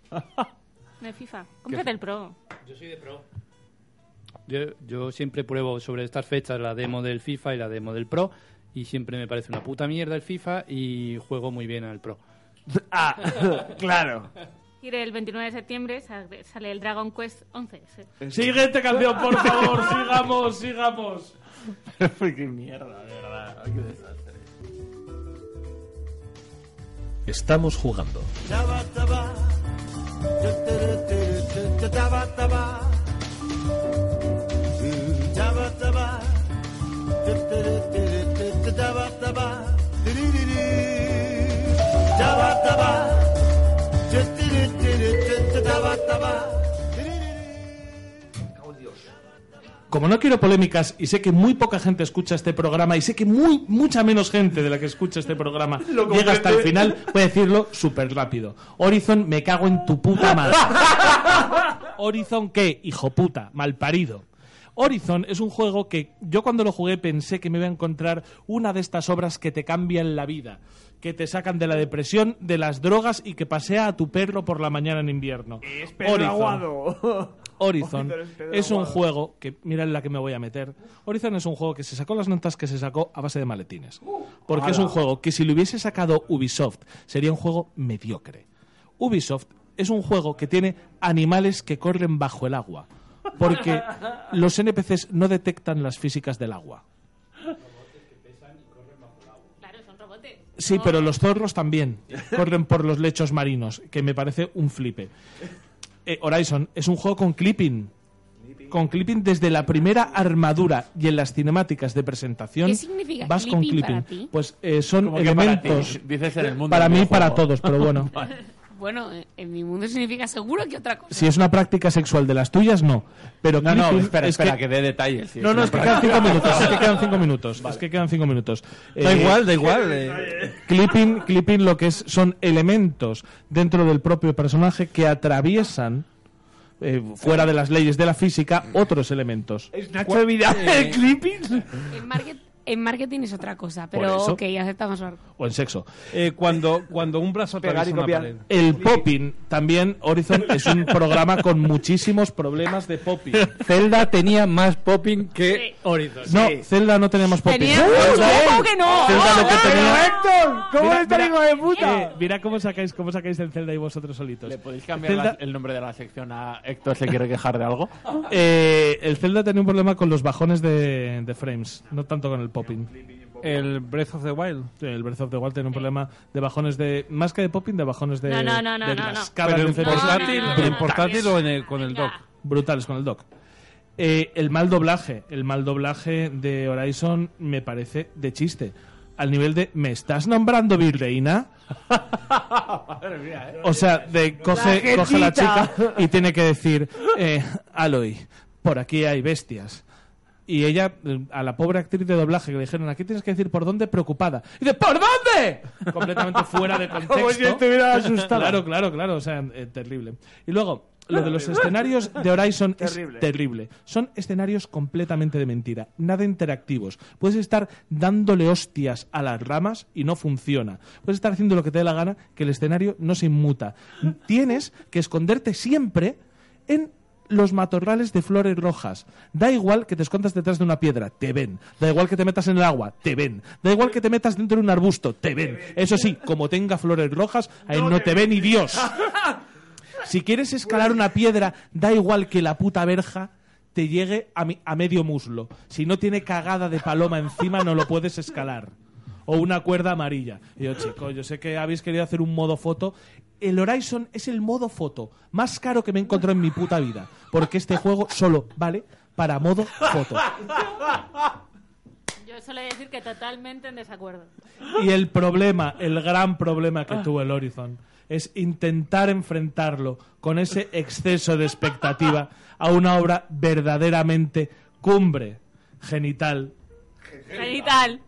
de FIFA. Cómprate el Pro.
Yo soy de Pro. Yo, yo siempre pruebo sobre estas fechas la demo del FIFA y la demo del Pro. Y siempre me parece una puta mierda el FIFA y juego muy bien al Pro.
ah, claro.
Y el 29 de septiembre sa- sale el Dragon Quest 11. sí.
Siguiente canción, por favor. sigamos, sigamos.
qué mierda, de verdad. Qué desastre.
Estamos jugando.
Taba, taba. Yo, tere, tere, te, te, taba, taba. Mm, taba, taba. Yo, tere, tere, te, te, taba, taba. Tiririri. Taba, taba. Yo, tere, tere, te, te, taba, taba.
Como no quiero polémicas y sé que muy poca gente escucha este programa y sé que muy mucha menos gente de la que escucha este programa llega hasta el final, voy a decirlo súper rápido. Horizon, me cago en tu puta madre. Horizon, ¿qué? Hijo puta, malparido. Horizon es un juego que yo cuando lo jugué pensé que me iba a encontrar una de estas obras que te cambian la vida, que te sacan de la depresión, de las drogas y que pasea a tu perro por la mañana en invierno.
Es Pedro
Horizon.
Aguado.
Horizon
Horizon es Pedro
es un
Aguado.
juego que, mira en la que me voy a meter, Horizon es un juego que se sacó las notas que se sacó a base de maletines. Porque es un
ala.
juego que si lo hubiese sacado Ubisoft sería un juego mediocre. Ubisoft es un juego que tiene animales que corren bajo el agua. Porque los NPCs no detectan las físicas del agua.
Claro, son robotes.
Sí, pero los zorros también corren por los lechos marinos, que me parece un flipe. Eh, Horizon es un juego con clipping. Con clipping desde la primera armadura y en las cinemáticas de presentación
¿Qué significa
vas con
clipping
clipping.
para ti?
Pues eh, son
¿Cómo que para
elementos
ti? Dices en el mundo
para
del
mí y para
videojuego.
todos, pero bueno.
Bueno, eh, en mi mundo significa seguro que otra cosa.
Si es una práctica sexual de las tuyas, no. Pero
No, no,
clipping
espera,
es
espera,
que-
que, dé detalles. sí,
no, no,
una
es que quedan
práctica.
cinco minutos. Es que quedan cinco minutos. Es que quedan cinco minutos. Eh,
Da igual, da igual, eh.
Clipping, clipping lo que es, son elementos dentro del propio personaje que atraviesan, eh, fuera de las leyes de la física, otros elementos.
Es Nacho Vidal,
Eh,
el clipping.
En, market- en marketing es otra cosa,
Por
pero
eso.
ok, aceptamos la
O en sexo.
Eh, cuando, cuando un brazo
Pegar
atraviesa
y
una
copiar.
pared.
El popping también, Horizon, es un programa con muchísimos problemas de popping.
Zelda tenía más popping que Horizon.
No, Zelda no tenemos popping.
Tenía- ¡Uh, ¿cómo que no?
Zelda lo que
¡Ah,
tenía-
Héctor, ¿cómo
Mira,
eres tan
mira,
hijo de puta?
eh, mira cómo sacáis, cómo sacáis el Zelda y vosotros solitos.
¿Le podéis cambiar la-
Zelda-
el nombre de la sección a Héctor se quiere quejar de algo?
Eh, el Zelda tenía un problema con los bajones de, de frames, no tanto con el popping.
El Breath of the Wild.
El Breath of the Wild tenía un problema de bajones de. Más que de popping, de bajones de.
No, no, no, no,
de
no, no.
cascadas
Pero
de
en
frames.
portátil, No, no, no, en no, portátil no. o en el- con el dock.
Brutales con el dock. Eh, el mal doblaje. El mal doblaje de Horizon me parece de chiste. Al nivel de. ¿Me estás nombrando virreina? O sea, de coge,
La
coge la
jetita.
chica y tiene que decir, eh, Aloy, por aquí hay bestias. Y ella, eh, a la pobre actriz de doblaje que le dijeron, aquí tienes que decir por dónde, preocupada. Y dice, ¿por dónde? Completamente fuera de contexto.
Como si estuviera asustada.
Claro, claro, claro. O sea, eh, terrible. Y luego, lo de los escenarios de Horizon
Terrible.
es terrible. Son escenarios completamente de mentira, nada interactivos. Puedes estar dándole hostias a las ramas y no funciona. Puedes estar haciendo lo que te dé la gana, que el escenario no se inmuta. Tienes que esconderte siempre en los matorrales de flores rojas. Da igual que te escondas detrás de una piedra, te ven. Da igual que te metas en el agua, te ven. Da igual que te metas dentro de un arbusto, te ven. Eso sí, como tenga flores rojas, ahí no te ve ni Dios. Si quieres escalar una piedra, da igual que la puta verja te llegue a, mi- a medio muslo. Si no tiene cagada de paloma encima, no lo puedes escalar. O una cuerda amarilla. Y yo, chico, yo sé que habéis querido hacer un modo foto. El Horizon es el modo foto más caro que me he encontrado en mi puta vida. Porque este juego solo vale para modo foto.
Yo suelo decir que totalmente en desacuerdo.
Y el problema, el gran problema que tuvo el Horizon es intentar enfrentarlo con ese exceso de expectativa a una obra verdaderamente cumbre genital,
Genital.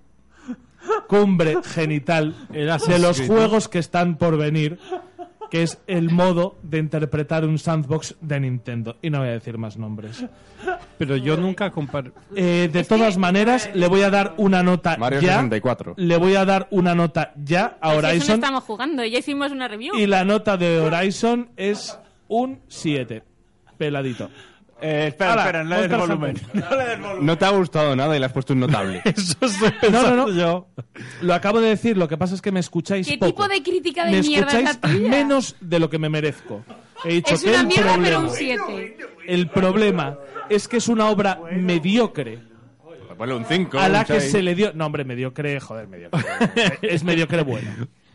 cumbre genital de los
Creed, ¿no?
juegos que están por venir, que es el modo de interpretar un sandbox de Nintendo. Y no voy a decir más nombres. Eh,
Pero yo nunca comparo.
de todas maneras, le voy a dar una nota
Mario
ya.
64.
Le voy a dar una nota ya a
Ahora eso no
Horizon.
estamos jugando, ya hicimos una review.
Y la nota de Horizon es un 7. Peladito.
Eh, espera,
Hala,
espera, no le des
Monster
volumen.
Hunter.
No te ha gustado nada y le has puesto un notable.
No, no, no. Lo acabo de decir, lo que pasa es que me escucháis
¿Qué
poco.
tipo de crítica de
me
mierda es la
escucháis
tuya?
menos de lo que me merezco. He dicho
Es
que
una
el
mierda,
problema,
pero un 7.
el problema es que es una obra mediocre
Ponle un 5.
a la que se le dio... No, hombre, mediocre, joder, mediocre. es mediocre bueno.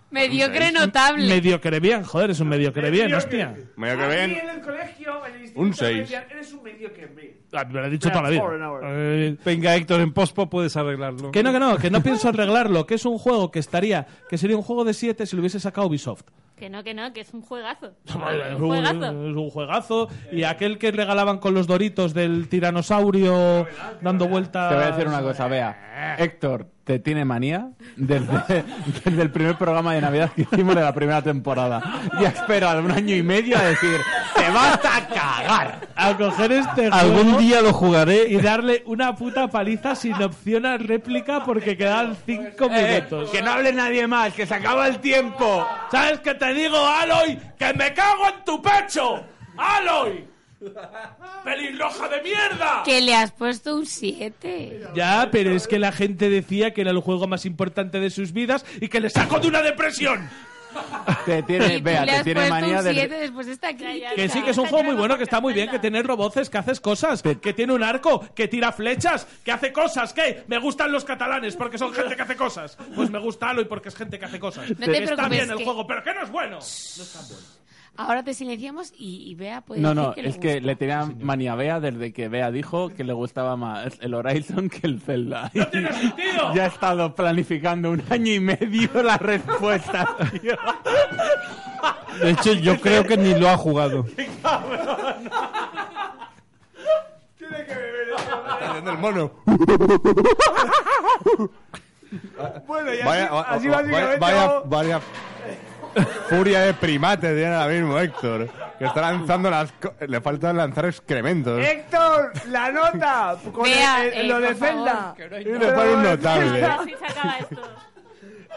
Mediocre notable.
Mediocre bien, joder, es un mediocre bien, hostia.
Mediocre bien.
en el colegio, en el instituto,
Un seis. me decían,
eres un mediocre.
Ah, Me lo he dicho toda la vida. Eh,
Venga, Héctor, en pospo puedes arreglarlo.
Que no, que no, que no pienso arreglarlo, que es un juego que estaría, que sería un juego de 7 si lo hubiese sacado Ubisoft.
Que no, que no, que es un juegazo.
Es
un
un,
juegazo.
es un juegazo. Y aquel que regalaban con los doritos del tiranosaurio dando vueltas.
Te voy a decir una cosa, vea. Héctor te tiene manía desde, desde el primer programa de Navidad que hicimos de la primera temporada. Ya espera un año y medio a decir, te vas a cagar.
A coger este
Algún
juego
día lo jugaré.
y darle una puta paliza sin opción a réplica porque quedan 5 minutos.
Eh, que no hable nadie más, que se acaba el tiempo.
¿Sabes qué te digo, Aloy? ¡Que me cago en tu pecho! ¡Aloy! ¡Pelirroja de mierda!
Que le has puesto un 7.
Ya, pero es que la gente decía que era el juego más importante de sus vidas y que le sacó de una depresión.
Te
Y
tiene,
tú
vea,
le
te
has
tiene
puesto
manía
un
desde-
7 después de esta crítica.
Que sí, que es un juego muy bueno, que está muy bien, que tiene roboces, que haces cosas, que tiene un arco, que tira flechas, que hace cosas, que me gustan los catalanes porque son gente que hace cosas. Pues me gusta Aloy porque es gente que hace cosas.
No te
está
preocupes,
bien el
que-
juego, pero que no es bueno. No es tan bueno.
Ahora te silenciamos y, y Bea puede
No,
decir
no,
que le
es que
gusta.
le tenía manía a Bea desde que Bea dijo que le gustaba más el Horizon que el Zelda. ya he estado planificando un año y medio la respuesta. tío.
De hecho, yo creo que ni lo ha jugado.
el mono.
Bueno, y así,
Vaya, va-
así
va-
básicamente...
vaya,
vamos-
vaya furia de primate tiene ahora mismo Héctor. Que está lanzando las... co- Le falta lanzar excrementos.
¡Héctor, la nota! Con
Vea,
el- el-
eh,
lo
por
de
favor.
Zelda.
Que
Y le pone un notable.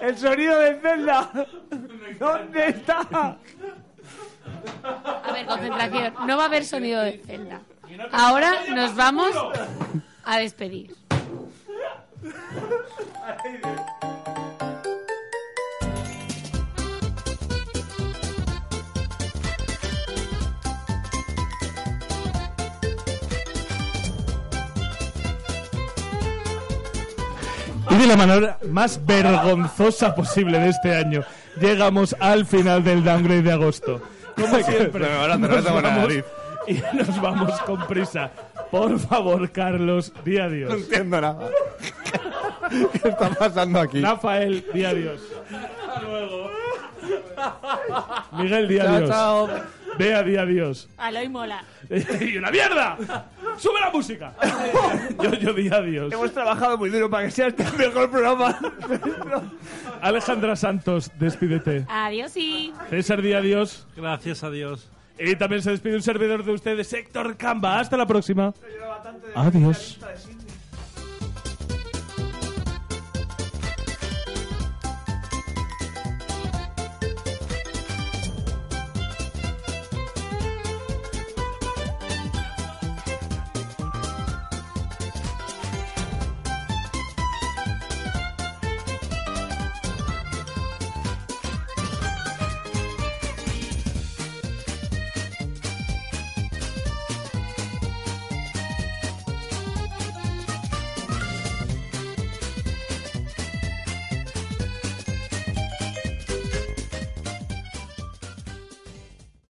El sonido de Zelda. ¿Dónde está?
A ver, concentración. No va a haber sonido de celda. Ahora nos vamos a despedir.
Y de la manera más vergonzosa posible de este año, llegamos al final del downgrade de agosto. Como siempre,
Se me van a cerrar
nos
la
vamos-
nariz.
y nos vamos con prisa. Por favor, Carlos, di adiós.
No entiendo nada. ¿Qué está pasando aquí?
Rafael, di adiós. Miguel, di
Chao,
adiós.
chao.
Bea, di adiós.
Aloy mola.
¡Y una mierda! ¡Sube la música! yo, yo di adiós.
Hemos trabajado muy duro para que sea este mejor programa.
Alejandra Santos, despídete.
Adiós y...
César, di adiós.
Gracias a Dios.
Y también se despide un servidor de ustedes, Héctor Camba. Hasta la próxima. Adiós.